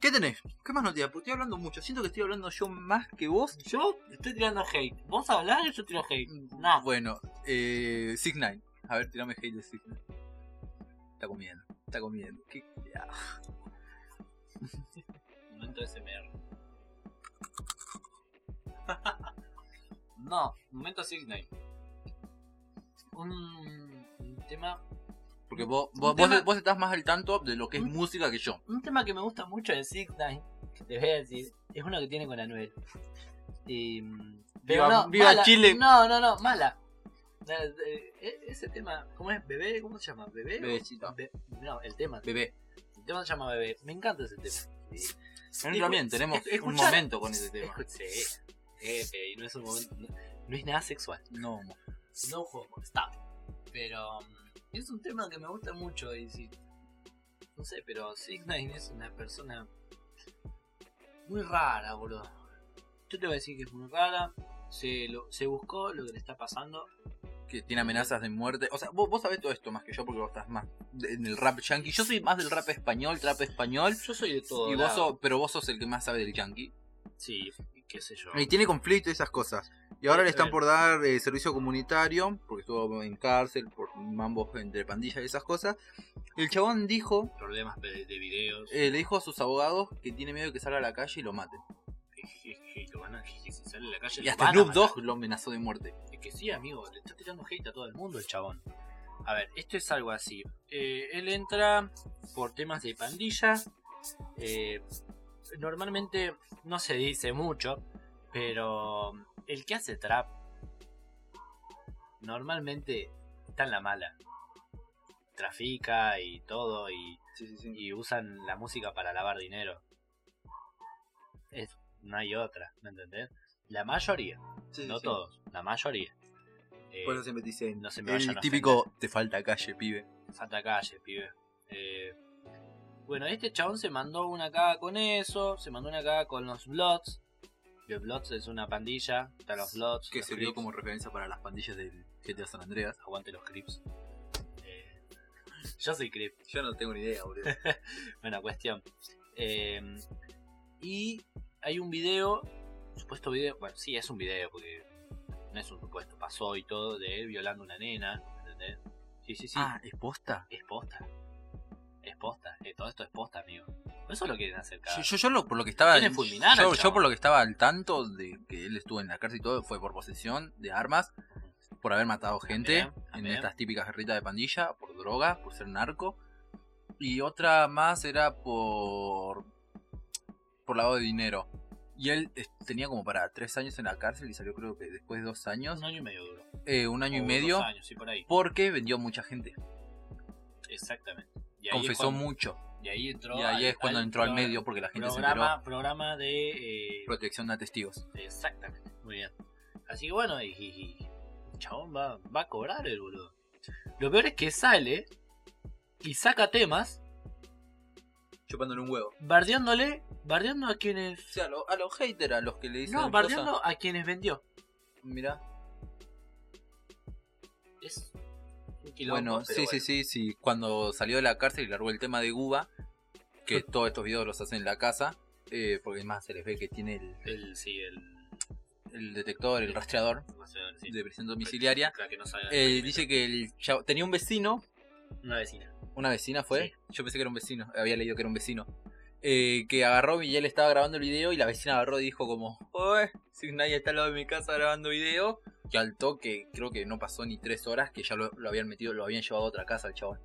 Speaker 1: ¿Qué tenés? ¿Qué más noticias? Porque estoy hablando mucho. Siento que estoy hablando yo más que vos.
Speaker 2: Yo estoy tirando hate. ¿Vos hablás y yo tiro hate? Nah.
Speaker 1: Bueno, eh. Sig Nine. A ver, tirame hate de Sig Nine. Está comiendo, está comiendo. Qué- ah.
Speaker 2: Momento SMR. no, momento Signal. Un, un tema.
Speaker 1: Porque vos, vos,
Speaker 2: Un tema-
Speaker 1: vos- vos estás más al tanto de lo que es
Speaker 2: Un-
Speaker 1: música que yo.
Speaker 2: Un tema que me gusta mucho de Signal, que te voy a decir, es uno que tiene con Em, Anuel. Y,
Speaker 1: Viva- viva Chile.
Speaker 2: No, no, no, mala. No, eh, e- ese tema, ¿cómo es? ¿Bebé? ¿Cómo se llama? ¿Bebé? o-
Speaker 1: Bebecito.
Speaker 2: Be- no, el tema.
Speaker 1: Bebé.
Speaker 2: El tema se llama Bebé. Me encanta ese tema. Sí.
Speaker 1: Nosotros también
Speaker 2: Escu-
Speaker 1: tenemos
Speaker 2: escu-
Speaker 1: un
Speaker 2: escuchar-
Speaker 1: momento con ese tema.
Speaker 2: Escu- Sí, Eh, eh, y no es un momento. No, no es nada sexual.
Speaker 1: No,
Speaker 2: No juego, está. Pero mm, es un tema que me gusta mucho. Y si, no sé, pero Signine es una persona muy rara, boludo. Yo te voy a decir que es muy rara. Se, lo, se buscó lo que le está pasando.
Speaker 1: que tiene amenazas de muerte. O sea, vos, vos sabés todo esto más que yo porque vos estás más de- en el rap yankee. Yo soy más del rap español, trap español.
Speaker 2: Yo soy de todo.
Speaker 1: Y vos
Speaker 2: lado.
Speaker 1: sos- pero vos sos el que más sabe del yankee.
Speaker 2: Sí, qué sé yo.
Speaker 3: Y tiene conflicto y esas cosas. Y ahora le están por dar eh, servicio comunitario, porque estuvo en cárcel por mambos entre pandillas y esas cosas. El chabón dijo,
Speaker 2: Problemas de, de videos.
Speaker 1: Eh, le dijo a sus abogados que tiene miedo de que salga a la calle y lo maten.
Speaker 2: Jejeje, lo van a- jeje, si sale a la calle.
Speaker 1: Y
Speaker 2: lo
Speaker 1: hasta
Speaker 2: van a
Speaker 1: Snoop
Speaker 2: matar.
Speaker 1: Dogg lo amenazó de muerte.
Speaker 2: Es que sí, amigo, le está tirando hate a todo el mundo el chabón. A ver, esto es algo así. Eh, él entra por temas de pandilla. eh, normalmente no se dice mucho, pero el que hace trap normalmente está en la mala. Trafica y todo y, y usan la música para lavar dinero. Es, no hay otra, ¿me entendés? La mayoría no todos, la mayoría. Eh,
Speaker 3: Por eso siempre te dicen,
Speaker 2: no se me vayan
Speaker 1: El
Speaker 2: a
Speaker 1: típico te falta calle, pibe.
Speaker 2: ofender. Santa calle, pibe. Eh, bueno, este chabón se mandó una caga con eso, se mandó una caga con los Bloods. Los Bloods es una pandilla, están los Bloods.
Speaker 1: Que
Speaker 2: los
Speaker 1: sirvió
Speaker 2: Crips.
Speaker 1: como referencia para las pandillas del GTA San Andreas.
Speaker 2: Aguante los Crips. Eh, yo soy Crip.
Speaker 1: Yo no tengo ni idea, boludo.
Speaker 2: Buena cuestión. Eh, y hay un video, supuesto video, bueno, sí, es un video, porque no es un supuesto, pasó y todo, de él violando a una nena, ¿entendés? Sí, sí, sí.
Speaker 1: Ah, ¿es posta?
Speaker 2: Es posta. Es posta. Eh, todo esto es posta, amigo. No eso lo quieren hacer cada
Speaker 1: Yo, yo, yo lo- por lo que estaba.
Speaker 2: Quieren fulminar al
Speaker 1: yo, yo
Speaker 2: chabón.
Speaker 1: por lo que estaba al tanto de que él estuvo en la cárcel y todo, fue por posesión de armas, por haber matado gente
Speaker 2: También,
Speaker 1: en
Speaker 2: también.
Speaker 1: estas típicas guerritas de pandilla, por droga, por ser narco. Y otra más era por. por lavado de dinero. Y él eh, tenía como para tres años en la cárcel y salió creo que después de dos años,
Speaker 2: Un año y medio duro. Un
Speaker 1: eh, un año y medio,
Speaker 2: Oh, Dos años, sí, por ahí.
Speaker 1: porque vendió mucha gente.
Speaker 2: Exactamente. Y ahí es
Speaker 1: Confesó
Speaker 2: cuando-
Speaker 1: mucho.
Speaker 2: Y ahí entró.
Speaker 1: Y ahí es cuando entró al
Speaker 2: pro-
Speaker 1: medio porque la gente se enteró.
Speaker 2: Programa, programa de. eh,
Speaker 1: Protección a testigos.
Speaker 2: exactamente. Muy bien. Así que bueno, y. y- y el chabón va, va a cobrar el boludo. Lo peor es que sale y saca temas
Speaker 1: chupándole un huevo.
Speaker 2: bardeándole, bardeando a quienes.
Speaker 1: O sea, a, lo- a los haters, a los que le dicen.
Speaker 2: No,
Speaker 1: cosas.
Speaker 2: bardeando a quienes vendió.
Speaker 1: Mirá.
Speaker 2: Es un quilombo.
Speaker 1: bueno, sí,
Speaker 2: pero
Speaker 1: sí, sí, sí. Cuando salió de la cárcel y largó el tema de Guba, que todos estos videos los hacen en la casa, eh, porque además se les ve que tiene el,
Speaker 2: El, sí, el.
Speaker 1: el detector, el rastreador
Speaker 2: no sé, sí.
Speaker 1: de prisión domiciliaria.
Speaker 2: Claro que no sabe-
Speaker 1: Eh, dice que el chavo- tenía un vecino
Speaker 2: Una vecina.
Speaker 1: ¿Una vecina fue?
Speaker 2: Sí.
Speaker 1: Yo pensé que era un vecino, había leído que era un vecino. Eh, que agarró y él estaba grabando el video y la vecina agarró y dijo como, "Ué, si nadie está al lado de mi casa grabando video. Y al toque, creo que no pasó ni tres horas que ya lo, lo habían metido, lo habían llevado a otra casa al chabón.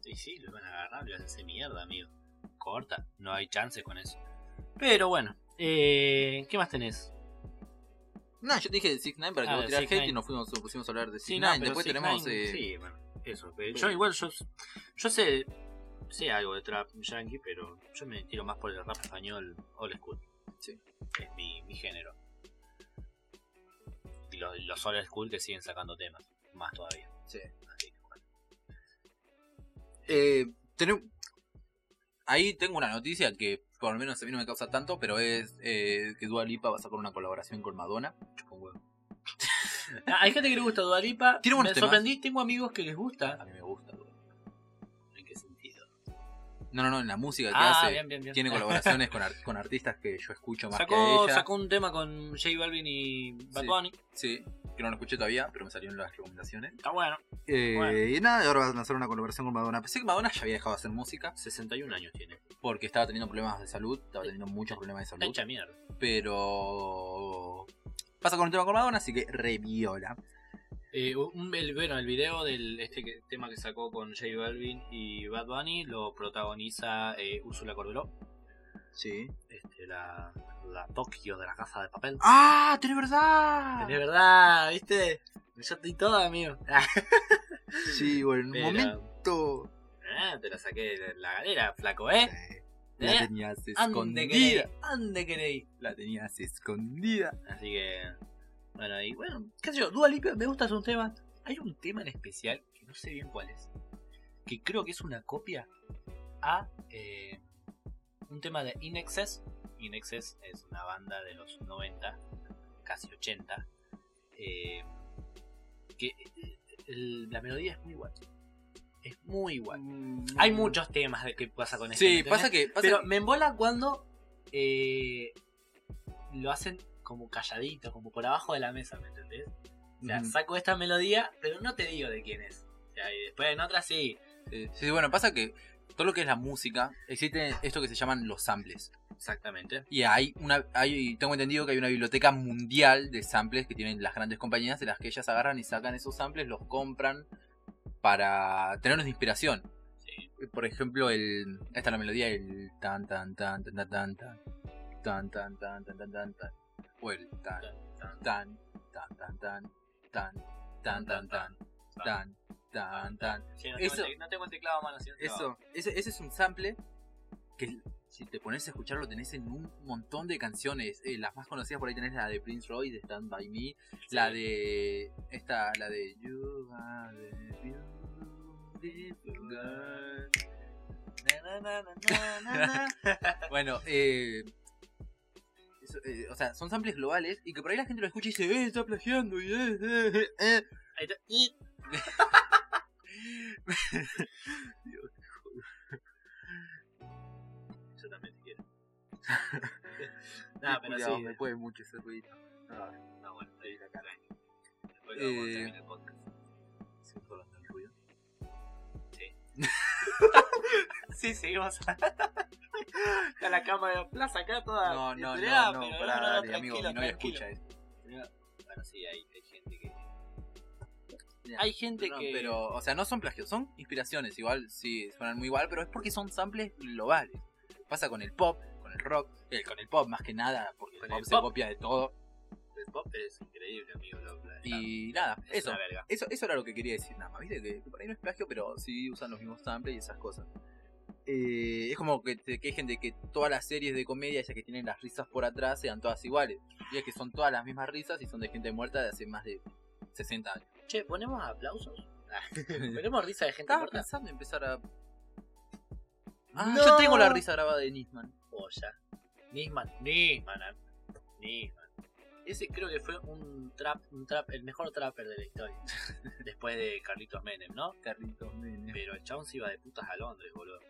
Speaker 2: Sí, sí, lo van a agarrar, lo van a hacer mierda, amigo. Corta, no hay chance con eso. Pero bueno, eh, ¿qué más tenés?
Speaker 1: No, yo te dije 6 9 para que
Speaker 2: Ah,
Speaker 1: vos
Speaker 2: de
Speaker 1: tirás
Speaker 2: 6ix9ine.
Speaker 1: hate y nos fuimos, nos pusimos a hablar de 6
Speaker 2: no,
Speaker 1: 9
Speaker 2: pero
Speaker 1: Después
Speaker 2: Six
Speaker 1: tenemos...
Speaker 2: Nine,
Speaker 1: eh,
Speaker 2: Sí, bueno, eso. pero Yo igual, yo, yo sé, sé algo de trap yankee, pero yo me tiro más por el rap español old school.
Speaker 1: Sí.
Speaker 2: Es mi, mi género. Y los, los old school que siguen sacando temas, más todavía.
Speaker 1: Sí.
Speaker 2: Así que bueno.
Speaker 1: eh, tenem- Ahí tengo una noticia que por lo menos a mí no me causa tanto, pero es eh, que Dua Lipa va a sacar una colaboración con Madonna.
Speaker 2: chupa un huevo. Ah, Hay gente que le gusta Dualipa.
Speaker 1: Tiene buenos
Speaker 2: Me
Speaker 1: temas.
Speaker 2: sorprendí, tengo amigos que les
Speaker 1: A
Speaker 2: gusta.
Speaker 1: mí me gusta. Dua. Ah,
Speaker 2: ¿En qué sentido?
Speaker 1: No, no, no, en la música que
Speaker 2: Ah,
Speaker 1: hace.
Speaker 2: bien, bien, bien.
Speaker 1: Tiene colaboraciones con, ar- con artistas que yo escucho más que a
Speaker 2: Sacó,
Speaker 1: ella.
Speaker 2: sacó un tema con J Balvin y Bad
Speaker 1: Sí.
Speaker 2: Bunny.
Speaker 1: Sí, que no lo escuché todavía, pero me salieron las recomendaciones.
Speaker 2: Está bueno.
Speaker 3: Eh,
Speaker 2: Bueno.
Speaker 3: Y nada, ahora vas a lanzar una colaboración con Madonna.
Speaker 1: Pensé que Madonna ya había dejado de hacer música
Speaker 2: 61 años tiene.
Speaker 1: porque estaba teniendo problemas de salud, estaba teniendo muchos problemas de
Speaker 2: Está
Speaker 1: salud.
Speaker 2: hecha mierda.
Speaker 1: Pero. Pasa con un tema con Madonna, así que reviola.
Speaker 2: Eh, un- el, bueno, el video del este que- tema que sacó con J Balvin y Bad Bunny lo protagoniza eh, Úrsula Corberó,
Speaker 3: Sí.
Speaker 2: este, la, la Tokio de la Casa de Papel.
Speaker 1: ¡Ah! ¡Tenés verdad!
Speaker 2: Es verdad, ¿viste? Yo estoy toda, amigo.
Speaker 3: Sí, bueno, en un
Speaker 2: Pero,
Speaker 3: momento.
Speaker 2: ah, te la saqué de la galera, flaco, ¿eh?
Speaker 3: La
Speaker 2: ¿Eh?
Speaker 3: tenías
Speaker 2: Ande que leí,
Speaker 3: escondida.
Speaker 2: ande que leí.
Speaker 3: La tenías escondida.
Speaker 2: Así que, bueno, y bueno, qué sé yo, Dua Lipa, me gustan sus temas. Hay un tema en especial, que no sé bien cuál es, que creo que es una copia a eh, un tema de Inexcess. Inexcess es una banda de los 90, casi 80, eh, que eh, el- la melodía es muy igual. Es muy igual. Hay muchos temas de que pasa con este. ¿me
Speaker 1: Mm. Sí,
Speaker 2: entendés?
Speaker 1: pasa que. Pasa
Speaker 2: Pero me embola cuando eh, lo hacen como calladito, como por abajo de la mesa, ¿me entendés? O sea,
Speaker 1: Ujú.
Speaker 2: saco esta melodía, pero no te digo de quién es. O sea, y después en otra sí.
Speaker 1: que- eh, sí, sí, bueno, pasa que todo lo que es la música, existe esto que se llaman los samples.
Speaker 2: Exactamente.
Speaker 1: Y hay una, hay, tengo entendido que hay una biblioteca mundial de samples que tienen las grandes compañías de las que ellas agarran y sacan esos samples, los compran para tenernos de inspiración. Por ejemplo, el, esta es la melodía, el tan tan tan tan tan tan tan tan tan tan tan tan tan tan o el tan tan tan tan tan tan tan tan tan tan tan tan
Speaker 2: Sí, no,
Speaker 1: Eso-
Speaker 2: tengo el, tec- no tengo el teclado a mano. si no,
Speaker 1: eso, ese, ese es un sample que si te pones a escucharlo tenés en un montón de canciones. Eh, las más conocidas por ahí tenés la de Prince Roy, de Stand By Me, la de. Esta, la de. You are the beautiful girl. Na, na, na, na, na, na, na. bueno, eh, eso, eh, o sea, son samples globales y que por ahí la gente lo escucha y dice, eh, está plagiando, y eh, eh, eh, eh.
Speaker 2: Ahí está. Y- Dios, qué joder. Yo también te quiero. Nah, pero
Speaker 1: Cuidado,
Speaker 2: sí.
Speaker 1: me puede mucho ese ruido.
Speaker 2: No, Ah, bueno, ahí la cara. Después
Speaker 1: Eh.
Speaker 2: lo vamos a terminar el podcast. ¿Sigo hablando del ruido? Sí. sí, seguimos. Está la cama de la plaza acá toda.
Speaker 1: No, no,
Speaker 2: estirada,
Speaker 1: no, no,
Speaker 2: Ah, pero
Speaker 1: pará, dale,
Speaker 2: tranquilo,
Speaker 1: amigo, mi novia
Speaker 2: tranquilo.
Speaker 1: escucha eso.
Speaker 2: Bueno, sí, hay, hay gente que.
Speaker 1: Ya,
Speaker 2: Hay gente
Speaker 1: No,
Speaker 2: que.
Speaker 1: Pero, o sea, no son plagios, son inspiraciones, igual, sí, suenan muy igual, pero es porque son samples globales. Pasa con el pop, con el rock, eh, con el pop más que nada, porque el
Speaker 2: Con
Speaker 1: pop,
Speaker 2: el
Speaker 1: se
Speaker 2: pop.
Speaker 1: copia de todo.
Speaker 2: El pop es increíble, amigo. Lo, la-
Speaker 1: Y nada,
Speaker 2: es
Speaker 1: eso,
Speaker 2: una verga.
Speaker 1: eso. Eso era lo que quería decir, nada más, viste, que por ahí no es plagio, pero sí usan los mismos samples y esas cosas. Eh, es como que te quejen de que todas las series de comedia, esas que tienen las risas por atrás, sean todas iguales. Y es que son todas las mismas risas y son de gente muerta de hace más de 60 años.
Speaker 2: Che, ¿ponemos aplausos? Tenemos risa de gente
Speaker 1: Estaba
Speaker 2: muerta.
Speaker 1: pensando en empezar a. Ah,
Speaker 3: No.
Speaker 1: yo tengo la risa grabada de Nisman.
Speaker 2: Polla. Nisman, Nisman, am- Nisman. Ese creo que fue un trap, un trap, el mejor trapper de la historia. Después de Carlitos Menem, ¿no?
Speaker 1: Carlitos Menem.
Speaker 2: Pero el chabón se iba de putas a Londres, boludo.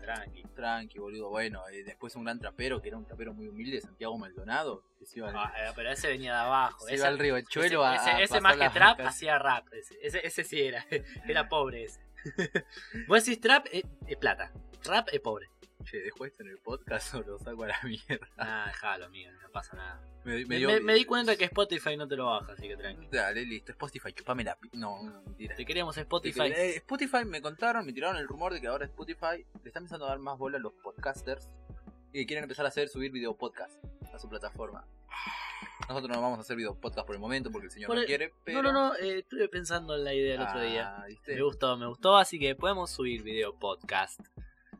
Speaker 2: Tranqui.
Speaker 1: Tranqui, boludo. Bueno, eh, después un gran trapero, que era un trapero muy humilde, Santiago Maldonado, que se iba, al-
Speaker 2: Ah, eh, pero ese venía de abajo.
Speaker 1: se
Speaker 2: ese,
Speaker 1: iba al río El Chuelo
Speaker 2: ese-
Speaker 1: a- a.
Speaker 2: ese- ese
Speaker 1: pasar
Speaker 2: más que
Speaker 1: las
Speaker 2: trap
Speaker 1: vacas.
Speaker 2: hacía rap. Ese, ese, ese sí era. Era pobre ese. Vos decís trap eh, es plata. Rap es pobre.
Speaker 1: Che, dejo esto en el podcast o lo saco a la mierda.
Speaker 2: Ah, déjalo, amigo, no pasa nada.
Speaker 1: Me,
Speaker 2: Me,
Speaker 1: dio-
Speaker 2: me- me di cuenta que Spotify no te lo baja, así que tranqui.
Speaker 1: Dale, listo. Spotify, chupame la. pi- No, mentira.
Speaker 2: Te queríamos Spotify.
Speaker 1: Eh, Spotify me contaron, me tiraron el rumor de que ahora Spotify le está empezando a dar más bola a los podcasters y que quieren empezar a hacer subir video podcast a su plataforma. Nosotros no vamos a hacer video podcast por el momento porque el señor
Speaker 2: Por
Speaker 1: no
Speaker 2: el-
Speaker 1: quiere, pero.
Speaker 2: No, no, no, eh, estuve pensando en la idea el otro día.
Speaker 1: Ah, ¿viste?
Speaker 2: Me gustó, me gustó, así que podemos subir video podcast.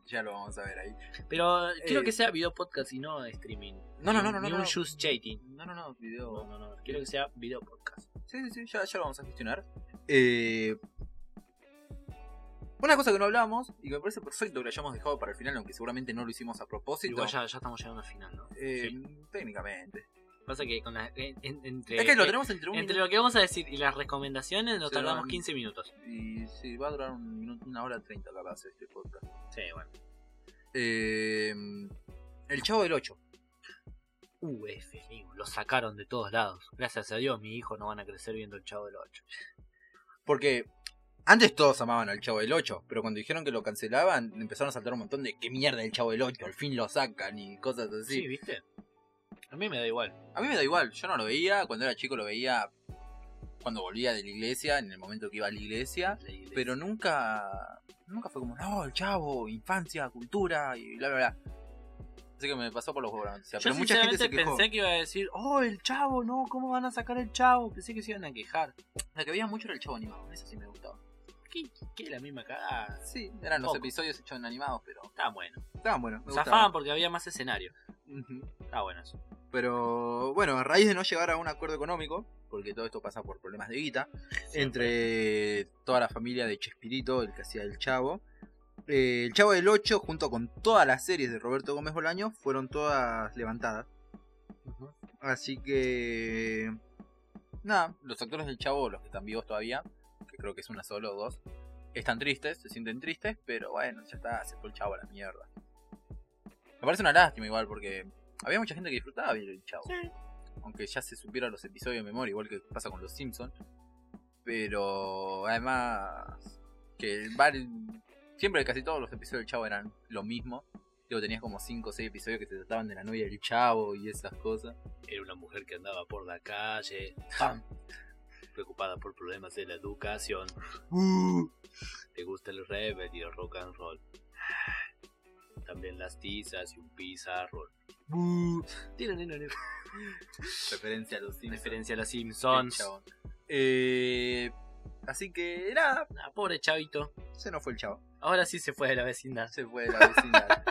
Speaker 1: Ya lo vamos a ver ahí.
Speaker 2: Pero quiero
Speaker 1: Eh.
Speaker 2: que sea video podcast y no streaming.
Speaker 1: No, no,
Speaker 2: Ni-
Speaker 1: no, no,
Speaker 2: Ni
Speaker 1: no,
Speaker 2: un
Speaker 1: no.
Speaker 2: just chatting.
Speaker 1: No, no, no, video.
Speaker 2: No, no, no. Quiero que sea video podcast.
Speaker 1: Sí, sí, sí, ya, ya lo vamos a gestionar.
Speaker 3: Eh,
Speaker 1: Una cosa que no hablamos y que me parece perfecto que lo hayamos dejado para el final, aunque seguramente no lo hicimos a propósito.
Speaker 2: Igual ya, ya estamos llegando al final, ¿no?
Speaker 1: eh, Técnicamente.
Speaker 2: Pasa que con la- en- en- entre, eh,
Speaker 1: es que lo tenemos entre un
Speaker 2: entre
Speaker 1: minuto
Speaker 2: lo que vamos a decir y las recomendaciones nos
Speaker 1: Se
Speaker 2: tardamos
Speaker 1: van-
Speaker 2: 15 minutos.
Speaker 1: y sí, va a durar un minuto, una hora treinta capaz este podcast.
Speaker 2: Sí, bueno.
Speaker 1: Eh, el Chavo del 8.
Speaker 2: UF, amigo, Uh, lo sacaron de todos lados. Gracias a Dios, mi hijo no van a crecer viendo el Chavo del 8.
Speaker 1: Porque antes todos amaban al Chavo del 8, pero cuando dijeron que lo cancelaban, empezaron a saltar un montón de qué mierda el Chavo del 8, al fin lo sacan y cosas así.
Speaker 2: sí, ¿viste? A mí me da igual.
Speaker 1: A mí me da igual, yo no lo veía, cuando era chico lo veía cuando volvía de la iglesia, en el momento que iba a la iglesia,
Speaker 2: La iglesia.
Speaker 1: pero nunca nunca fue como, no, el Chavo, infancia, cultura y bla, bla, bla. Así que me pasó por los huevos. O sea,
Speaker 2: Yo
Speaker 1: pero mucha gente se
Speaker 2: sinceramente
Speaker 1: quejó.
Speaker 2: pensé que iba a decir, oh, el chavo, no, ¿cómo van a sacar el chavo? Pensé que se iban a quejar.
Speaker 1: La que veía mucho era el Chavo animado, eso sí me gustaba.
Speaker 2: ¿Qué, qué la misma cagada?
Speaker 1: Sí, eran los
Speaker 2: Poco.
Speaker 1: episodios hechos en animados, pero
Speaker 2: Está bueno.
Speaker 1: Estaban buenos, me
Speaker 2: Zafaban
Speaker 1: gustaban.
Speaker 2: porque había más escenario.
Speaker 1: Ujú.
Speaker 2: Está bueno eso.
Speaker 1: Pero bueno, a raíz de no llegar a un acuerdo económico, porque todo esto pasa por problemas de guita, entre toda la familia de Chespirito, el que hacía el Chavo, eh, el Chavo del 8, junto con todas las series de Roberto Gómez Bolaño, fueron todas levantadas.
Speaker 2: Ujú.
Speaker 1: Así que... Nada, los actores del Chavo, los que están vivos todavía, que creo que es una solo o dos, están tristes, se sienten tristes, pero bueno, ya está, se fue el Chavo a la mierda. Me parece una lástima igual, porque había mucha gente que disfrutaba ver el Chavo.
Speaker 2: Sí.
Speaker 1: Aunque ya se supiera los episodios de memoria, igual que pasa con los Simpsons. Pero además, que el bar- siempre casi todos los episodios del Chavo eran lo mismo. Digo, tenías como 5 o 6 episodios que se trataban de la novia del Chavo y esas cosas.
Speaker 2: Era una mujer que andaba por la calle, ¡pam! preocupada por problemas de la educación. Le gusta el rebel y el rock and roll. También las tizas y un pizarro.
Speaker 1: Referencia a los Simpsons.
Speaker 2: Referencia a las
Speaker 1: al
Speaker 2: Simpsons.
Speaker 1: Chavo. Eh, así que nada,
Speaker 2: Ah, pobre chavito.
Speaker 1: se nos fue el Chavo.
Speaker 2: Ahora sí se fue de la vecindad.
Speaker 1: Se fue de la vecindad.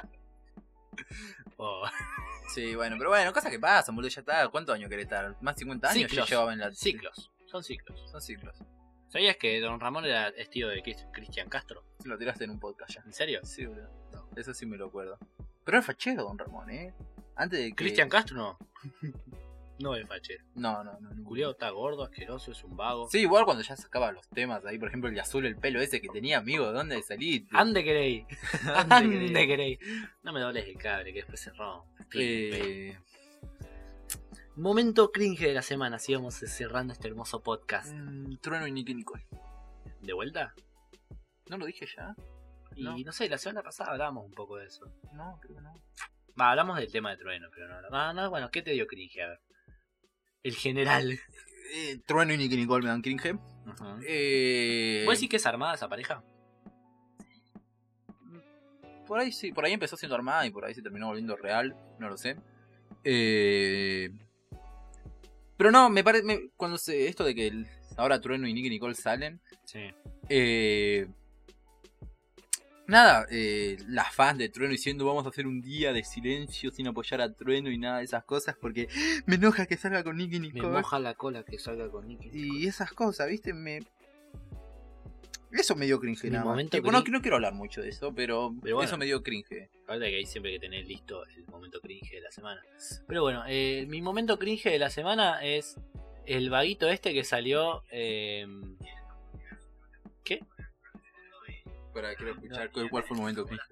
Speaker 2: Oh.
Speaker 1: sí, bueno, pero bueno, cosas que pasan, boludo, ya está. ¿Cuántos años querés estar? ¿Más de 50 años?
Speaker 2: Ciclos.
Speaker 1: Ya llevaba en la...
Speaker 2: Ciclos, son ciclos.
Speaker 1: Son ciclos.
Speaker 2: ¿Sabías que Don Ramón era es tío de Crist- Cristian Castro?
Speaker 1: Se lo tiraste en un podcast ya.
Speaker 2: ¿En serio?
Speaker 1: Sí, boludo. Eso sí me lo acuerdo. Pero era fachero Don Ramón, ¿eh? Antes de que...
Speaker 2: ¿Cristian Castro no? no es fachero.
Speaker 1: No, no, no. no.
Speaker 2: Julio está gordo, asqueroso, es un vago.
Speaker 1: Sí, igual cuando ya sacaba los temas ahí, por ejemplo, el de azul, el pelo ese que tenía, amigo, ¿de dónde saliste?
Speaker 2: Ande querey.
Speaker 1: Ande
Speaker 2: Ande
Speaker 1: querey.
Speaker 2: querey. No me dobles el cable, que después se rompe.
Speaker 1: Eh,
Speaker 2: Momento cringe de la semana, así vamos cerrando este hermoso podcast.
Speaker 1: mm, Trueno y Nicky Nicole.
Speaker 2: ¿De vuelta?
Speaker 1: ¿No lo dije ya?
Speaker 2: Y
Speaker 1: No.
Speaker 2: Mm. no, sé, la semana pasada hablamos un poco de eso.
Speaker 1: No, creo que no.
Speaker 2: Va, hablamos del tema de Trueno, pero no. Ah, no, bueno, ¿qué te dio cringe? A ver. El general.
Speaker 1: Eh, Trueno y Nicky Nicole me dan cringe.
Speaker 2: Ajá.
Speaker 1: Eh,
Speaker 2: ¿Puedes decir que es armada esa pareja?
Speaker 1: Por ahí sí, por ahí empezó siendo armada y por ahí se terminó volviendo real, no lo sé. Eh, Pero no, me parece. me- Cuando se. Esto de que el- ahora Trueno y Nicky Nicole salen.
Speaker 2: Sí.
Speaker 1: Eh, nada, eh, las fans de Trueno diciendo vamos a hacer un día de silencio sin apoyar a Trueno y nada de esas cosas porque me enoja que salga con Nicky
Speaker 2: Me
Speaker 1: Nicole
Speaker 2: moja la cola que salga con Nicky.
Speaker 1: y esas cosas, ¿viste? Me...
Speaker 3: Eso me dio cringe
Speaker 2: Mi
Speaker 3: nada más.
Speaker 2: momento
Speaker 1: Tipo, no,
Speaker 2: cringe.
Speaker 1: no quiero hablar mucho de eso, pero,
Speaker 2: Pero bueno.
Speaker 1: eso me dio cringe.
Speaker 2: Aparte que ahí siempre que tenés listo el momento cringe de la semana. Pero bueno, eh, mi momento cringe de la semana es el vaguito este que salió. eh,
Speaker 1: Para quiero escuchar cuál- cuál fue el momento cringe.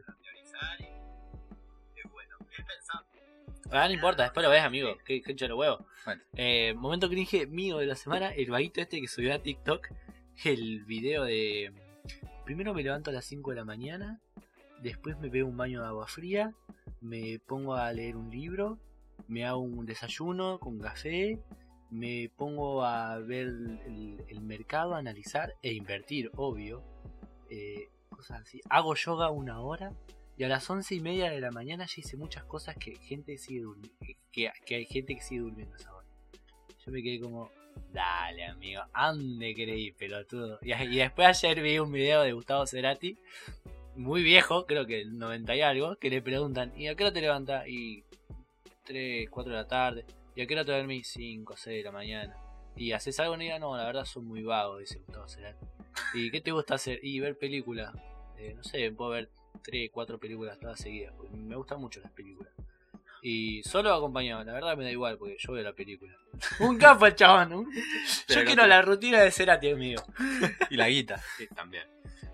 Speaker 2: ah, no importa, después lo ves, amigo. Qué qué hincha los huevos.
Speaker 1: Bueno.
Speaker 2: Eh, momento cringe mío de la semana, el vaguito este que subió a TikTok. El video de. Primero me levanto a las 5 de la mañana. Después me pego un baño de agua fría. Me pongo a leer un libro. Me hago un desayuno con café. me pongo a ver el, el mercado, a analizar e invertir, obvio. eh, cosas así. Hago yoga una hora y a las once y media de la mañana ya hice muchas cosas que gente sigue durmi- que- que, que hay gente que sigue durmiendo a esa hora. Yo me quedé como, dale amigo, ande creí, pelotudo. Y, a- y después ayer vi un video de Gustavo Cerati, muy viejo, creo que 90 y algo, que le preguntan, ¿y a qué hora te levantas? Y 3, 4 de la tarde. ¿Y a qué hora te dormís? 5, 6 de la mañana. ¿Y haces algo? Negra? No, la verdad son muy vago, dice Gustavo Cerati. ¿Y qué te gusta hacer? Y ver películas. Eh, no sé, puedo ver 3, 4 películas todas seguidas. porque me gustan mucho las películas. Y solo acompañado, la verdad me da igual porque yo veo la película. Un capo, el chabón. un-
Speaker 1: Pero
Speaker 2: Yo
Speaker 1: no
Speaker 2: quiero
Speaker 1: te-
Speaker 2: la rutina de Cerati, amigo.
Speaker 1: Y la guita.
Speaker 2: Sí, también.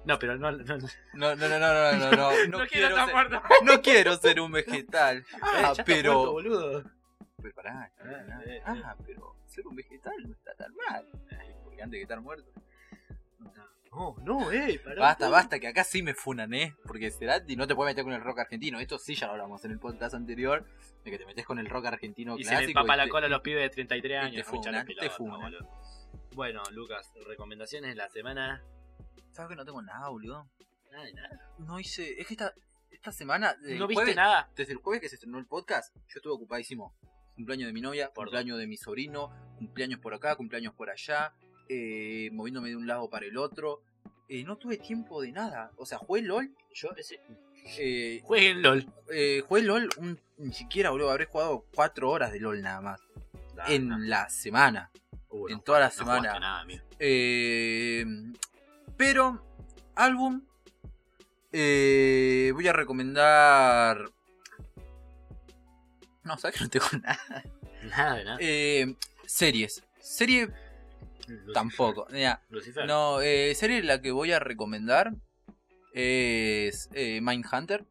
Speaker 2: No, pero no. no, no.
Speaker 1: No, no, no, no, no, no, no, no, quiero,
Speaker 2: estar
Speaker 1: ser,
Speaker 2: muerto.
Speaker 1: no quiero ser un vegetal.
Speaker 2: Eh, Ya
Speaker 1: Ah,
Speaker 2: está muerto,
Speaker 1: pero.
Speaker 2: boludo.
Speaker 1: Pero pará, pará, pará.
Speaker 2: eh, eh.
Speaker 1: Ah, pero ser un vegetal no está tan mal. Ay, Porque antes que estar muerto.
Speaker 2: No, no, eh, pará.
Speaker 1: Basta, basta, que acá sí me funan, ¿eh? Porque Cerati no te puede meter con el rock argentino. Esto sí ya lo hablamos en el podcast anterior. De que te metes con el rock argentino
Speaker 2: Y se
Speaker 1: clásico.
Speaker 2: le empapa
Speaker 1: y
Speaker 2: la
Speaker 1: te-
Speaker 2: cola a los pibes de 33
Speaker 1: y
Speaker 2: años.
Speaker 1: te
Speaker 2: escuchá
Speaker 1: funan,
Speaker 2: los pelados,
Speaker 1: te funan.
Speaker 2: no, boludo. Bueno, Lucas, recomendaciones de la semana.
Speaker 1: ¿Sabes que no tengo nada, boludo?
Speaker 2: Nada de nada.
Speaker 1: No hice. Es que esta, esta semana. desde
Speaker 2: ¿No
Speaker 1: el
Speaker 2: viste
Speaker 1: jueves-
Speaker 2: nada?
Speaker 1: Desde el jueves que se estrenó el podcast, yo estuve ocupadísimo. Cumpleaños de mi novia,
Speaker 2: Por
Speaker 1: cumpleaños de mi sobrino, cumpleaños por acá, cumpleaños por allá, eh, moviéndome de un lado para el otro. Eh, no tuve tiempo de nada. O sea, jugué LOL.
Speaker 2: Yo, ese...
Speaker 1: eh,
Speaker 2: Jueguen LOL.
Speaker 1: eh, jugué LOL un- ni siquiera, boludo. Habré jugado cuatro horas de LOL nada más.
Speaker 2: Ah,
Speaker 1: en la semana. en toda la semana.
Speaker 2: nada, amigo.
Speaker 1: Eh, pero, álbum. eh, voy a recomendar. No, sabes que no tengo nada.
Speaker 2: Nada de nada.
Speaker 1: Eh, series. Serie
Speaker 2: Lucifer.
Speaker 1: tampoco. Mira,
Speaker 2: Lucifer.
Speaker 1: no, eh, serie la que voy a recomendar es eh, Mindhunter,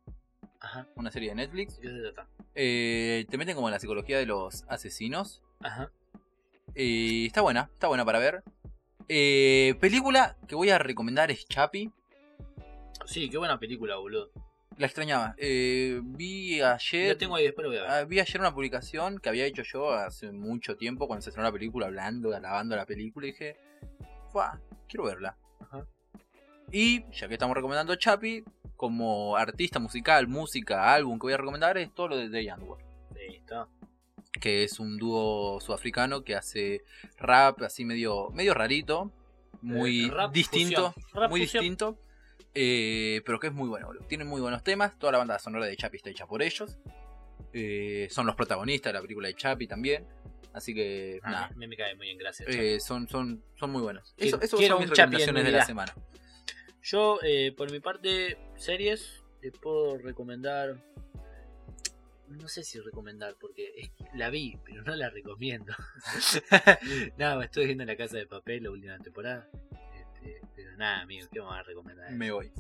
Speaker 2: Ajá.
Speaker 1: una serie de Netflix.
Speaker 2: ¿De qué se trata?
Speaker 1: Eh, te meten como en la psicología de los asesinos.
Speaker 2: Ajá.
Speaker 1: Eh, está buena, está buena para ver. Eh, película que voy a recomendar es Chapi.
Speaker 2: Sí, qué buena película, boludo.
Speaker 1: La extrañaba. Eh, vi ayer.
Speaker 2: Yo tengo ahí, después lo voy a ver.
Speaker 1: Ah, Vi ayer una publicación que había hecho yo hace mucho tiempo cuando se estrenó la película, hablando, alabando la película, y dije, ¡Fua! Quiero verla.
Speaker 2: Ajá.
Speaker 1: Y ya que estamos recomendando Chapi, como artista musical, música, álbum que voy a recomendar es todo lo de The Young
Speaker 2: Ahí está.
Speaker 1: que es un dúo sudafricano que hace rap así medio, medio rarito, muy
Speaker 2: Eh, rap
Speaker 1: distinto,
Speaker 2: fusión. Rap
Speaker 1: muy
Speaker 2: fusión.
Speaker 1: distinto, eh, pero que es muy bueno. boludo. Tienen muy buenos temas, toda la banda sonora de Chapi está hecha por ellos, eh, son los protagonistas de la película de Chapi también, así que
Speaker 2: Ah,
Speaker 1: nada,
Speaker 2: me, me cae muy bien, gracias.
Speaker 1: eh, son, son, son muy buenos.
Speaker 2: Quiero-
Speaker 1: Eso, eso
Speaker 2: quiero
Speaker 1: son mis
Speaker 2: un Chapi en
Speaker 1: recomendaciones de
Speaker 2: Navidad.
Speaker 1: la semana.
Speaker 2: Yo, eh, por mi parte, series, les puedo recomendar. No sé si recomendar, porque es que la vi, pero no la recomiendo. nada, me estoy viendo La Casa de Papel, la última temporada. Este, pero nada, amigo, ¿qué vamos a recomendar?
Speaker 1: Me voy.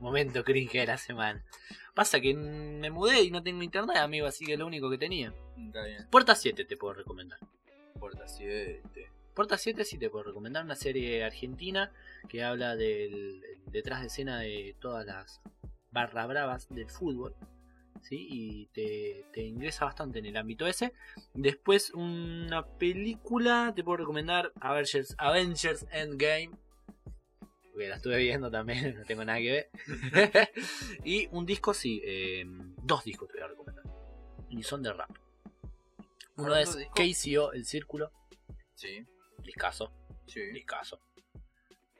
Speaker 2: Momento cringe de la semana. Pasa que mm, me mudé y no tengo internet, amigo, así que es lo único que tenía.
Speaker 1: Está bien.
Speaker 2: Puerta 7 te puedo recomendar.
Speaker 1: Porta 7.
Speaker 2: Porta 7 sí te puedo recomendar una serie argentina que habla del detrás de escena de todas las barra bravas del fútbol. ¿sí? Y te, te ingresa bastante en el ámbito ese. Después una película, te puedo recomendar Avengers, Avengers Endgame. Porque la estuve viendo también, no tengo nada que ver. y un disco, sí, eh, dos discos te voy a recomendar. Y son de rap. Uno
Speaker 1: Hablando
Speaker 2: es
Speaker 1: de disco.
Speaker 2: KCO, El Círculo,
Speaker 1: Sí,
Speaker 2: discazo
Speaker 1: sí.
Speaker 2: discazo.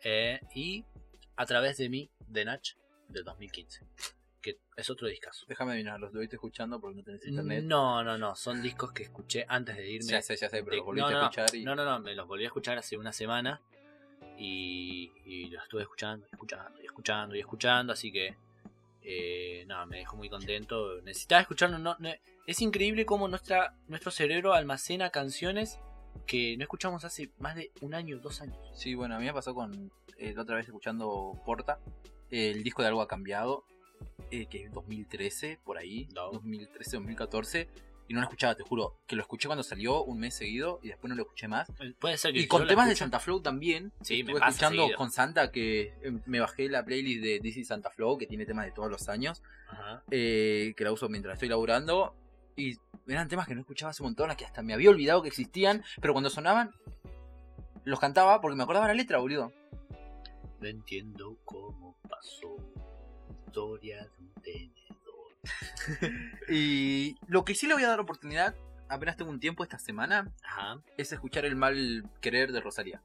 Speaker 2: Eh, y A través de mí, de Nach, del 2015. Que es otro discazo.
Speaker 1: Déjame adivinar, los estuviste escuchando porque no tenés internet.
Speaker 2: No, no, no. Son discos que escuché antes de irme.
Speaker 1: Ya sé, ya sé, pero
Speaker 2: De-
Speaker 1: los volviste
Speaker 2: no, no,
Speaker 1: a escuchar y.
Speaker 2: No, no, no. Me los volví a escuchar hace una semana. Y, y lo estuve escuchando, y escuchando, y escuchando, y escuchando, así que eh, nada, me dejó muy contento. Necesitaba escucharlo. No, no- es increíble cómo nuestra, nuestro cerebro almacena canciones que no escuchamos hace más de un año, dos años.
Speaker 1: Sí, bueno, a mí me pasó con eh, la otra vez escuchando Porta, eh, el disco de Algo ha cambiado, eh, que es 2013, por ahí,
Speaker 2: No.
Speaker 1: 2013, 2014, y no lo escuchaba, te juro, que lo escuché cuando salió un mes seguido y después no lo escuché más.
Speaker 2: Puede ser que
Speaker 1: Y
Speaker 2: yo
Speaker 1: con
Speaker 2: la
Speaker 1: temas de
Speaker 2: escuche-
Speaker 1: Santa Flow también,
Speaker 2: Sí, me
Speaker 1: estuve
Speaker 2: pasa
Speaker 1: escuchando
Speaker 2: seguido.
Speaker 1: con Santa que eh, me bajé la playlist de DC Santa Flow, que tiene temas de todos los años,
Speaker 2: Ajá.
Speaker 1: eh, que la uso mientras estoy laburando, y eran temas que no escuchaba hace un montón, que hasta me había olvidado que existían, pero cuando sonaban, los cantaba porque me acordaba la letra, boludo.
Speaker 2: No entiendo cómo pasó. Historia de un tenedor.
Speaker 1: Y lo que sí le voy a dar oportunidad, apenas tengo un tiempo esta semana,
Speaker 2: Ajá.
Speaker 1: es escuchar el mal querer de Rosalía.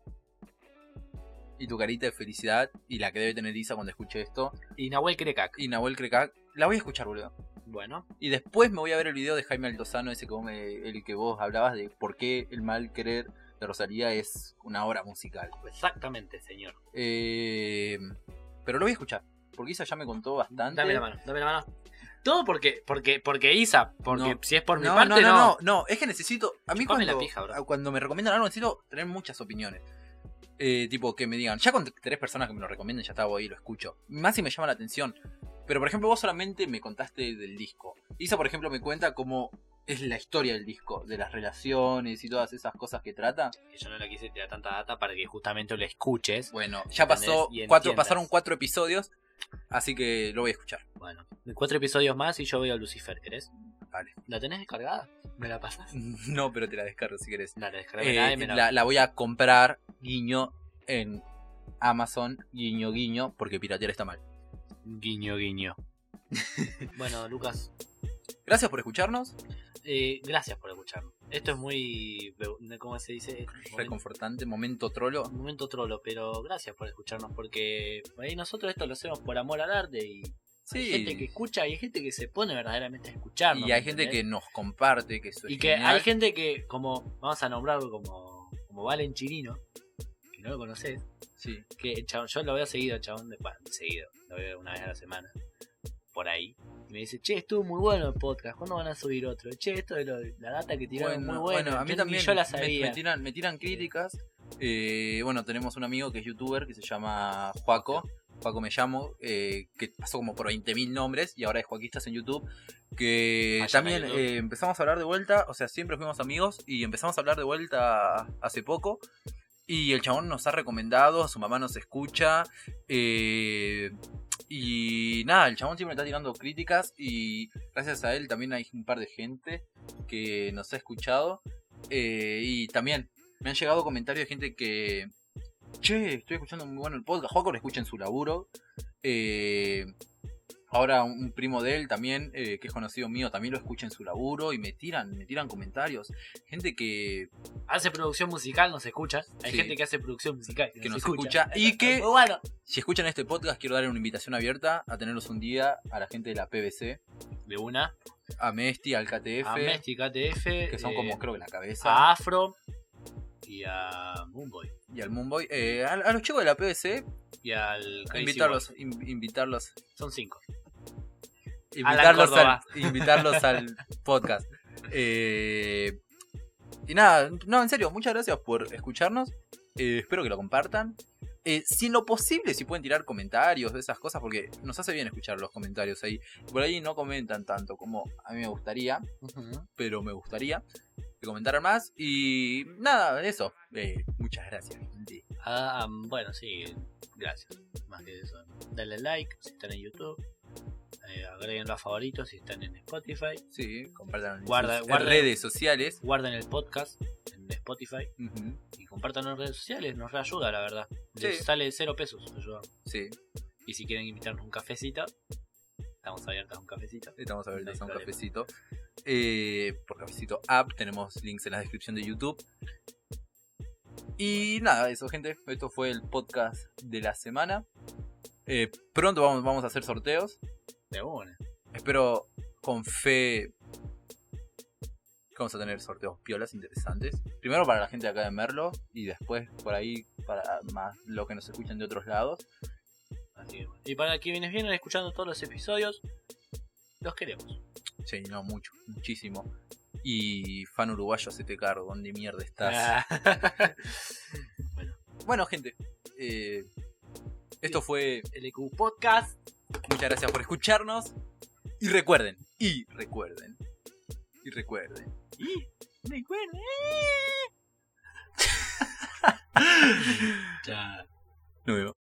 Speaker 1: Y tu carita de felicidad, y la que debe tener Isa cuando escuche esto.
Speaker 2: Y Nahuel Crecac.
Speaker 1: Y Nahuel Crecac, la voy a escuchar, boludo.
Speaker 2: Bueno,
Speaker 1: Y después me voy a ver el video de Jaime Altozano, ese que vos, me- el que vos hablabas de por qué el mal querer de Rosalía es una obra musical.
Speaker 2: exactamente, señor.
Speaker 1: Eh, pero lo voy a escuchar, porque Isa ya me contó bastante.
Speaker 2: Dame la mano, dame la mano. Todo porque, porque, porque Isa, porque
Speaker 1: No.
Speaker 2: si es por mi
Speaker 1: no, no,
Speaker 2: parte,
Speaker 1: no, no, no, es que necesito. A mí
Speaker 2: Chupame
Speaker 1: cuando,
Speaker 2: la pija, bro.
Speaker 1: a- cuando me recomiendan algo, necesito tener muchas opiniones. Eh, tipo, que me digan, ya con tres personas que me lo recomienden, ya estaba ahí, lo escucho. Más si me llama la atención. Pero por ejemplo, vos solamente me contaste del disco. Isa, por ejemplo, me cuenta cómo es la historia del disco, de las relaciones y todas esas cosas que trata.
Speaker 2: Que yo no le quise tirar tanta data para que justamente lo escuches.
Speaker 1: Bueno, ya pasó
Speaker 2: ¿Entendés? Y
Speaker 1: cuatro,
Speaker 2: entiendas.
Speaker 1: pasaron cuatro episodios, así que lo voy a escuchar.
Speaker 2: Bueno, cuatro episodios más y yo veo a Lucifer, ¿querés?
Speaker 1: Vale.
Speaker 2: ¿La tenés descargada? ¿Me la pasás?
Speaker 1: No, pero te la descargo si querés.
Speaker 2: Dale,
Speaker 1: Eh,
Speaker 2: descargala y me la...
Speaker 1: la, la voy a comprar, guiño, en Amazon, guiño, guiño, porque piratear está mal.
Speaker 2: Guiño, guiño. bueno, Lucas,
Speaker 1: Gracias por escucharnos,
Speaker 2: eh, gracias por escucharme. Esto es muy... ¿Cómo se dice? Momento-
Speaker 1: reconfortante, momento trolo.
Speaker 2: un momento trolo, pero gracias por escucharnos porque ahí nosotros esto lo hacemos por amor al arte y hay gente que
Speaker 1: Sí,
Speaker 2: escucha y hay gente que se pone verdaderamente a escucharnos.
Speaker 1: y hay
Speaker 2: ¿me
Speaker 1: gente que nos
Speaker 2: entendés?
Speaker 1: comparte, que eso es
Speaker 2: y que
Speaker 1: genial.
Speaker 2: hay gente que como vamos a nombrarlo como como Valen Chirino, que no lo conoces,
Speaker 1: Sí.
Speaker 2: que el chabón- yo lo veo seguido, el chabón de bueno, seguido, lo veo una vez a la semana por ahí. Y me dice, che, estuvo muy bueno el podcast, ¿cuándo van a subir otro? Che, esto de lo- la data que tiraron muy buena,
Speaker 1: bueno, a mí
Speaker 2: yo-
Speaker 1: también
Speaker 2: ni yo la
Speaker 1: me- Me,
Speaker 2: sabía.
Speaker 1: tiran, me tiran críticas. Eh, bueno, tenemos un amigo que es youtuber que se llama Juaco. Juaco me llamo, eh, que pasó como por 20.000 nombres y ahora es Joaquistas en YouTube. Que
Speaker 2: Vayan a
Speaker 1: también
Speaker 2: YouTube.
Speaker 1: eh, empezamos a hablar de vuelta, o sea, siempre fuimos amigos y empezamos a hablar de vuelta hace poco. Y el chabón nos ha recomendado, su mamá nos escucha. eh, y nada, el chabón siempre me está tirando críticas y gracias a él también hay un par de gente que nos ha escuchado. eh, y también me han llegado comentarios de gente que, che, estoy escuchando muy bueno el podcast, Joaco lo escucha en su laburo. eh, ahora un, un primo de él también, eh, que es conocido mío, también lo escucha en su laburo y me tiran, me tiran comentarios. Gente que,
Speaker 2: Hace producción musical, nos escucha. Hay
Speaker 1: Sí.
Speaker 2: gente que hace producción musical, que,
Speaker 1: que nos escucha y
Speaker 2: Muy
Speaker 1: que
Speaker 2: bueno.
Speaker 1: Si escuchan este podcast, quiero darle una invitación abierta a tenerlos un día a la gente de la PBC,
Speaker 2: De una.
Speaker 1: a Mesti, al KTF,
Speaker 2: A Mestic, ATF.
Speaker 1: que son como creo que la cabeza,
Speaker 2: eh, A Afro. Y a Moonboy.
Speaker 1: y al Moonboy. Eh, a, a los chicos de la PBC,
Speaker 2: Y al Crazy
Speaker 1: invitarlos, in- invitarlos,
Speaker 2: Boy. Son cinco. Alan
Speaker 1: invitarlos, al,
Speaker 2: Córdoba.
Speaker 1: invitarlos al podcast. Eh, y nada, no, en serio, muchas gracias por escucharnos. Eh, espero que lo compartan. Eh, si en lo posible, si pueden tirar comentarios de esas cosas, porque nos hace bien escuchar los comentarios ahí. Por ahí no comentan tanto como a mí me gustaría. pero me gustaría que comentaran más. Y nada, eso. Eh, muchas gracias, gente.
Speaker 2: Ah, um, bueno, sí. Gracias. Más que eso. Dale like si están en YouTube. Eh, agreguen los favoritos si están en Spotify.
Speaker 1: Sí, compartan en
Speaker 2: Guarda-
Speaker 1: sus
Speaker 2: guarda-
Speaker 1: redes sociales.
Speaker 2: Guarden el podcast en Spotify.
Speaker 1: Ujú,
Speaker 2: Y compartan en redes sociales. Nos reayuda, la verdad.
Speaker 1: Sí.
Speaker 2: Les sale cero pesos. ayudar.
Speaker 1: Sí,
Speaker 2: Y si quieren invitarnos un cafecito, estamos abiertos a un cafecito.
Speaker 1: estamos abiertos
Speaker 2: No
Speaker 1: a un
Speaker 2: hay problema.
Speaker 1: cafecito. Eh, por cafecito app, tenemos links en la descripción de YouTube. Y nada, eso, gente. Esto fue el podcast de la semana. Eh, pronto vamos, vamos a hacer sorteos.
Speaker 2: De una.
Speaker 1: Espero con fe que vamos a tener sorteos piolas interesantes. Primero para la gente de acá de Merlo y después por ahí para más los que nos escuchan de otros lados.
Speaker 2: Así que, bueno. y para quienes vienen escuchando todos los episodios, los queremos.
Speaker 1: Sí, no, mucho, muchísimo. Y fan uruguayo, hacete cargo, ¿dónde mierda estás?
Speaker 2: Ah.
Speaker 1: Bueno, gente, eh, esto fue.
Speaker 2: LQ E Podcast.
Speaker 1: Muchas gracias por escucharnos. Y recuerden, y recuerden, y recuerden.
Speaker 2: Recuerden.
Speaker 1: Nos vemos.